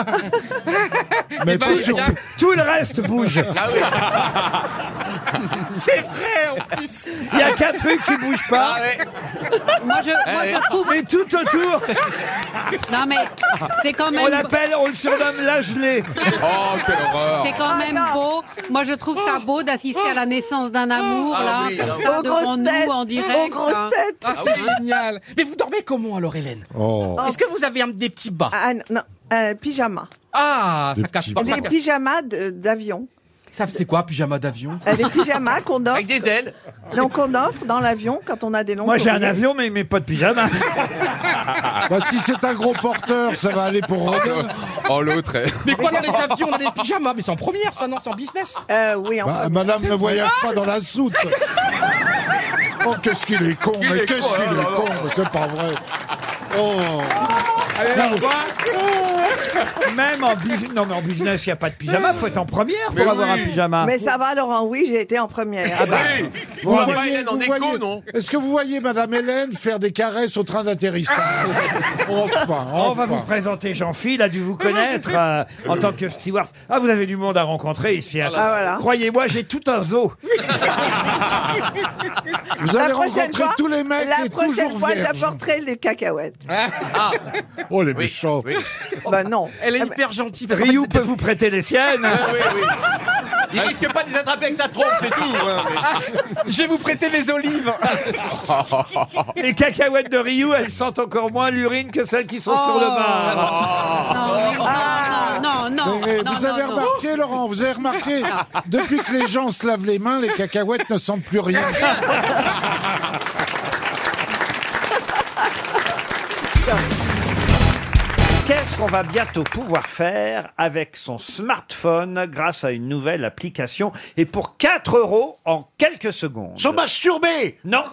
Speaker 1: Mais
Speaker 6: Eh ben,
Speaker 1: tout-
Speaker 6: il y a-
Speaker 1: tout- tout le reste bouge.
Speaker 6: Ah C'est vrai en plus.
Speaker 1: Il y a qu'un truc qui bouge pas.
Speaker 6: Ah ouais. Ah
Speaker 8: Moi, je, moi,
Speaker 1: Et-
Speaker 8: je trouve.
Speaker 1: Et tout autour.
Speaker 8: Non, mais c'est quand même.
Speaker 1: On l'appelle, on le surnomme la gelée.
Speaker 34: Oh, quelle horreur
Speaker 8: C'est quand même beau. Moi, je trouve ça beau d'assister à la naissance d'un amour,
Speaker 34: Ah
Speaker 8: là,
Speaker 34: oui,
Speaker 8: comme
Speaker 34: ah oui.
Speaker 8: ça,
Speaker 34: Aux
Speaker 8: devant
Speaker 34: grosses
Speaker 8: nous,
Speaker 34: têtes,
Speaker 8: en direct.
Speaker 34: aux grosses
Speaker 8: hein.
Speaker 34: têtes.
Speaker 8: Ah
Speaker 6: Ah,
Speaker 8: oui.
Speaker 6: c'est génial. Mais vous dormez comment alors, Hélène
Speaker 2: Oh.
Speaker 6: Est-ce que vous avez un- des petits bas
Speaker 7: Ah, non, un pyjama.
Speaker 6: Ah, ça cache pas. ça
Speaker 7: Des
Speaker 6: cache-
Speaker 7: pyjamas de- d'avion.
Speaker 6: Ça, c'est quoi, pyjama d'avion
Speaker 7: Euh, des pyjamas qu'on offre. Avec
Speaker 6: des ailes.
Speaker 7: Donc on offre dans l'avion quand on a des longs
Speaker 1: Moi, j'ai un
Speaker 7: courriers.
Speaker 1: avion, mais il met pas de pyjama.
Speaker 2: Bah, si c'est un gros porteur, ça va aller pour Rodin.
Speaker 34: Oh, l'autre.
Speaker 6: Mais quoi, dans les avions, on a des pyjamas, mais c'est en première, ça, non, c'est en business.
Speaker 7: Euh, oui, en
Speaker 2: Bah,
Speaker 7: premier.
Speaker 2: madame ne voyage pas dans la soute. Oh, qu'est-ce qu'il est con,
Speaker 35: Il
Speaker 2: mais
Speaker 35: est
Speaker 2: qu'est-ce
Speaker 35: con,
Speaker 2: qu'il
Speaker 35: hein,
Speaker 2: est
Speaker 35: non,
Speaker 2: con,
Speaker 35: non.
Speaker 2: mais c'est pas vrai. Oh.
Speaker 1: Non. Même en business, non mais en business, il y a pas de pyjama. Faut être en première pour
Speaker 6: Mais
Speaker 1: avoir
Speaker 6: oui.
Speaker 1: un pyjama.
Speaker 7: Mais ça va, Laurent, oui, j'ai été en première.
Speaker 1: Ah bah.
Speaker 6: Vous voyez
Speaker 35: Ah,
Speaker 6: pas Hélène en
Speaker 2: vous
Speaker 6: écho,
Speaker 2: voyez-
Speaker 6: non
Speaker 2: Est-ce que vous voyez Madame Hélène faire des caresses au train d'atterrissage Enfin,
Speaker 1: On va vous présenter Jean-Phil, il a dû vous connaître euh, en tant que steward. Ah, vous avez du monde à rencontrer ici. hein.
Speaker 7: Ah, voilà.
Speaker 1: Croyez-moi, j'ai tout un zoo.
Speaker 2: Vous allez
Speaker 7: prochaine
Speaker 2: rencontrer
Speaker 7: fois-
Speaker 2: tous les mecs
Speaker 7: La
Speaker 2: et
Speaker 7: prochaine
Speaker 2: toujours
Speaker 7: fois,
Speaker 2: vierges.
Speaker 7: j'apporterai les cacahuètes.
Speaker 6: Ah.
Speaker 2: Oh, les méchants.
Speaker 36: Oh,
Speaker 7: Bah non.
Speaker 6: Elle
Speaker 36: Ah,
Speaker 6: est hyper gentille. parce qu'en fait,
Speaker 1: Ryu peut vous prêter les siennes.
Speaker 6: Ah, Oui, oui. Il risque pas de les attraper avec sa trompe, c'est tout. hein, mais- Je vais vous prêter mes olives.
Speaker 8: Oh.
Speaker 1: Les cacahuètes de Ryu, elles sentent encore moins l'urine que celles qui sont sur le
Speaker 8: Oh.
Speaker 1: bar.
Speaker 8: Non, non, non,
Speaker 2: Ah. Mais
Speaker 8: non,
Speaker 2: vous
Speaker 8: non,
Speaker 2: avez
Speaker 8: non.
Speaker 2: remarqué, Laurent, vous avez remarqué, depuis que les gens se lavent les mains, les cacahuètes ne sentent plus rien.
Speaker 1: Qu'est-ce qu'on va bientôt pouvoir faire avec son smartphone grâce à une nouvelle application et pour 4 euros en quelques secondes
Speaker 4: Se masturber
Speaker 1: Non.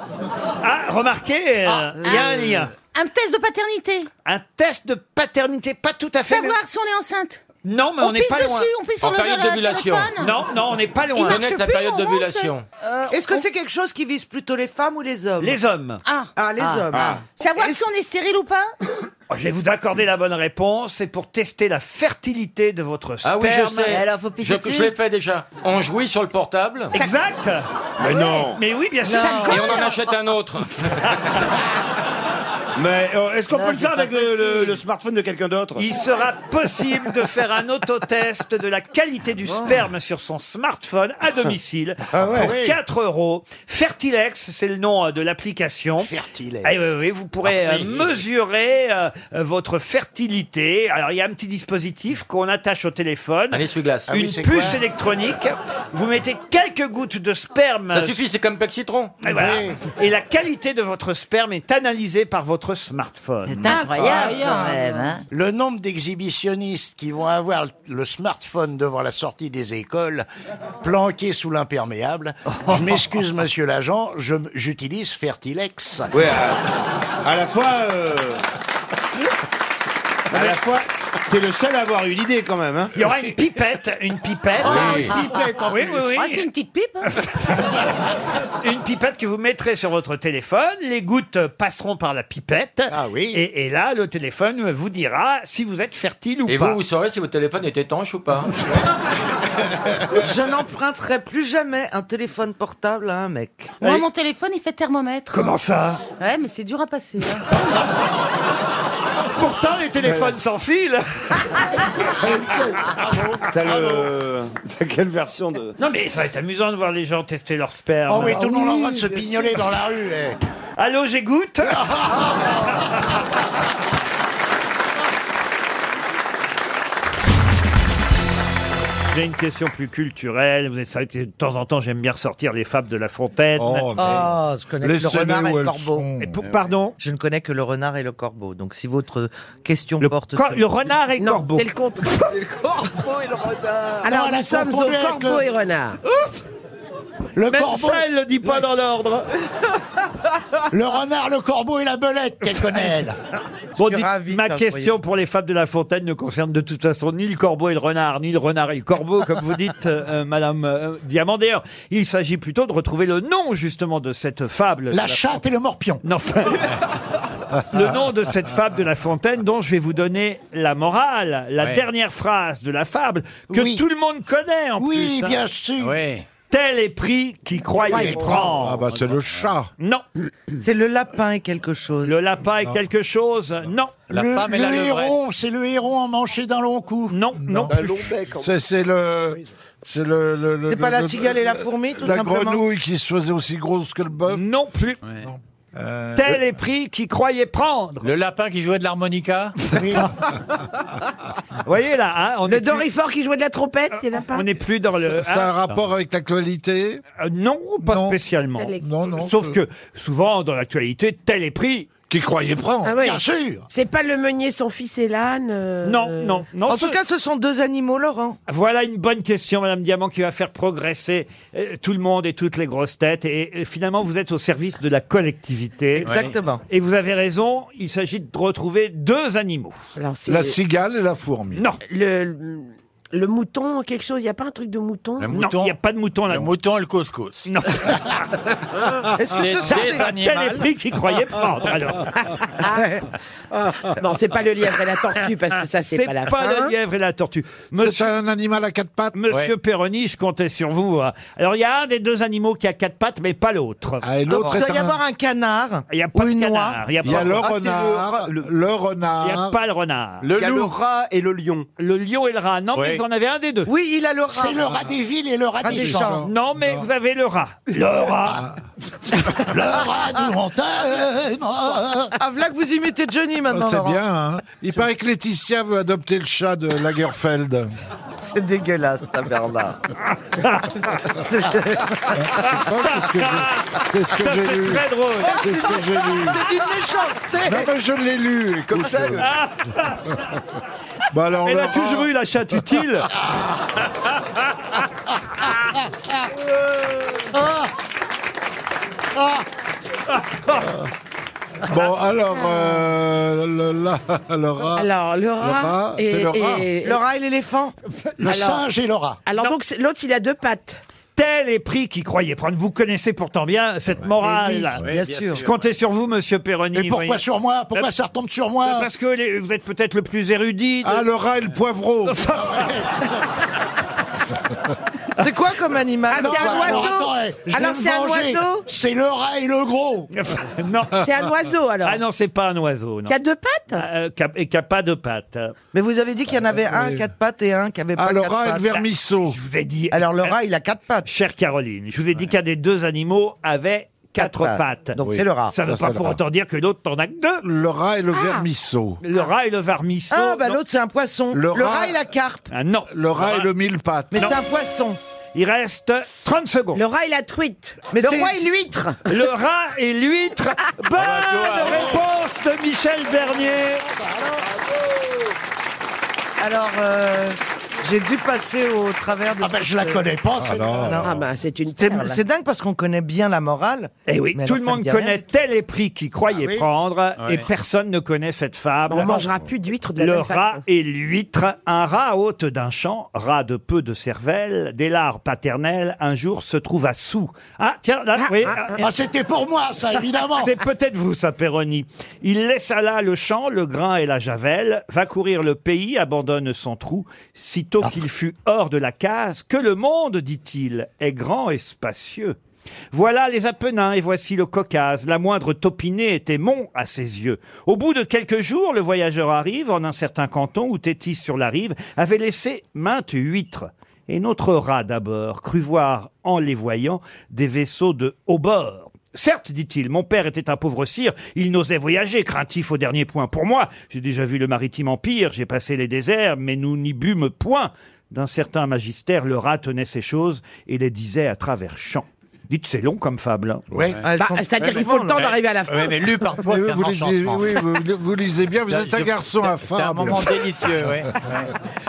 Speaker 1: Ah, remarquez, euh, il y a un lien.
Speaker 7: Ah, Un test de paternité.
Speaker 1: Un test de paternité, pas tout à fait. le-
Speaker 7: Savoir si on est enceinte.
Speaker 1: Non, mais on
Speaker 7: On
Speaker 1: n'est
Speaker 7: pisse
Speaker 1: pas loin.
Speaker 7: dessus, on pisse sur En le- période le- le d'ovulation. téléphone.
Speaker 1: Non, non, on n'est pas loin.
Speaker 12: marche Connaître sa plus, période mon d'ovulation. ronce.
Speaker 3: Euh,
Speaker 36: Euh, Est-ce que c'est quelque chose qui vise plutôt les femmes ou les hommes
Speaker 1: Les hommes.
Speaker 36: Ah, les
Speaker 1: Ah.
Speaker 36: hommes.
Speaker 1: Ah.
Speaker 36: Savoir si on est stérile ou pas
Speaker 1: Oh, Je vais vous accorder la bonne réponse. C'est pour tester la fertilité de votre
Speaker 12: Ah
Speaker 1: sperme.
Speaker 12: oui, je sais. je je l'ai fait déjà. On jouit sur le portable.
Speaker 1: Exact.
Speaker 12: Ah Mais non.
Speaker 1: Mais oui, bien sûr.
Speaker 12: Et on en achète un autre.
Speaker 3: Mais euh, est-ce qu'on
Speaker 1: Non,
Speaker 3: peut le
Speaker 1: c'est
Speaker 3: faire
Speaker 1: pas
Speaker 3: avec le, le- le smartphone de quelqu'un d'autre
Speaker 1: Il sera possible de faire un autotest de la qualité du sperme sur son smartphone à domicile
Speaker 2: Ah
Speaker 4: Ah ouais.
Speaker 1: pour
Speaker 4: Oui.
Speaker 1: 4 euros. Fertilex, c'est le nom euh, de l'application. Fertilex. oui, oui, vous pourrez euh, mesurer euh, euh, votre fertilité. Alors, il y a un petit dispositif qu'on attache au téléphone.
Speaker 12: Un essuie-glace. Ah oui,
Speaker 1: Une
Speaker 12: c'est
Speaker 1: puce
Speaker 12: quoi
Speaker 1: électronique. Vous mettez quelques gouttes de sperme.
Speaker 12: Ça suffit, c'est comme Pexitron.
Speaker 1: Et, voilà.
Speaker 12: ben.
Speaker 1: Et la qualité de votre sperme est analysée par votre smartphone.
Speaker 37: Incroyable, quand même, hein.
Speaker 4: Le nombre d'exhibitionnistes qui vont avoir le smartphone devant la sortie des écoles, planqué sous l'imperméable. Je m'excuse, monsieur l'agent, je- j'utilise Fertilex.
Speaker 3: Ouais, à, à la fois. euh, à la fois. T'es le seul à avoir eu l'idée quand même. Hein.
Speaker 1: Il y aura une pipette, une pipette.
Speaker 3: Ah, Oui. une pipette, en
Speaker 1: oui,
Speaker 3: plus.
Speaker 1: oui, oui.
Speaker 3: Ah, c'est une
Speaker 1: petite pipe. une pipette que vous mettrez sur votre téléphone. Les gouttes passeront par la pipette. Ah oui. Et, et là, le téléphone vous dira si vous êtes fertile ou
Speaker 12: Et
Speaker 1: pas.
Speaker 12: vous, vous saurez si votre téléphone est étanche ou pas.
Speaker 36: Je n'emprunterai plus jamais un téléphone portable à un mec.
Speaker 7: Moi, mon téléphone, il fait thermomètre.
Speaker 1: Comment ça
Speaker 7: Ouais, mais c'est dur à passer.
Speaker 3: hein.
Speaker 1: Pourtant, les téléphones sans fil.
Speaker 3: T'as le. T'as quelle version de.
Speaker 1: Non, mais ça va être amusant de voir les gens tester leur sperme.
Speaker 4: Oh oui, tout le monde en train de se pignoler dans la rue. eh.
Speaker 1: Allô, j'égoutte J'ai une question plus culturelle. Vous savez que de temps en temps, j'aime bien ressortir les fables de La Fontaine.
Speaker 4: Oh, mais-
Speaker 36: Oh, je connais que le renard et le corbeau.
Speaker 1: pardon
Speaker 36: Je ne connais que le renard et le corbeau. Donc si votre question porte...
Speaker 1: cor-
Speaker 36: sur-
Speaker 1: le renard et le
Speaker 36: Non,
Speaker 1: corbeau.
Speaker 36: c'est le contraire.
Speaker 7: corbeau et le
Speaker 36: Alors,
Speaker 7: renard. Alors,
Speaker 36: nous
Speaker 7: nous sommes
Speaker 36: confondue
Speaker 7: au
Speaker 36: avec
Speaker 7: corbeau
Speaker 36: le-
Speaker 7: et renard.
Speaker 1: Même ça, elle le dit pas dans l'ordre.
Speaker 8: Le renard, le corbeau et la belette qu'elle connaît, elle. Je
Speaker 1: Bon,
Speaker 8: suis
Speaker 1: dites-
Speaker 8: ravi
Speaker 1: ma
Speaker 8: de la
Speaker 1: question pour les femmes de La Fontaine ne concerne de toute façon ni le corbeau et le renard, ni le renard et le corbeau, comme vous dites, euh, euh, Madame euh, Diamant. D'ailleurs, il s'agit plutôt de retrouver le nom, justement, de cette fable. de
Speaker 8: La
Speaker 1: Fontaine.
Speaker 8: chatte et le morpion.
Speaker 1: Non, enfin, le nom de cette fable de La Fontaine dont je vais vous donner la morale, la
Speaker 8: Ouais.
Speaker 1: dernière phrase de la fable, que tout le monde connaît, en
Speaker 8: Oui,
Speaker 1: plus. hein.
Speaker 8: bien sûr.
Speaker 1: Tel est pris qui croyait
Speaker 9: Croyait
Speaker 1: prendre.
Speaker 9: prendre. Ah bah, c'est
Speaker 1: le chat. Non.
Speaker 9: C'est le lapin et quelque chose.
Speaker 1: Le lapin et quelque chose, non.
Speaker 8: le le héron, c'est le héron emmanché d'un long cou.
Speaker 1: Non, non.
Speaker 4: Bah,
Speaker 2: C'est c'est le. C'est le. le- le-
Speaker 9: C'est pas
Speaker 2: le-
Speaker 9: la
Speaker 2: le-
Speaker 9: cigale et la fourmi, tout
Speaker 2: La
Speaker 9: simplement
Speaker 2: grenouille qui se faisait aussi grosse que le bœuf
Speaker 1: Non plus. Tel est pris qui croyait prendre.
Speaker 11: Le lapin qui jouait de l'harmonica
Speaker 1: Vous voyez là, hein, on
Speaker 18: Le
Speaker 1: est plus-
Speaker 18: Dorifort qui jouait de la trompette, il y en a pas.
Speaker 1: On n'est plus dans le. hein Ah,
Speaker 2: Ça- ça a un rapport
Speaker 1: avec l'actualité Non, pas spécialement.
Speaker 18: Tel est-
Speaker 1: Sauf que souvent, dans l'actualité, tel est pris. Qui croyait prendre
Speaker 18: Ah ouais. C'est pas le meunier, son fils et l'âne. euh,
Speaker 1: Non, non, non.
Speaker 9: en tout cas, ce sont deux animaux, Laurent.
Speaker 1: Voilà une bonne question, Madame Diamant, qui va faire progresser euh, tout le monde et toutes les grosses têtes. Et, euh, finalement, vous êtes au service de la collectivité.
Speaker 9: Exactement.
Speaker 1: Et vous avez raison, il s'agit de retrouver deux animaux.
Speaker 18: c'est- La
Speaker 1: cigale et la fourmi. Non.
Speaker 18: Le, le mouton, quelque chose, il n'y a pas un truc de mouton
Speaker 1: Non, il n'y a pas de mouton là. Le mouton et le couscous. Non.
Speaker 18: Est-ce que ce sont des-
Speaker 1: tel est pris qui croyait prendre, alors.
Speaker 36: Ah.
Speaker 3: Ah.
Speaker 18: Non, c'est pas le lièvre et la tortue, parce que ça, c'est pas la fin.
Speaker 1: le lièvre et la tortue. C'est un animal à quatre pattes Monsieur
Speaker 18: Ouais.
Speaker 1: Perroni, je comptais sur vous. hein. Alors, il y a un des deux animaux qui a quatre pattes, mais pas l'autre.
Speaker 2: Ah, et
Speaker 7: Ah
Speaker 2: l'autre
Speaker 9: Il
Speaker 2: est
Speaker 9: doit y
Speaker 2: un-
Speaker 9: avoir un canard.
Speaker 1: Il n'y a pas de canard.
Speaker 2: Il y a, le
Speaker 1: Ah, c'est
Speaker 2: renard, le, renard.
Speaker 1: Il n'y a pas le renard.
Speaker 2: Le Il y a loup. le
Speaker 1: rat et le lion. Le lion et le rat. Non,
Speaker 2: Ouais.
Speaker 1: mais vous en avez un des deux.
Speaker 9: Oui, il a le rat.
Speaker 8: C'est le rat des villes et le
Speaker 2: Ah,
Speaker 8: rat, des champs.
Speaker 1: Non, mais vous avez le rat. Le rat.
Speaker 8: Le rat du
Speaker 9: Ah, voilà que vous imitez Johnny
Speaker 2: Oh,
Speaker 9: maintenant.
Speaker 2: c'est
Speaker 9: Ah, Laurent.
Speaker 2: bien, hein. Il paraît que Laetitia veut adopter le chat de Lagerfeld.
Speaker 9: C'est dégueulasse, ça, Bernard.
Speaker 2: Oh, C'est ce que
Speaker 9: Ça,
Speaker 2: j'ai
Speaker 9: c'est
Speaker 2: lu.
Speaker 9: très drôle.
Speaker 2: C'est ce que j'ai lu.
Speaker 9: C'est une méchanceté.
Speaker 2: Non, mais je l'ai lu. Comme ça.
Speaker 5: Ah.
Speaker 2: Bah alors,
Speaker 1: Elle a
Speaker 2: Laurent-
Speaker 1: toujours eu la chatte utile.
Speaker 2: Bon, alors, euh, le, la- le rat.
Speaker 18: Alors, le rat et-
Speaker 2: c'est le rat.
Speaker 18: et-
Speaker 9: Le rat et l'éléphant.
Speaker 2: Le singe et le rat.
Speaker 18: Alors donc, c'est- l'autre, il a deux pattes.
Speaker 1: Tel est pris qui croyait prendre. Vous connaissez pourtant bien cette morale.
Speaker 8: Eh oui, bien Oui, sûr.
Speaker 1: Je comptais sur vous, monsieur Perroni.
Speaker 8: Et pourquoi
Speaker 1: voyez.
Speaker 8: sur moi Pourquoi
Speaker 1: Bah,
Speaker 8: ça retombe sur moi
Speaker 1: Parce que les- vous êtes peut-être le plus érudit.
Speaker 2: Ah, le rat et le poivreau.
Speaker 9: C'est quoi comme animal
Speaker 18: Ah, c'est un
Speaker 8: bah, alors,
Speaker 18: oiseau.
Speaker 8: attends, eh, je vais
Speaker 18: Alors,
Speaker 8: me
Speaker 18: c'est un
Speaker 8: venger.
Speaker 18: oiseau
Speaker 8: C'est le rat et le gros.
Speaker 1: non.
Speaker 18: C'est un oiseau, alors.
Speaker 1: Ah non, c'est pas un oiseau. Non.
Speaker 18: Qui a deux pattes
Speaker 1: Ah, euh, qui a- et qui a pas de pattes.
Speaker 7: Ah,
Speaker 9: Mais vous avez dit qu'il y en avait
Speaker 8: Ah,
Speaker 1: Bah,
Speaker 9: un
Speaker 1: oui.
Speaker 9: à quatre pattes et un qui avait pas
Speaker 1: Ah, le
Speaker 9: quatre
Speaker 1: rat et le
Speaker 9: pattes.
Speaker 1: vermisseau. Je vous ai dit. euh,
Speaker 9: Alors le rat, il a quatre pattes.
Speaker 1: Chère Caroline, je vous ai dit qu'un des deux animaux avait quatre,
Speaker 9: Quatre
Speaker 1: pattes.
Speaker 9: pattes. Donc, Oui. c'est le rat.
Speaker 1: Ça ne veut
Speaker 9: Ça,
Speaker 1: pas
Speaker 9: c'est le
Speaker 1: pour
Speaker 9: rat.
Speaker 1: autant dire que l'autre en a que deux.
Speaker 2: Le rat et le
Speaker 18: Ah,
Speaker 2: vermisseau.
Speaker 1: Le rat et le varmisseau.
Speaker 9: Ah, bah
Speaker 1: non.
Speaker 9: l'autre, c'est un poisson.
Speaker 1: Le
Speaker 9: Le,
Speaker 1: rat-
Speaker 9: rat, il a carpe.
Speaker 1: Ah, non.
Speaker 2: Le rat et le mille pattes.
Speaker 9: Mais
Speaker 1: Non.
Speaker 9: c'est un poisson.
Speaker 1: Il reste 30 secondes.
Speaker 18: Le rat et la truite.
Speaker 9: Mais
Speaker 18: le
Speaker 9: c'est-
Speaker 18: roi et l'huître.
Speaker 1: Le rat et l'huître.
Speaker 9: Ah,
Speaker 1: Bonne réponse de Michel Bernier.
Speaker 9: Alors, euh, j'ai dû passer au travers de. Ah,
Speaker 8: ben je la connais pas, celle-là. Ah, non.
Speaker 9: c'est une
Speaker 8: perle.
Speaker 9: C'est dingue parce qu'on connaît bien la morale.
Speaker 1: Eh oui,
Speaker 9: Mais
Speaker 1: tout
Speaker 9: alors,
Speaker 1: le
Speaker 9: ça me
Speaker 1: monde
Speaker 9: dit rien.
Speaker 1: connaît tel est prix qu'il croyait
Speaker 9: Ah oui.
Speaker 1: prendre et
Speaker 9: Ouais.
Speaker 1: personne ne connaît cette fable.
Speaker 18: On mangera plus d'huîtres de la
Speaker 1: Le
Speaker 18: même façon.
Speaker 1: rat et l'huître, un rat hôte d'un champ, rat de peu de cervelle, des lards paternels, un jour se trouva sous. Ah, tiens, là, oui.
Speaker 8: Ah, c'était pour moi, ça, évidemment.
Speaker 1: C'est peut-être vous, ça, Péroni. Il laissa là le champ, le grain et la javelle, va courir le pays, abandonne son trou. Sitôt qu'il fut hors de la case, que le monde, dit-il, est grand et spacieux. Voilà les Apennins et voici le Caucase. La moindre topinée était mont à ses yeux. Au bout de quelques jours, le voyageur arrive en un certain canton où Tétis sur la rive avait laissé maintes huîtres. Et notre rat d'abord crut voir, en les voyant, des vaisseaux de haut bord. Certes, dit-il, mon père était un pauvre sire, il n'osait voyager, craintif au dernier point. Pour moi, j'ai déjà vu le maritime empire, j'ai passé les déserts, mais nous n'y bûmes point. D'un certain magistère, le rat tenait ces choses et les disait à travers champs. Dites, c'est long comme fable. hein.
Speaker 2: Ouais.
Speaker 18: Ah, elles Bah, sont- c'est-à-dire qu'il faut le temps Ouais. d'arriver à la fin. Ouais, mais lu par toi,
Speaker 2: Mais
Speaker 18: c'est un
Speaker 2: vous, lisez,
Speaker 18: enchantement.
Speaker 2: oui, vous, vous lisez bien, vous
Speaker 18: Je-
Speaker 2: êtes un
Speaker 18: je-
Speaker 2: garçon
Speaker 18: c'est-
Speaker 2: à
Speaker 18: c'est un moment délicieux, ouais. Ouais.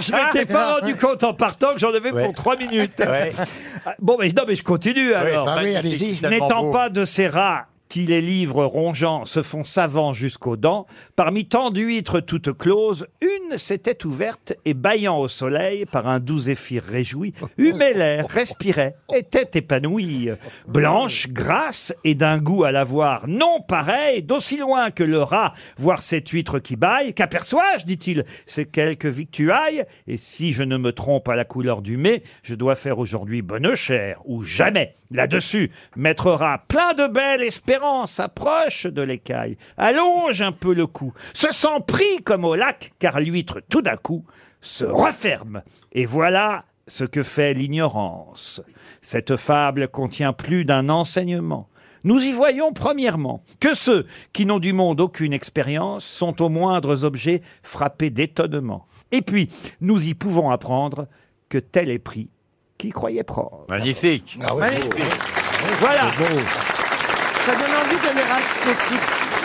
Speaker 1: Je m'étais
Speaker 8: Ah,
Speaker 1: pas
Speaker 2: Ah.
Speaker 1: rendu compte en partant que j'en avais pour trois minutes. Ah, Bon, mais non, mais je continue alors.
Speaker 8: bah oui, allez-y.
Speaker 1: N'étant pas de ces rats qui les livres rongeants se font savants jusqu'aux dents. Parmi tant d'huîtres toutes closes, une s'était ouverte et bâillant au soleil par un doux zéphyr réjoui, humait l'air, respirait, était épanouie. Blanche, grasse et d'un goût à la voir non pareil, d'aussi loin que le rat, voir cette huître qui baille, qu'aperçois-je, dit-il, c'est quelque victuaille, et si je ne me trompe à la couleur du mets, je dois faire aujourd'hui bonne chère, ou jamais. Là-dessus, maître rat, plein de belles espérances, approche de l'écaille, allonge un peu le cou, se sent pris comme au lac, car l'huître, tout d'un coup, se referme. Et voilà ce que fait l'ignorance. Cette fable contient plus d'un enseignement. Nous y voyons premièrement que ceux qui n'ont du monde aucune expérience sont aux moindres objets frappés d'étonnement. Et puis, nous y pouvons apprendre que tel est pris qui croyait prendre.
Speaker 5: Ah
Speaker 15: Magnifique.
Speaker 1: Voilà.
Speaker 9: Ça donne envie d'aller racheter.